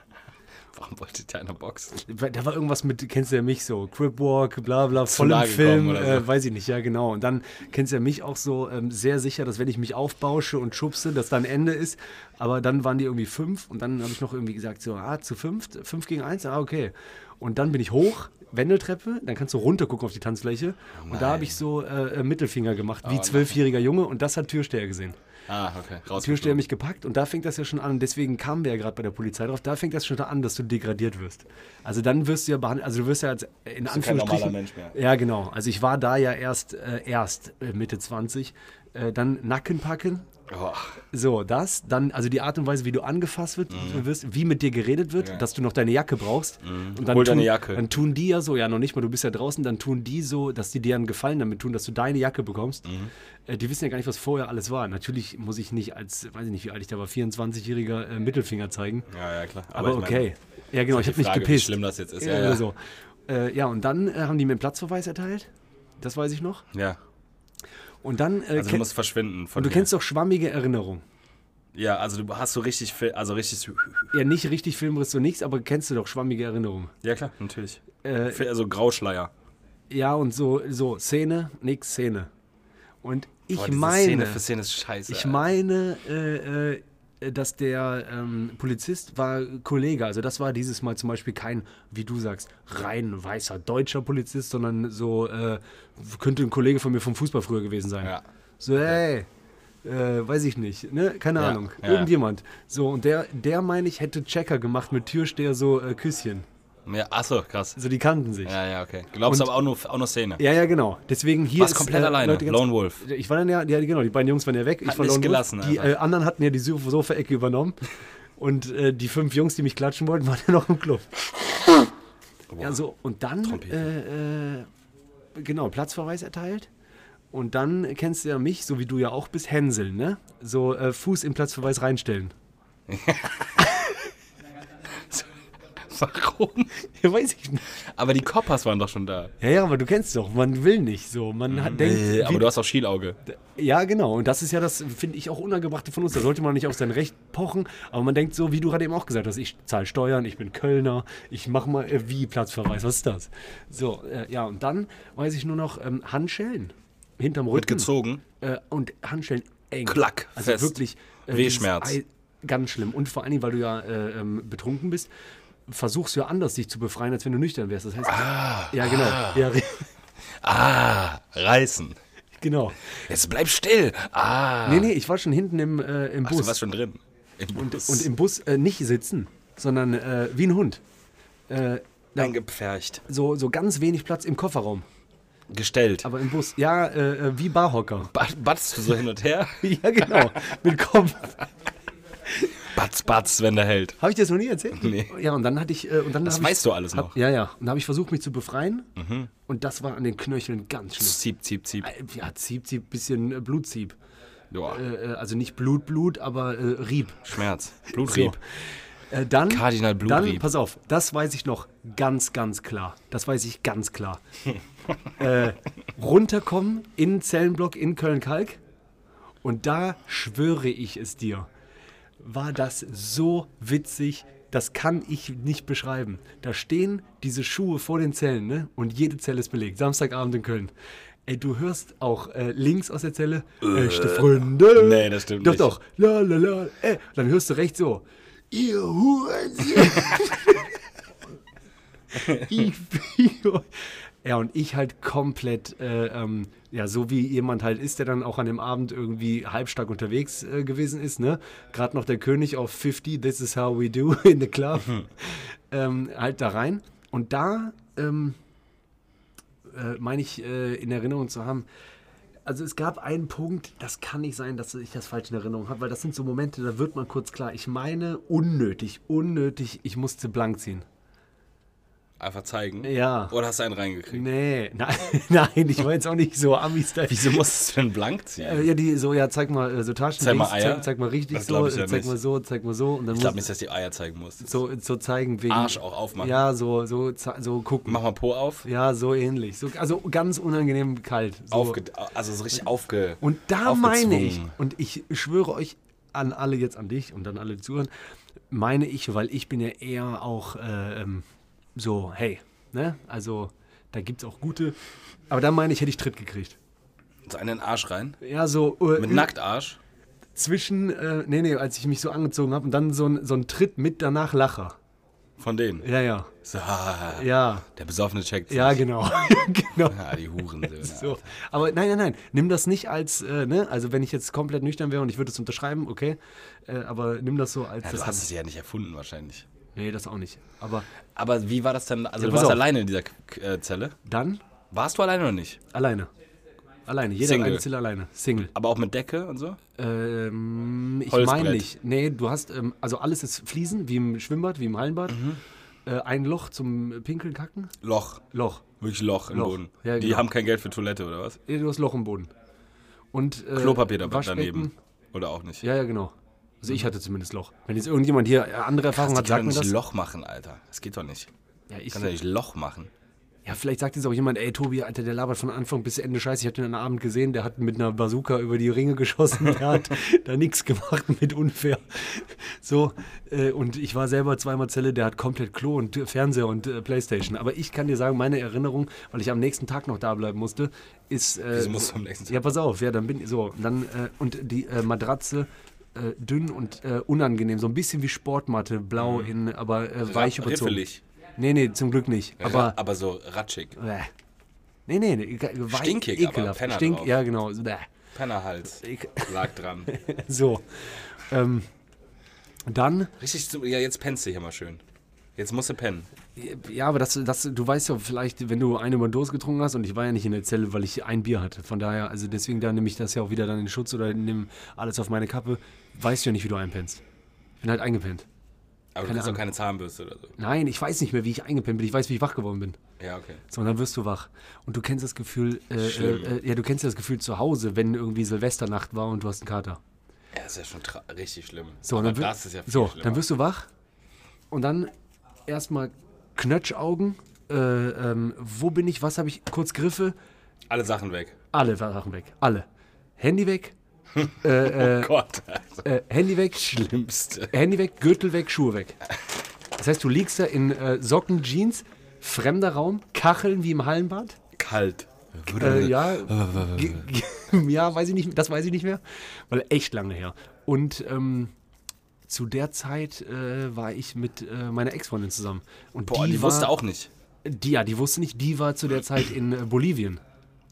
Warum wollte der einer boxen?
Da war irgendwas mit, kennst du ja mich so, Crip Walk, bla bla, voll im
nahe
Film,
gekommen oder
äh,
so.
weiß ich nicht, ja genau. Und dann kennst du ja mich auch so ähm, sehr sicher, dass wenn ich mich aufbausche und schubse, dass dann Ende ist. Aber dann waren die irgendwie fünf und dann habe ich noch irgendwie gesagt, so, ah, zu fünf, fünf gegen eins, ah, okay. Und dann bin ich hoch, Wendeltreppe, dann kannst du runter gucken auf die Tanzfläche.
Oh
und da habe ich so äh, äh, Mittelfinger gemacht, wie zwölfjähriger Junge und das hat Türsteher gesehen.
Ah, okay. Raus.
Türsteher hat mich gepackt und da fängt das ja schon an. Und deswegen kamen wir ja gerade bei der Polizei drauf. Da fängt das schon an, dass du degradiert wirst. Also dann wirst du ja behandelt, also du wirst ja als äh, in Anführungsstrichen.
normaler Mensch mehr.
Ja, genau. Also ich war da ja erst, äh, erst äh, Mitte 20. Äh, dann Nacken packen.
Oh,
So, das, dann, also die Art und Weise, wie du angefasst wird,
Mhm.
wirst, wie mit dir geredet wird, dass du noch deine Jacke brauchst. Und dann
Hol
tun,
deine Jacke.
Dann tun die ja so, ja, noch nicht mal, du bist ja draußen, dann tun die so, dass die dir einen Gefallen damit tun, dass du deine Jacke bekommst.
Mhm.
Äh, die wissen ja gar nicht, was vorher alles war. Natürlich muss ich nicht als, weiß ich nicht, wie alt ich da war, 24-jähriger äh, Mittelfinger zeigen.
ja, ja, klar.
Aber,
ich mein,
okay. ja, genau, ich
die
habe mich
Frage, wie
gepisst.
schlimm das jetzt ist.
Ja,
Ja, ja.
So. Äh, ja, und dann äh, haben die mir einen Platzverweis erteilt. Das weiß ich noch.
ja.
Und dann. Äh,
Also du
ken-
musst verschwinden von
und du
mir.
kennst doch schwammige Erinnerungen.
Ja, also du hast so richtig viel, also richtig.
Ja, nicht richtig Filmriss so nichts, aber kennst du doch schwammige Erinnerungen.
Ja klar, natürlich.
Äh,
Viel- Also Grauschleier.
Ja, und so, so, Szene, nix, Szene. Und ich
Boah, diese Szene
meine,
für Szene ist scheiße.
ich
Alter.
meine, äh, äh, dass der ähm, Polizist war Kollege. Also das war dieses Mal zum Beispiel kein, wie du sagst, rein weißer deutscher Polizist, sondern so, äh, könnte ein Kollege von mir vom Fußball früher gewesen sein.
Ja.
So, hey, äh, weiß ich nicht, ne? Keine
Ja,
Ahnung.
ja.
Irgendjemand. So, und der, der meine ich, hätte Checker gemacht mit Türsteher so äh, Küsschen.
Ja, achso, krass.
Also die kannten sich.
Ja, ja, okay. Glaubst du aber auch nur, auch nur Szene.
Ja, ja, genau. Deswegen hier
Warst
ist äh,
komplett alleine,
<laughs>
Lone Wolf.
Ich war dann ja, ja, genau, die beiden Jungs waren ja weg. ich
Hat
war
nicht
Lone
gelassen, also.
Wolf. Die
einfach.
äh, anderen hatten ja die Sof- <laughs> Sofa-Ecke übernommen. Und äh, die fünf Jungs, die mich klatschen wollten, waren ja noch im Club. Ja, so, und dann, äh, äh, genau, Platzverweis erteilt. Und dann kennst du ja mich, so wie du ja auch bist, hänseln, ne? So äh, Fuß im Platzverweis reinstellen. <laughs>
Warum?
Ja, weiß ich nicht.
Aber die Koppers waren doch schon da.
Ja, ja, aber du kennst doch, man will nicht so. Man hat, denkt,
Äh,
wie-
aber du hast auch Schielauge.
ja, genau. Und das ist ja das, finde ich, auch Unangebrachte von uns. Da sollte man nicht auf sein Recht pochen. Aber man denkt so, wie du gerade eben auch gesagt hast, ich zahle Steuern, ich bin Kölner, ich mache mal äh, wie Platzverweis, was ist das? So, äh, ja, und dann weiß ich nur noch ähm, Handschellen. Hinterm Rücken.
gezogen?
Äh, und Handschellen eng.
Klack,
Also
fest.
wirklich. dieses
Wehschmerz.
Ei- Ganz schlimm. Und vor allen Dingen, weil du ja äh, ähm, betrunken bist, versuchst du ja anders, dich zu befreien, als wenn du nüchtern wärst. Das heißt,
Ah.
ja, genau. Ja, <laughs> ri-
Ah, reißen.
genau.
Jetzt bleib still. Ah.
Nee, nee, ich war schon hinten im, äh, im
Ach, du
Bus.
warst schon drin. Im Bus.
und im Bus äh, nicht sitzen, sondern äh, wie ein Hund. Äh,
eingepfercht.
so, so ganz wenig Platz im Kofferraum,
Gestellt.
aber im Bus. Ja, äh, äh, wie Barhocker. <laughs>
Bat- Batzt du so hin und her?
Ja, genau. Mit Kopf. <laughs>
Batz, batz, wenn der hält.
Habe ich dir das noch nie erzählt?
Nee.
Ja, und dann hatte ich. Äh, und dann
Das
hab ich,
weißt du alles noch. Mhm.
Hab, ja, ja. Und da habe ich versucht, mich zu befreien. Und das war an den Knöcheln ganz schlimm.
Zieb, zieb, zieb.
Äh, Ja, zieb, zieb, bisschen äh, Blutzieb.
Joa.
Äh, äh, also nicht Blut, Blut, aber äh, Rieb.
Schmerz. Blutrieb.
Äh, dann,
Kardinal Blut
Dann,
Rieb.
pass auf, das weiß ich noch ganz, ganz klar. Das weiß ich ganz klar. äh, runterkommen in den Zellenblock in Köln-Kalk. Und da schwöre ich es dir, war das so witzig. Das kann ich nicht beschreiben. Da stehen diese Schuhe vor den Zellen, ne? Und jede Zelle ist belegt. Samstagabend in Köln. Ey, du hörst auch äh, links aus der Zelle, echte Freunde.
Äh, nee, das stimmt
doch,
nicht.
Doch, doch. La, la, la. Ey, dann hörst du rechts so, ihr Hurensohn. Ich- ja, und ich halt komplett, äh, ähm, ja, so wie jemand halt ist, der dann auch an dem Abend irgendwie halbstark unterwegs äh, gewesen ist, ne? Gerade noch der König auf 50, this is how we do <laughs> in the club. ähm, halt da rein. Und da, ähm, äh, meine ich, äh, in Erinnerung zu haben, also es gab einen Punkt, das kann nicht sein, dass ich das falsch in Erinnerung habe, weil das sind so Momente, da wird man kurz klar. Ich meine, unnötig, unnötig, ich musste blank ziehen.
Einfach zeigen.
Ja.
Oder hast du einen reingekriegt?
Nee, <laughs> nein, nein, ich war jetzt auch nicht so Ami-Style.
Wieso musstest du denn blank ziehen?
Äh, Ja, die so, ja, zeig mal äh, so Taschen.
Zeig mal
links,
Eier.
Zeig, zeig mal richtig
Das glaub
so,
ich ja
äh, zeig
nicht.
mal so, zeig mal so. Und dann
ich glaube
muss
nicht, dass die Eier zeigen musst.
so, so zeigen wegen.
Arsch auch aufmachen.
Ja, so, so, za- so gucken.
Mach mal Po auf.
Ja, so ähnlich. So, also ganz unangenehm kalt. So.
Aufge also so richtig aufge.
Und da meine ich,
aufgezwungen.
und ich schwöre euch an alle jetzt, an dich und an alle die zuhören, meine ich, weil ich bin ja eher auch äh, ähm, so, hey, ne? Also da gibt es auch gute. Aber da meine ich, hätte ich Tritt gekriegt.
So einen in den Arsch rein.
Ja, so äh,
Mit
ü-
Nacktarsch.
zwischen, äh, nee, nee, als ich mich so angezogen habe und dann so ein, so ein Tritt mit danach Lacher.
Von denen.
Ja, ja,
So, ah,
ja,
Der Besoffene checkt
ja,
<laughs>
genau. <laughs> genau.
Ah, die <laughs> Hurensöhne.
So. Aber nein, nein, nein, nimm das nicht als, äh, ne, also wenn ich jetzt komplett nüchtern wäre und ich würde es unterschreiben, okay, äh, aber nimm das so als, das
Ja, du
hab
hast es ja nicht erfunden wahrscheinlich.
Nee, das auch nicht. Aber
Aber wie war das denn? Also
Ja,
du
pass
warst
auf.
alleine in dieser K- äh, Zelle.
dann
Warst du alleine oder nicht?
alleine. Alleine, jeder
Single.
Einzelne alleine. Single.
Aber auch mit Decke und so?
Ähm, ich
Holzbrett.
meine nicht. Nee, du hast, ähm, also alles ist Fliesen, wie im Schwimmbad, wie im Hallenbad.
Mhm.
Äh, ein Loch zum Pinkeln, Kacken.
Loch.
Loch.
Wirklich Loch im
Loch.
Boden.
Ja,
Die
genau.
haben kein Geld für Toilette oder was?
Nee, du hast Loch im Boden. Und äh,
Klopapier dabei
Waschbecken.
daneben. Oder auch nicht.
Ja, ja, genau. Also ich hatte zumindest Loch. Wenn jetzt irgendjemand hier äh, andere Erfahrungen
Die
hat, sagt
können
mir
doch
das.
nicht Loch machen, Alter. Das geht doch nicht.
Ja, ich,
Kannst du nicht Loch machen?
ja, vielleicht sagt jetzt auch jemand, ey Tobi, Alter, der labert von Anfang bis Ende Scheiße. Ich hab den am Abend gesehen, der hat mit einer Bazooka über die Ringe geschossen, der hat da nichts gemacht mit unfair. So, äh, und ich war selber zweimal Zelle, der hat komplett Klo und äh, Fernseher und äh, Playstation. Aber ich kann dir sagen, meine Erinnerung, weil ich am nächsten Tag noch da bleiben musste, ist. Äh,
Wieso musst du am nächsten Tag?
Ja, pass auf, ja, dann bin ich so. Dann, äh, und die äh, Matratze. äh, Dünn und äh, unangenehm, so ein bisschen wie Sportmatte, blau in, aber äh, weich
Ra-
überzogen.
Mhm. riffelig.
Nee, nee, zum Glück nicht.
Aber,
Aber
aber so ratschig.
Bäh. Nee, nee, nee. ge- ge- wei-
Stinkig, aber
ekelhaft.
Penner
Stink,
drauf.
ja, genau. so, bäh.
Pennerhals.
Ekel-
Lag dran.
So. Ähm, dann,
Richtig, so- ja, jetzt pennst du hier mal schön. Jetzt musst du pennen.
ja, aber das, das, du weißt ja vielleicht, wenn du eine Überdose getrunken hast, und ich war ja nicht in der Zelle, weil ich ein Bier hatte. Von daher, also deswegen, da nehme ich das ja auch wieder dann in Schutz oder nehme alles auf meine Kappe. Weißt du ja nicht, wie du einpennst. Ich bin halt eingepennt.
Aber du
Keine
hast auch
Ahnung.
keine Zahnbürste oder so.
Nein, ich weiß nicht mehr, wie ich eingepennt bin. Ich weiß, wie ich wach geworden bin.
Ja, okay.
So, und dann wirst du wach. Und du kennst das Gefühl, äh,
Schlimm.
äh, ja, du kennst das Gefühl zu Hause, wenn irgendwie Silvesternacht war und du hast einen Kater.
Ja, ist ja schon tra- richtig schlimm.
So,
Aber
dann, wir-
das ist ja viel
so
schlimmer.
dann wirst du wach und dann erstmal Knötschaugen. Äh, ähm, wo bin ich? Was habe ich? Kurz Griffe.
Alle Sachen weg.
Alle Sachen weg. Alle. Handy weg.
Gott, also
Äh, Handy weg.
schlimmste.
Handy weg, Gürtel weg, Schuhe weg. Das heißt, du liegst da in äh, Socken, Jeans, fremder Raum, Kacheln wie im Hallenbad.
Kalt.
Äh, ja, ge- ge- <laughs> ja, weiß ich nicht, das weiß ich nicht mehr, weil echt lange her. Und ähm, zu der Zeit äh, war ich mit äh, meiner Ex-Freundin zusammen. Und
Boah, die,
war,
wusste auch nicht.
Die, ja, die wusste nicht, die war zu der Zeit in äh, Bolivien.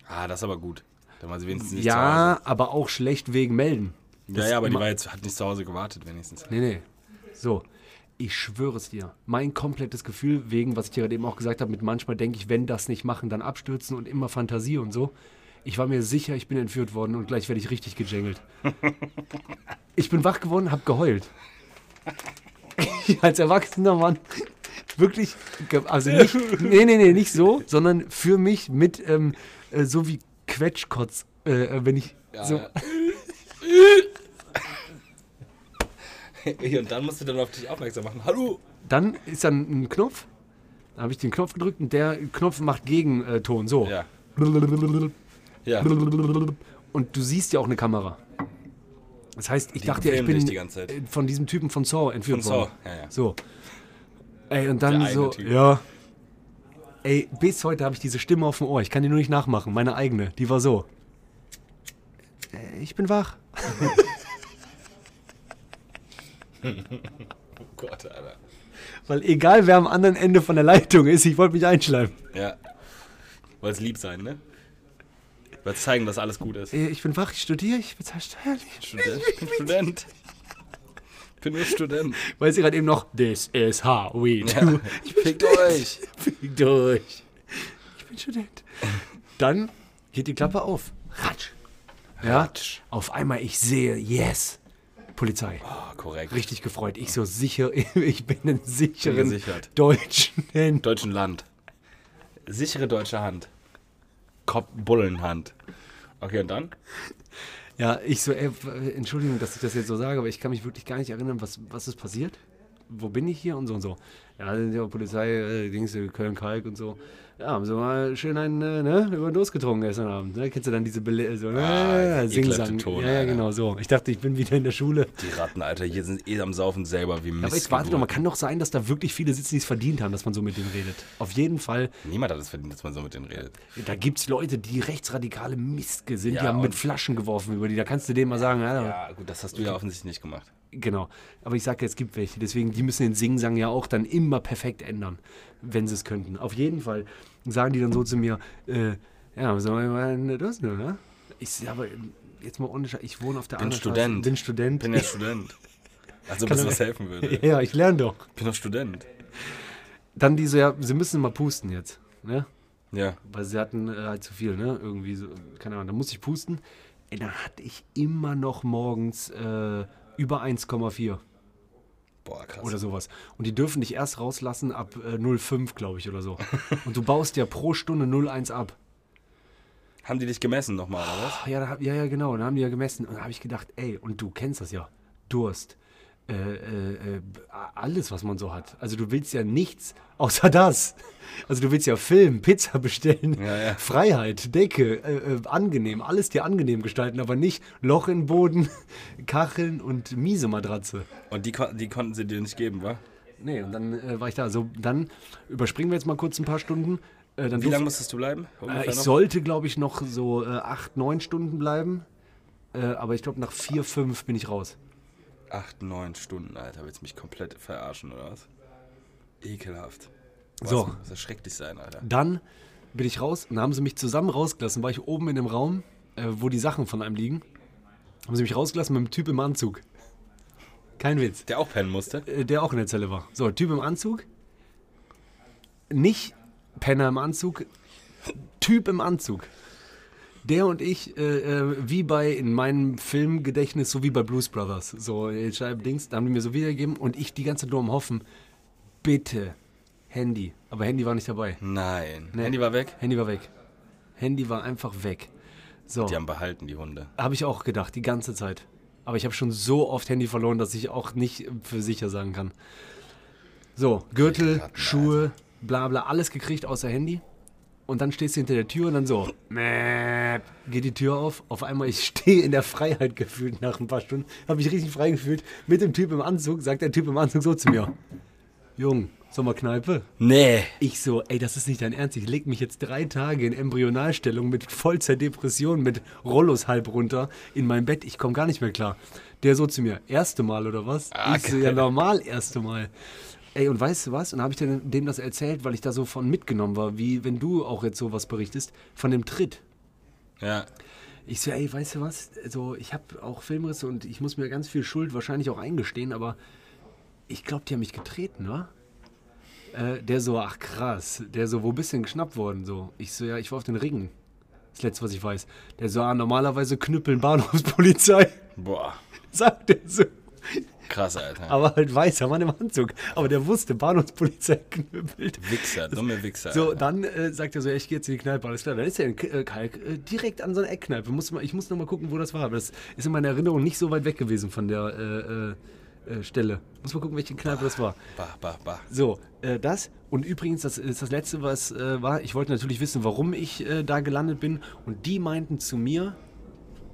Ah, das ist aber gut. Dann war sie wenigstens nicht
Ja, aber auch schlecht wegen Melden.
zu Hause. Ja, ja, aber die war jetzt, hat nicht zu Hause gewartet wenigstens.
Nee, nee. So, ich schwöre es dir. Mein komplettes Gefühl, wegen, was ich dir gerade eben auch gesagt habe, mit manchmal denke ich, wenn das nicht machen, dann abstürzen und immer Fantasie und so. Ich war mir sicher, ich bin entführt worden und gleich werde ich richtig
<laughs>
gejängelt. Ich bin wach geworden, habe geheult. Als erwachsener Mann. Wirklich, ge- also nicht, nee, nee, nee, nicht so, sondern für mich mit, ähm, äh, so wie Quetschkotz, äh, äh, wenn ich so,
ja. Und dann musst du dann auf dich aufmerksam machen. Hallo!
Dann ist dann ein Knopf. Da habe ich den Knopf gedrückt und der Knopf macht Gegenton. Äh, So.
Ja. Ja.
Und du siehst ja auch eine Kamera. Das heißt, ich dachte ja, ich
filmen dich
bin
die ganze Zeit.
äh, von diesem Typen von Saw entführt
Von Saw,
worden.
ja, ja.
So. Ey, und
Der
dann
eine
so,
Typ.
ja. Ey, bis heute habe ich diese Stimme auf dem Ohr. Ich kann die nur nicht nachmachen. Meine eigene. Die war so. Äh, Ich bin wach.
Oh Gott, Alter.
Weil egal, wer am anderen Ende von der Leitung ist, ich wollte mich einschleimen.
Ja. Wollt's lieb sein, ne? Wollt's zeigen, dass alles gut ist.
Äh, Ich bin wach, ich studiere, ich bezahle Steuern.
Student. Ich bin Student. Ich bin nur Student.
Weil sie gerade eben noch This is how we do
Fickt euch!
Fick <laughs> durch. Ich bin Student. Dann geht die Klappe auf. Ratsch. Ja, auf einmal ich sehe, yes, Polizei.
Ah, korrekt.
Richtig gefreut. Ich so sicher, <laughs> ich bin in sicheren
gesichert.
deutschen Händen.
Deutschen Land. Sichere deutsche Hand. Kopf Bullenhand. Okay, und dann?
Ja, ich so, ey, w- Entschuldigung, dass ich das jetzt so sage, aber ich kann mich wirklich gar nicht erinnern, was, was ist passiert? Wo bin ich hier und so und so. Ja, sind ja Polizei, äh, Dings, äh, Köln-Kalk und so. Ja, haben sie mal schön einen, äh, ne, über den Durst getrunken gestern Abend. Ne? Kennst du dann diese Bele so,
Ah,
äh,
dieser ekelhafte
Singsang.
Ton,
ja, ja,
Alter.
genau so. Ich dachte, ich bin wieder in der Schule.
Die Ratten, Alter, hier sind eh am Saufen selber wie Mist.
Aber jetzt warte doch mal, kann doch sein, dass da wirklich viele sitzen, die es verdient haben, dass man so mit denen redet. Auf jeden Fall,
Niemand hat es verdient, dass man so mit denen redet.
da gibt es Leute, die rechtsradikale Mistke sind,
Ja,
die haben mit
und-
Flaschen geworfen über die. Da kannst du denen mal sagen, ja,
Ja, gut, das hast du ja offensichtlich nicht gemacht.
Genau. Aber ich sage, es gibt welche. Deswegen, die müssen den Singsang ja auch dann immer perfekt ändern, wenn sie es könnten. Auf jeden Fall sagen die dann so zu mir, äh, ja, sollen wir mal eine Dose, ne? Ich sag, aber ähm, jetzt mal ohne Scheiß, ich wohne auf der
Bin
anderen
Student.
Straße. Bin Student. <laughs>
Bin ja Student. Also, bis was helfen würde.
ja, ich lerne doch.
Bin doch Student.
Dann die so, ja, sie müssen mal pusten jetzt, ne?
Ja.
Weil sie hatten äh, halt zu viel, ne? Irgendwie so, keine Ahnung, da musste ich pusten. Ey, dann hatte ich immer noch morgens äh, über 1,4.
Boah, krass.
oder sowas. Und die dürfen dich erst rauslassen ab äh, 05, glaube ich, oder
<laughs>
so. Und du baust ja pro Stunde 01 ab.
Haben die dich gemessen nochmal, oder was?
Ach, ja, da, hab- ja, ja, genau. Dann haben die ja gemessen. Und da habe ich gedacht, ey, und du kennst das ja. Durst. Äh, äh, äh, alles, was man so hat. Also du willst ja nichts außer das. Also du willst ja Film, Pizza bestellen,
Ja, ja.
Freiheit, Decke, äh, äh, angenehm, alles dir angenehm gestalten, aber nicht Loch in den Boden, <laughs> Kacheln und miese Matratze.
Und die, kon die konnten sie dir nicht geben, wa?
Nee, und dann äh, war ich da. So, dann überspringen wir jetzt mal kurz ein paar Stunden. Äh, dann
Wie
durf-
lange musstest du bleiben?
äh,
Ungefähr
Ich
noch?
sollte, glaube ich, noch so äh, acht, neun Stunden bleiben. Äh, aber ich glaube, nach vier, fünf bin ich raus.
Acht, neun Stunden, Alter. Willst du mich komplett verarschen, oder was? Ekelhaft.
So.
Das muss schrecklich sein, Alter.
Dann bin ich raus und dann haben sie mich zusammen rausgelassen. War ich oben in dem Raum, äh, wo die Sachen von einem liegen. Haben sie mich rausgelassen mit einem Typ im Anzug. Kein Witz.
Der auch pennen musste?
äh, der auch in der Zelle war. So, Typ im Anzug. Nicht Penner im Anzug, Typ im Anzug. der und ich, äh, äh, wie bei in meinem Filmgedächtnis, so wie bei Blues Brothers, so äh, Scheibe Dings, da haben die mir so wiedergegeben und ich die ganze Zeit nur am Hoffen, bitte Handy. Aber Handy war nicht dabei.
Nein. Handy war weg.
Handy war weg. Handy war einfach weg. So,
Die haben behalten, die Hunde.
habe ich auch gedacht, die ganze Zeit. Aber ich habe schon so oft Handy verloren, dass ich auch nicht für sicher sagen kann. So, Gürtel, Schuhe, bla bla, alles gekriegt außer Handy. Und dann stehst du hinter der Tür und dann so, mäp, geht die Tür auf. Auf einmal, ich <laughs> stehe in der Freiheit gefühlt nach ein paar Stunden, habe mich richtig frei gefühlt. Mit dem Typ im Anzug, sagt der Typ im Anzug so zu mir: Jung, Sommerkneipe?
Nee.
Ich so, ey, das ist nicht dein Ernst. Ich leg mich jetzt drei Tage in Embryonalstellung mit vollster Depression, mit Rollos halb runter in mein Bett. Ich komme gar nicht mehr klar. Der so zu mir, erste Mal oder was? ich so, ja, normal, erste Mal. Ey, und weißt du was? Und habe ich denn dem das erzählt, weil ich da so von mitgenommen war, wie wenn du auch jetzt sowas berichtest, von dem Tritt.
Ja.
Ich so, ey, weißt du was? Also, ich habe auch Filmrisse und ich muss mir ganz viel Schuld wahrscheinlich auch eingestehen, aber ich glaube, die haben mich getreten, wa? Äh, der so, ach krass, der so, wo bist du denn geschnappt worden? So, ich so, ja, ich war auf den Ringen. Das letzte, was ich weiß. Der so, ah, normalerweise knüppeln Bahnhofspolizei, <laughs>
Boah.
sagt er so.
Krass, Alter.
Aber halt weißer Mann im Anzug. Aber der wusste, Bahnhofspolizei <laughs> knüppelt.
Wichser, dumme Wichser.
So,
Alter.
dann äh, sagt er so, ja, ich gehe jetzt in die Kneipe, alles klar. Dann ist er in K äh, Kalk äh, direkt an so einer Eckkneipe. Muss mal, ich muss nochmal gucken, wo das war. Aber das ist in meiner Erinnerung nicht so weit weg gewesen von der äh, äh, äh, Stelle. Muss mal gucken, welche Kneipe das war.
Bah, bah, bah.
So, äh, das. Und übrigens, das ist das Letzte, was äh, war. Ich wollte natürlich wissen, warum ich äh, da gelandet bin. Und die meinten zu mir,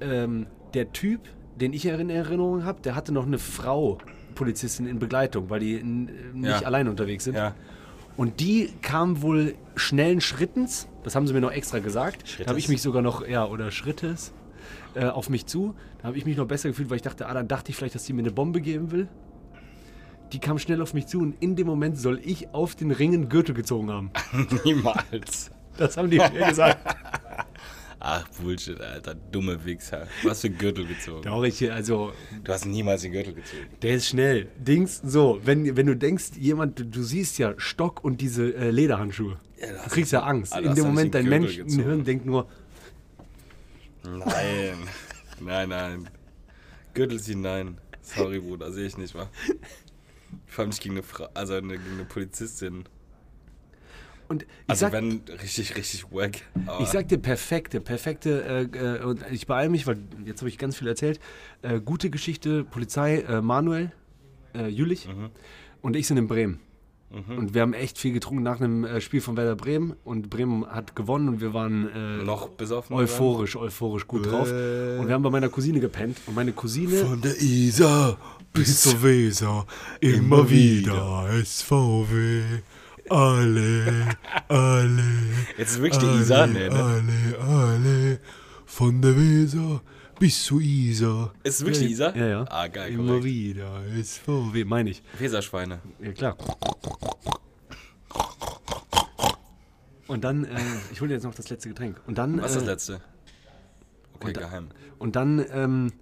ähm, der Typ, den ich in Erinnerung habe, der hatte noch eine Frau, Polizistin, in Begleitung, weil die n- äh, nicht
Ja.
allein unterwegs sind.
Ja.
Und die kam wohl schnellen Schrittens, das haben sie mir noch extra gesagt. Da habe ich
Schrittes?
mich sogar noch, ja, oder Schrittes, äh, auf mich zu. Da habe ich mich noch besser gefühlt, weil ich dachte, ah, dann dachte ich vielleicht, dass die mir eine Bombe geben will. Die kam schnell auf mich zu und in dem Moment soll ich auf den Ringen Gürtel gezogen haben.
<laughs> Niemals.
Das haben die mir gesagt.
Ach, Bullshit, Alter. Dumme Wichser. Du hast den Gürtel gezogen.
<laughs> Doch, ich, also,
Du hast niemals den Gürtel gezogen.
der ist schnell. Dings, so, wenn, wenn du denkst, jemand, du, du siehst ja Stock und diese äh, Lederhandschuhe.
Ja, da
du
hast
kriegst ja Angst.
Ah, da
in
hast
dem
du
Moment,
nicht
dein
den Gürtel
Menschenhirn
gezogen.
denkt nur,
Nein. nein, nein. Gürtel ziehen, nein. Sorry, Bruder, sehe ich nicht, wa? Vor allem nicht gegen eine Frau, also eine, gegen eine Polizistin.
und ich
Also
sag,
wenn, richtig, richtig wack. aber-
Ich sag dir perfekte, perfekte, äh, äh, und ich beeile mich, weil jetzt habe ich ganz viel erzählt. Äh, gute Geschichte, Polizei, äh, Manuel, äh, Jülich
Mhm.
und ich sind in Bremen. Und wir haben echt viel getrunken nach einem äh, Spiel von Werder Bremen und Bremen hat gewonnen und wir waren äh,
noch besoffen. oder? Äh.
euphorisch, euphorisch gut drauf. Und wir haben bei meiner Cousine gepennt und meine Cousine
Von der Isar bis zur Weser, immer wieder SVW. Alle, alle.
Jetzt ist wirklich
Äh,
die Isar,
né,
ne? ne?
Alle, alle, von der Weser bis zur Isar.
Ist es wirklich die Isar?
Ja, ja.
Ah, geil,
immer
korrekt.
wieder SVW, meine ich.
Weserschweine.
Ja, klar. Und dann, äh, ich hole dir jetzt noch das letzte Getränk. Und dann,
Was ist das
äh,
letzte? Okay, geheim.
und dann ähm,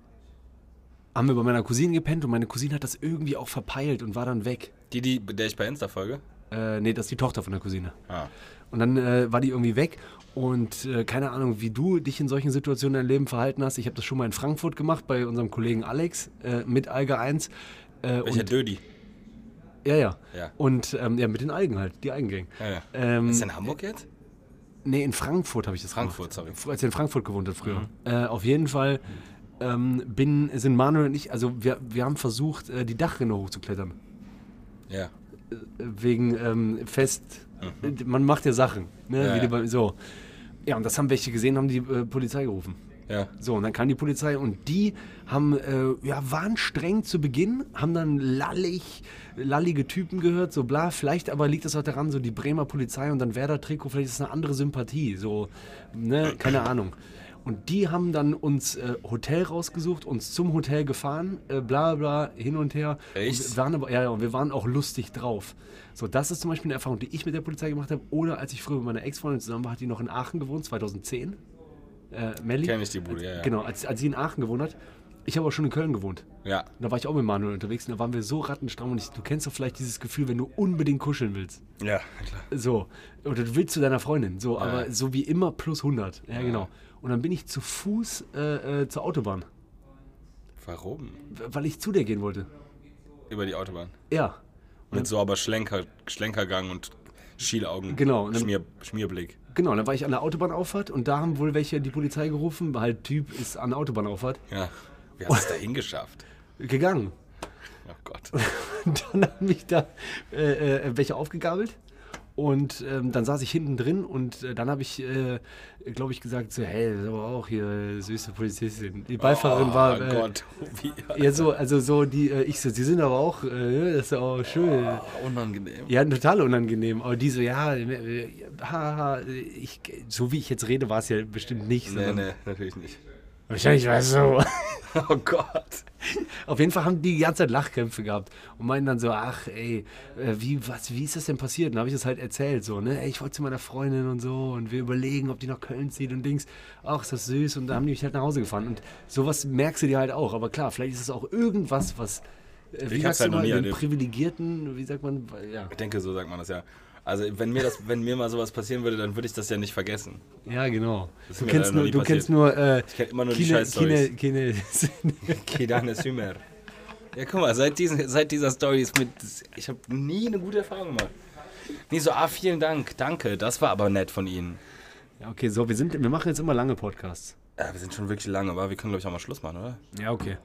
haben wir bei meiner Cousine gepennt und meine Cousine hat das irgendwie auch verpeilt und war dann weg.
Die, die, mit der ich bei Insta folge?
Äh, nee, das ist die Tochter von der Cousine.
Ah.
Und dann äh, war die irgendwie weg. Und äh, keine Ahnung, wie du dich in solchen Situationen in deinem Leben verhalten hast. Ich habe das schon mal in Frankfurt gemacht bei unserem Kollegen Alex äh, mit Alge 1. Äh,
Welcher
und,
Dödi?
ja, ja,
Ja.
Und ähm, ja, mit den Algen halt, die Algengang.
Ja, ja.
Ähm,
ist der in Hamburg jetzt?
Nee, in Frankfurt habe ich das
Frankfurt, Mhm. sorry.
gemacht. Fr- Als ich in Frankfurt gewohnt habe früher. Äh, auf jeden Fall ähm, bin, sind Manuel und ich, also wir, wir haben versucht, äh, die Dachrinne hochzuklettern.
Ja.
Äh, Wegen ähm, Fest. Äh, Man macht ja Sachen. Ne?
Mhm. Ja,
Wie die
ja.
Bei, so. Ja, und das haben welche gesehen, haben die äh, Polizei gerufen.
Ja.
So, und dann kam die Polizei und die haben, äh, ja, waren streng zu Beginn, haben dann lallig, lallige Typen gehört, so bla. Vielleicht aber liegt das auch daran, so die Bremer Polizei und dann Werder-Trikot, vielleicht ist es eine andere Sympathie, so, ne, keine Ahnung. Und die haben dann uns äh, Hotel rausgesucht, uns zum Hotel gefahren, äh, bla bla, hin und her.
Echt?
Und wir waren aber, ja, ja, und wir waren auch lustig drauf. So, das ist zum Beispiel eine Erfahrung, die ich mit der Polizei gemacht habe. Oder als ich früher mit meiner Ex-Freundin zusammen war, hat die noch in Aachen gewohnt, 2010. Äh, Melli.
Kenn ich die Bude, ja, ja.
Genau, als, als sie in Aachen gewohnt hat. Ich habe auch schon in Köln gewohnt.
Ja.
Und da war ich auch mit Manuel unterwegs und da waren wir so rattenstramm und ich, du kennst doch vielleicht dieses Gefühl, wenn du unbedingt kuscheln willst.
Ja, klar.
So. Oder du willst zu deiner Freundin. So, aber
ja.
so wie immer plus 100. Ja, genau. Und dann bin ich zu Fuß äh, äh, zur Autobahn,
Warum?
w- weil ich zu der gehen wollte.
Über die Autobahn.
Ja.
Mit so aber Schlenker, Schlenkergang und Schielaugen.
Genau, ne-
Schmier, Schmierblick.
Genau, dann war ich an der Autobahnauffahrt und da haben wohl welche die Polizei gerufen, weil halt Typ ist an der Autobahnauffahrt
Ja. Wie hast du es dahin geschafft?
gegangen.
Oh Gott.
<laughs> dann haben mich da äh, äh, welche aufgegabelt. Und ähm, dann saß ich hinten drin und äh, dann habe ich, äh, glaube ich, gesagt, so, hey, das ist aber auch hier äh, süße Polizistin. Die Beifahrerin
oh
war äh,
Gott. Wie,
ja so, also so die, äh, ich so, sie sind aber auch, äh, das ist auch schön.
unangenehm.
Ja, total unangenehm. Aber die so, ja, äh, haha, ich, so wie ich jetzt rede, war es ja bestimmt nicht.
Nee,
sondern
nee, natürlich nicht. <laughs>
Wahrscheinlich war es so.
Oh Gott.
Auf jeden Fall haben die die ganze Zeit Lachkämpfe gehabt und meinen dann so, ach ey, äh, wie, was, wie ist das denn passiert? Und dann habe ich das halt erzählt, so, ne, ey, ich wollte zu meiner Freundin und so und wir überlegen, ob die nach Köln zieht und Dings, ach, ist das süß und dann haben die mich halt nach Hause gefahren und sowas merkst du dir halt auch, aber klar, vielleicht ist es auch irgendwas, was, äh, wie
Ich hab's
sagst
halt
du
noch
mal,
nie
den
erlebt.
Privilegierten, wie sagt man, ja,
Ich denke, so sagt man das ja. Also, wenn mir, das, wenn mir mal sowas passieren würde, dann würde ich das ja nicht vergessen.
ja, genau.
Das ist
Du
mir
kennst
leider noch
nur,
nie
du
passiert.
kennst nur, äh,
Ich kenne immer nur die
Kine, Kine,
Scheiß-Stories.
Kine, <laughs>
Kedane Sümer. Ja, guck mal, seit, diesen, seit dieser Story ist mit. Ich habe nie eine gute Erfahrung gemacht. Nie so, ah, vielen Dank, danke, das war aber nett von Ihnen.
ja, okay, so, wir sind, wir machen jetzt immer lange Podcasts.
Ja, wir sind schon wirklich lange, aber wir können, glaube ich, auch mal Schluss machen, oder?
Ja, okay.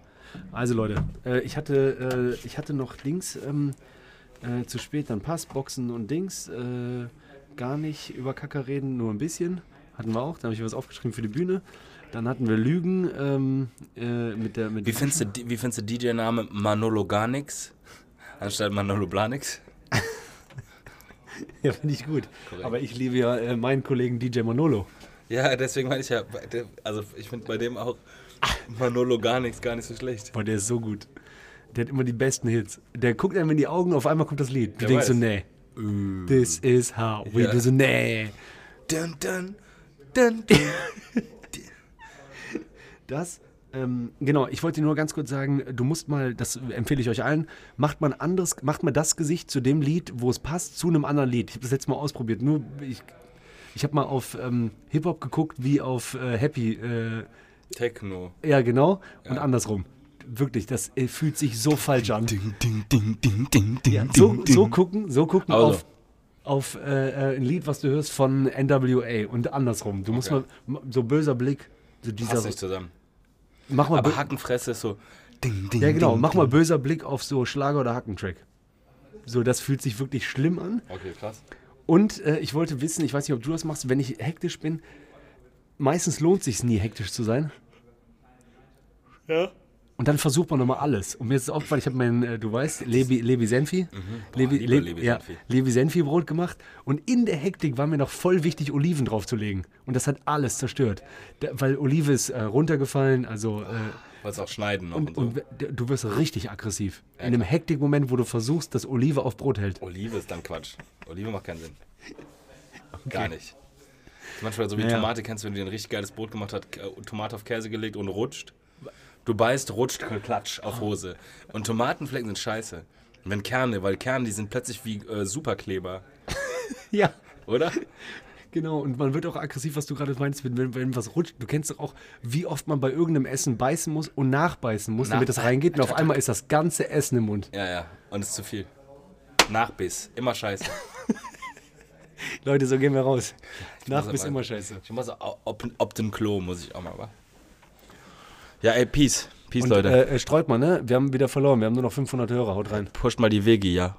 Also Leute, äh, ich, hatte, äh, ich hatte noch Dings ähm, äh, zu spät, dann Passboxen und Dings. Äh, gar nicht über Kacker reden, nur ein bisschen. Hatten wir auch, da habe ich was aufgeschrieben für die Bühne. Dann hatten wir Lügen ähm, äh, mit der... Mit
Wie findest du, die- wie findest du DJ-Name Manolo Garnix? Anstatt Manolo Blanix?
Ja, finde ich gut. Aber ich liebe ja äh, meinen Kollegen DJ Manolo.
Ja, deswegen meine ich ja, bei dem- also ich finde bei dem auch Manolo Garnix gar nicht so schlecht.
Boah, der ist so gut. Der hat immer die besten Hits. Der guckt einem in die Augen, auf einmal kommt das Lied. Du
Der
denkst so,
weiß. Äh.
nee. This is how we
Ja.
do. So, nee.
Dun, dun, dun, dun.
Das, ähm, genau, ich wollte dir nur ganz kurz sagen, du musst mal, das empfehle ich euch allen, macht mal ein anderes, macht mal das Gesicht zu dem Lied, wo es passt, zu einem anderen Lied. Ich habe das letzte Mal ausprobiert, nur ich, ich habe mal auf ähm, Hip-Hop geguckt, wie auf äh, Happy, äh,
Techno.
ja genau, und andersrum. Wirklich, das äh, fühlt sich so falsch an.
Ding, ding, ding, ding, ding, ding,
Ja,
ding,
so,
ding.
so gucken, so gucken
Also.
auf, auf äh, äh, ein Lied, was du hörst von NWA und andersrum. Du musst
Okay.
mal, so böser Blick, so dieser,
Passt nicht zusammen.
mach mal bö-
Aber Hackenfresse ist so,
Ding, ding,
Ja, genau.
ding,
Mach mal böser Blick auf so Schlager- oder Hackentrack. So, das fühlt sich wirklich schlimm an.
okay, krass.
Und äh, ich wollte wissen, ich weiß nicht, ob du das machst, wenn ich hektisch bin. Meistens lohnt sich nie, hektisch zu sein.
Ja.
Und dann versucht man nochmal alles. Und mir ist es aufgefallen, ich habe meinen, äh, du weißt, Levi, Levi Senfi. Levi,
Mhm. lieber
Le-
Levi
ja,
Senfi.
Levi Senfi Brot gemacht. Und in der Hektik war mir noch voll wichtig, Oliven draufzulegen. Und das hat alles zerstört. Da, weil Olive ist äh, runtergefallen, also. Äh,
Wolltest auch schneiden noch und,
Und,
so.
und we- du wirst richtig aggressiv. In einem Hektikmoment, wo du versuchst, dass Olive auf Brot hält.
Olive ist dann Quatsch. Olive macht keinen Sinn. Gar nicht. Ist Manchmal so wie
Ja, ja.
Tomate kennst du, wenn du dir ein richtig geiles Brot gemacht hast, K- Tomate auf Käse gelegt und rutscht. Du beißt, rutscht, klatsch auf Hose. Und Tomatenflecken sind scheiße. Und wenn Kerne, weil Kerne, die sind plötzlich wie äh, Superkleber,
<laughs> Ja,
oder?
genau. Und man wird auch aggressiv, was du gerade meinst, wenn, wenn, wenn was rutscht. Du kennst doch auch, wie oft man bei irgendeinem Essen beißen muss und nachbeißen muss, damit das reingeht. Und auf einmal ist das ganze Essen im Mund.
Ja, ja. Und ist zu viel. Nachbiss, immer scheiße.
<laughs> Leute, so gehen wir raus. Nach
muss
bis
aber-
immer scheiße.
Ich muss auch ob, ob den Klo, muss ich auch mal, wa? Ja, ey, Peace. Peace,
Und
Leute.
äh, äh, streut mal, ne? Wir haben wieder verloren. Wir haben nur noch 500 Hörer. Haut rein.
Pusht mal die Wege, ja.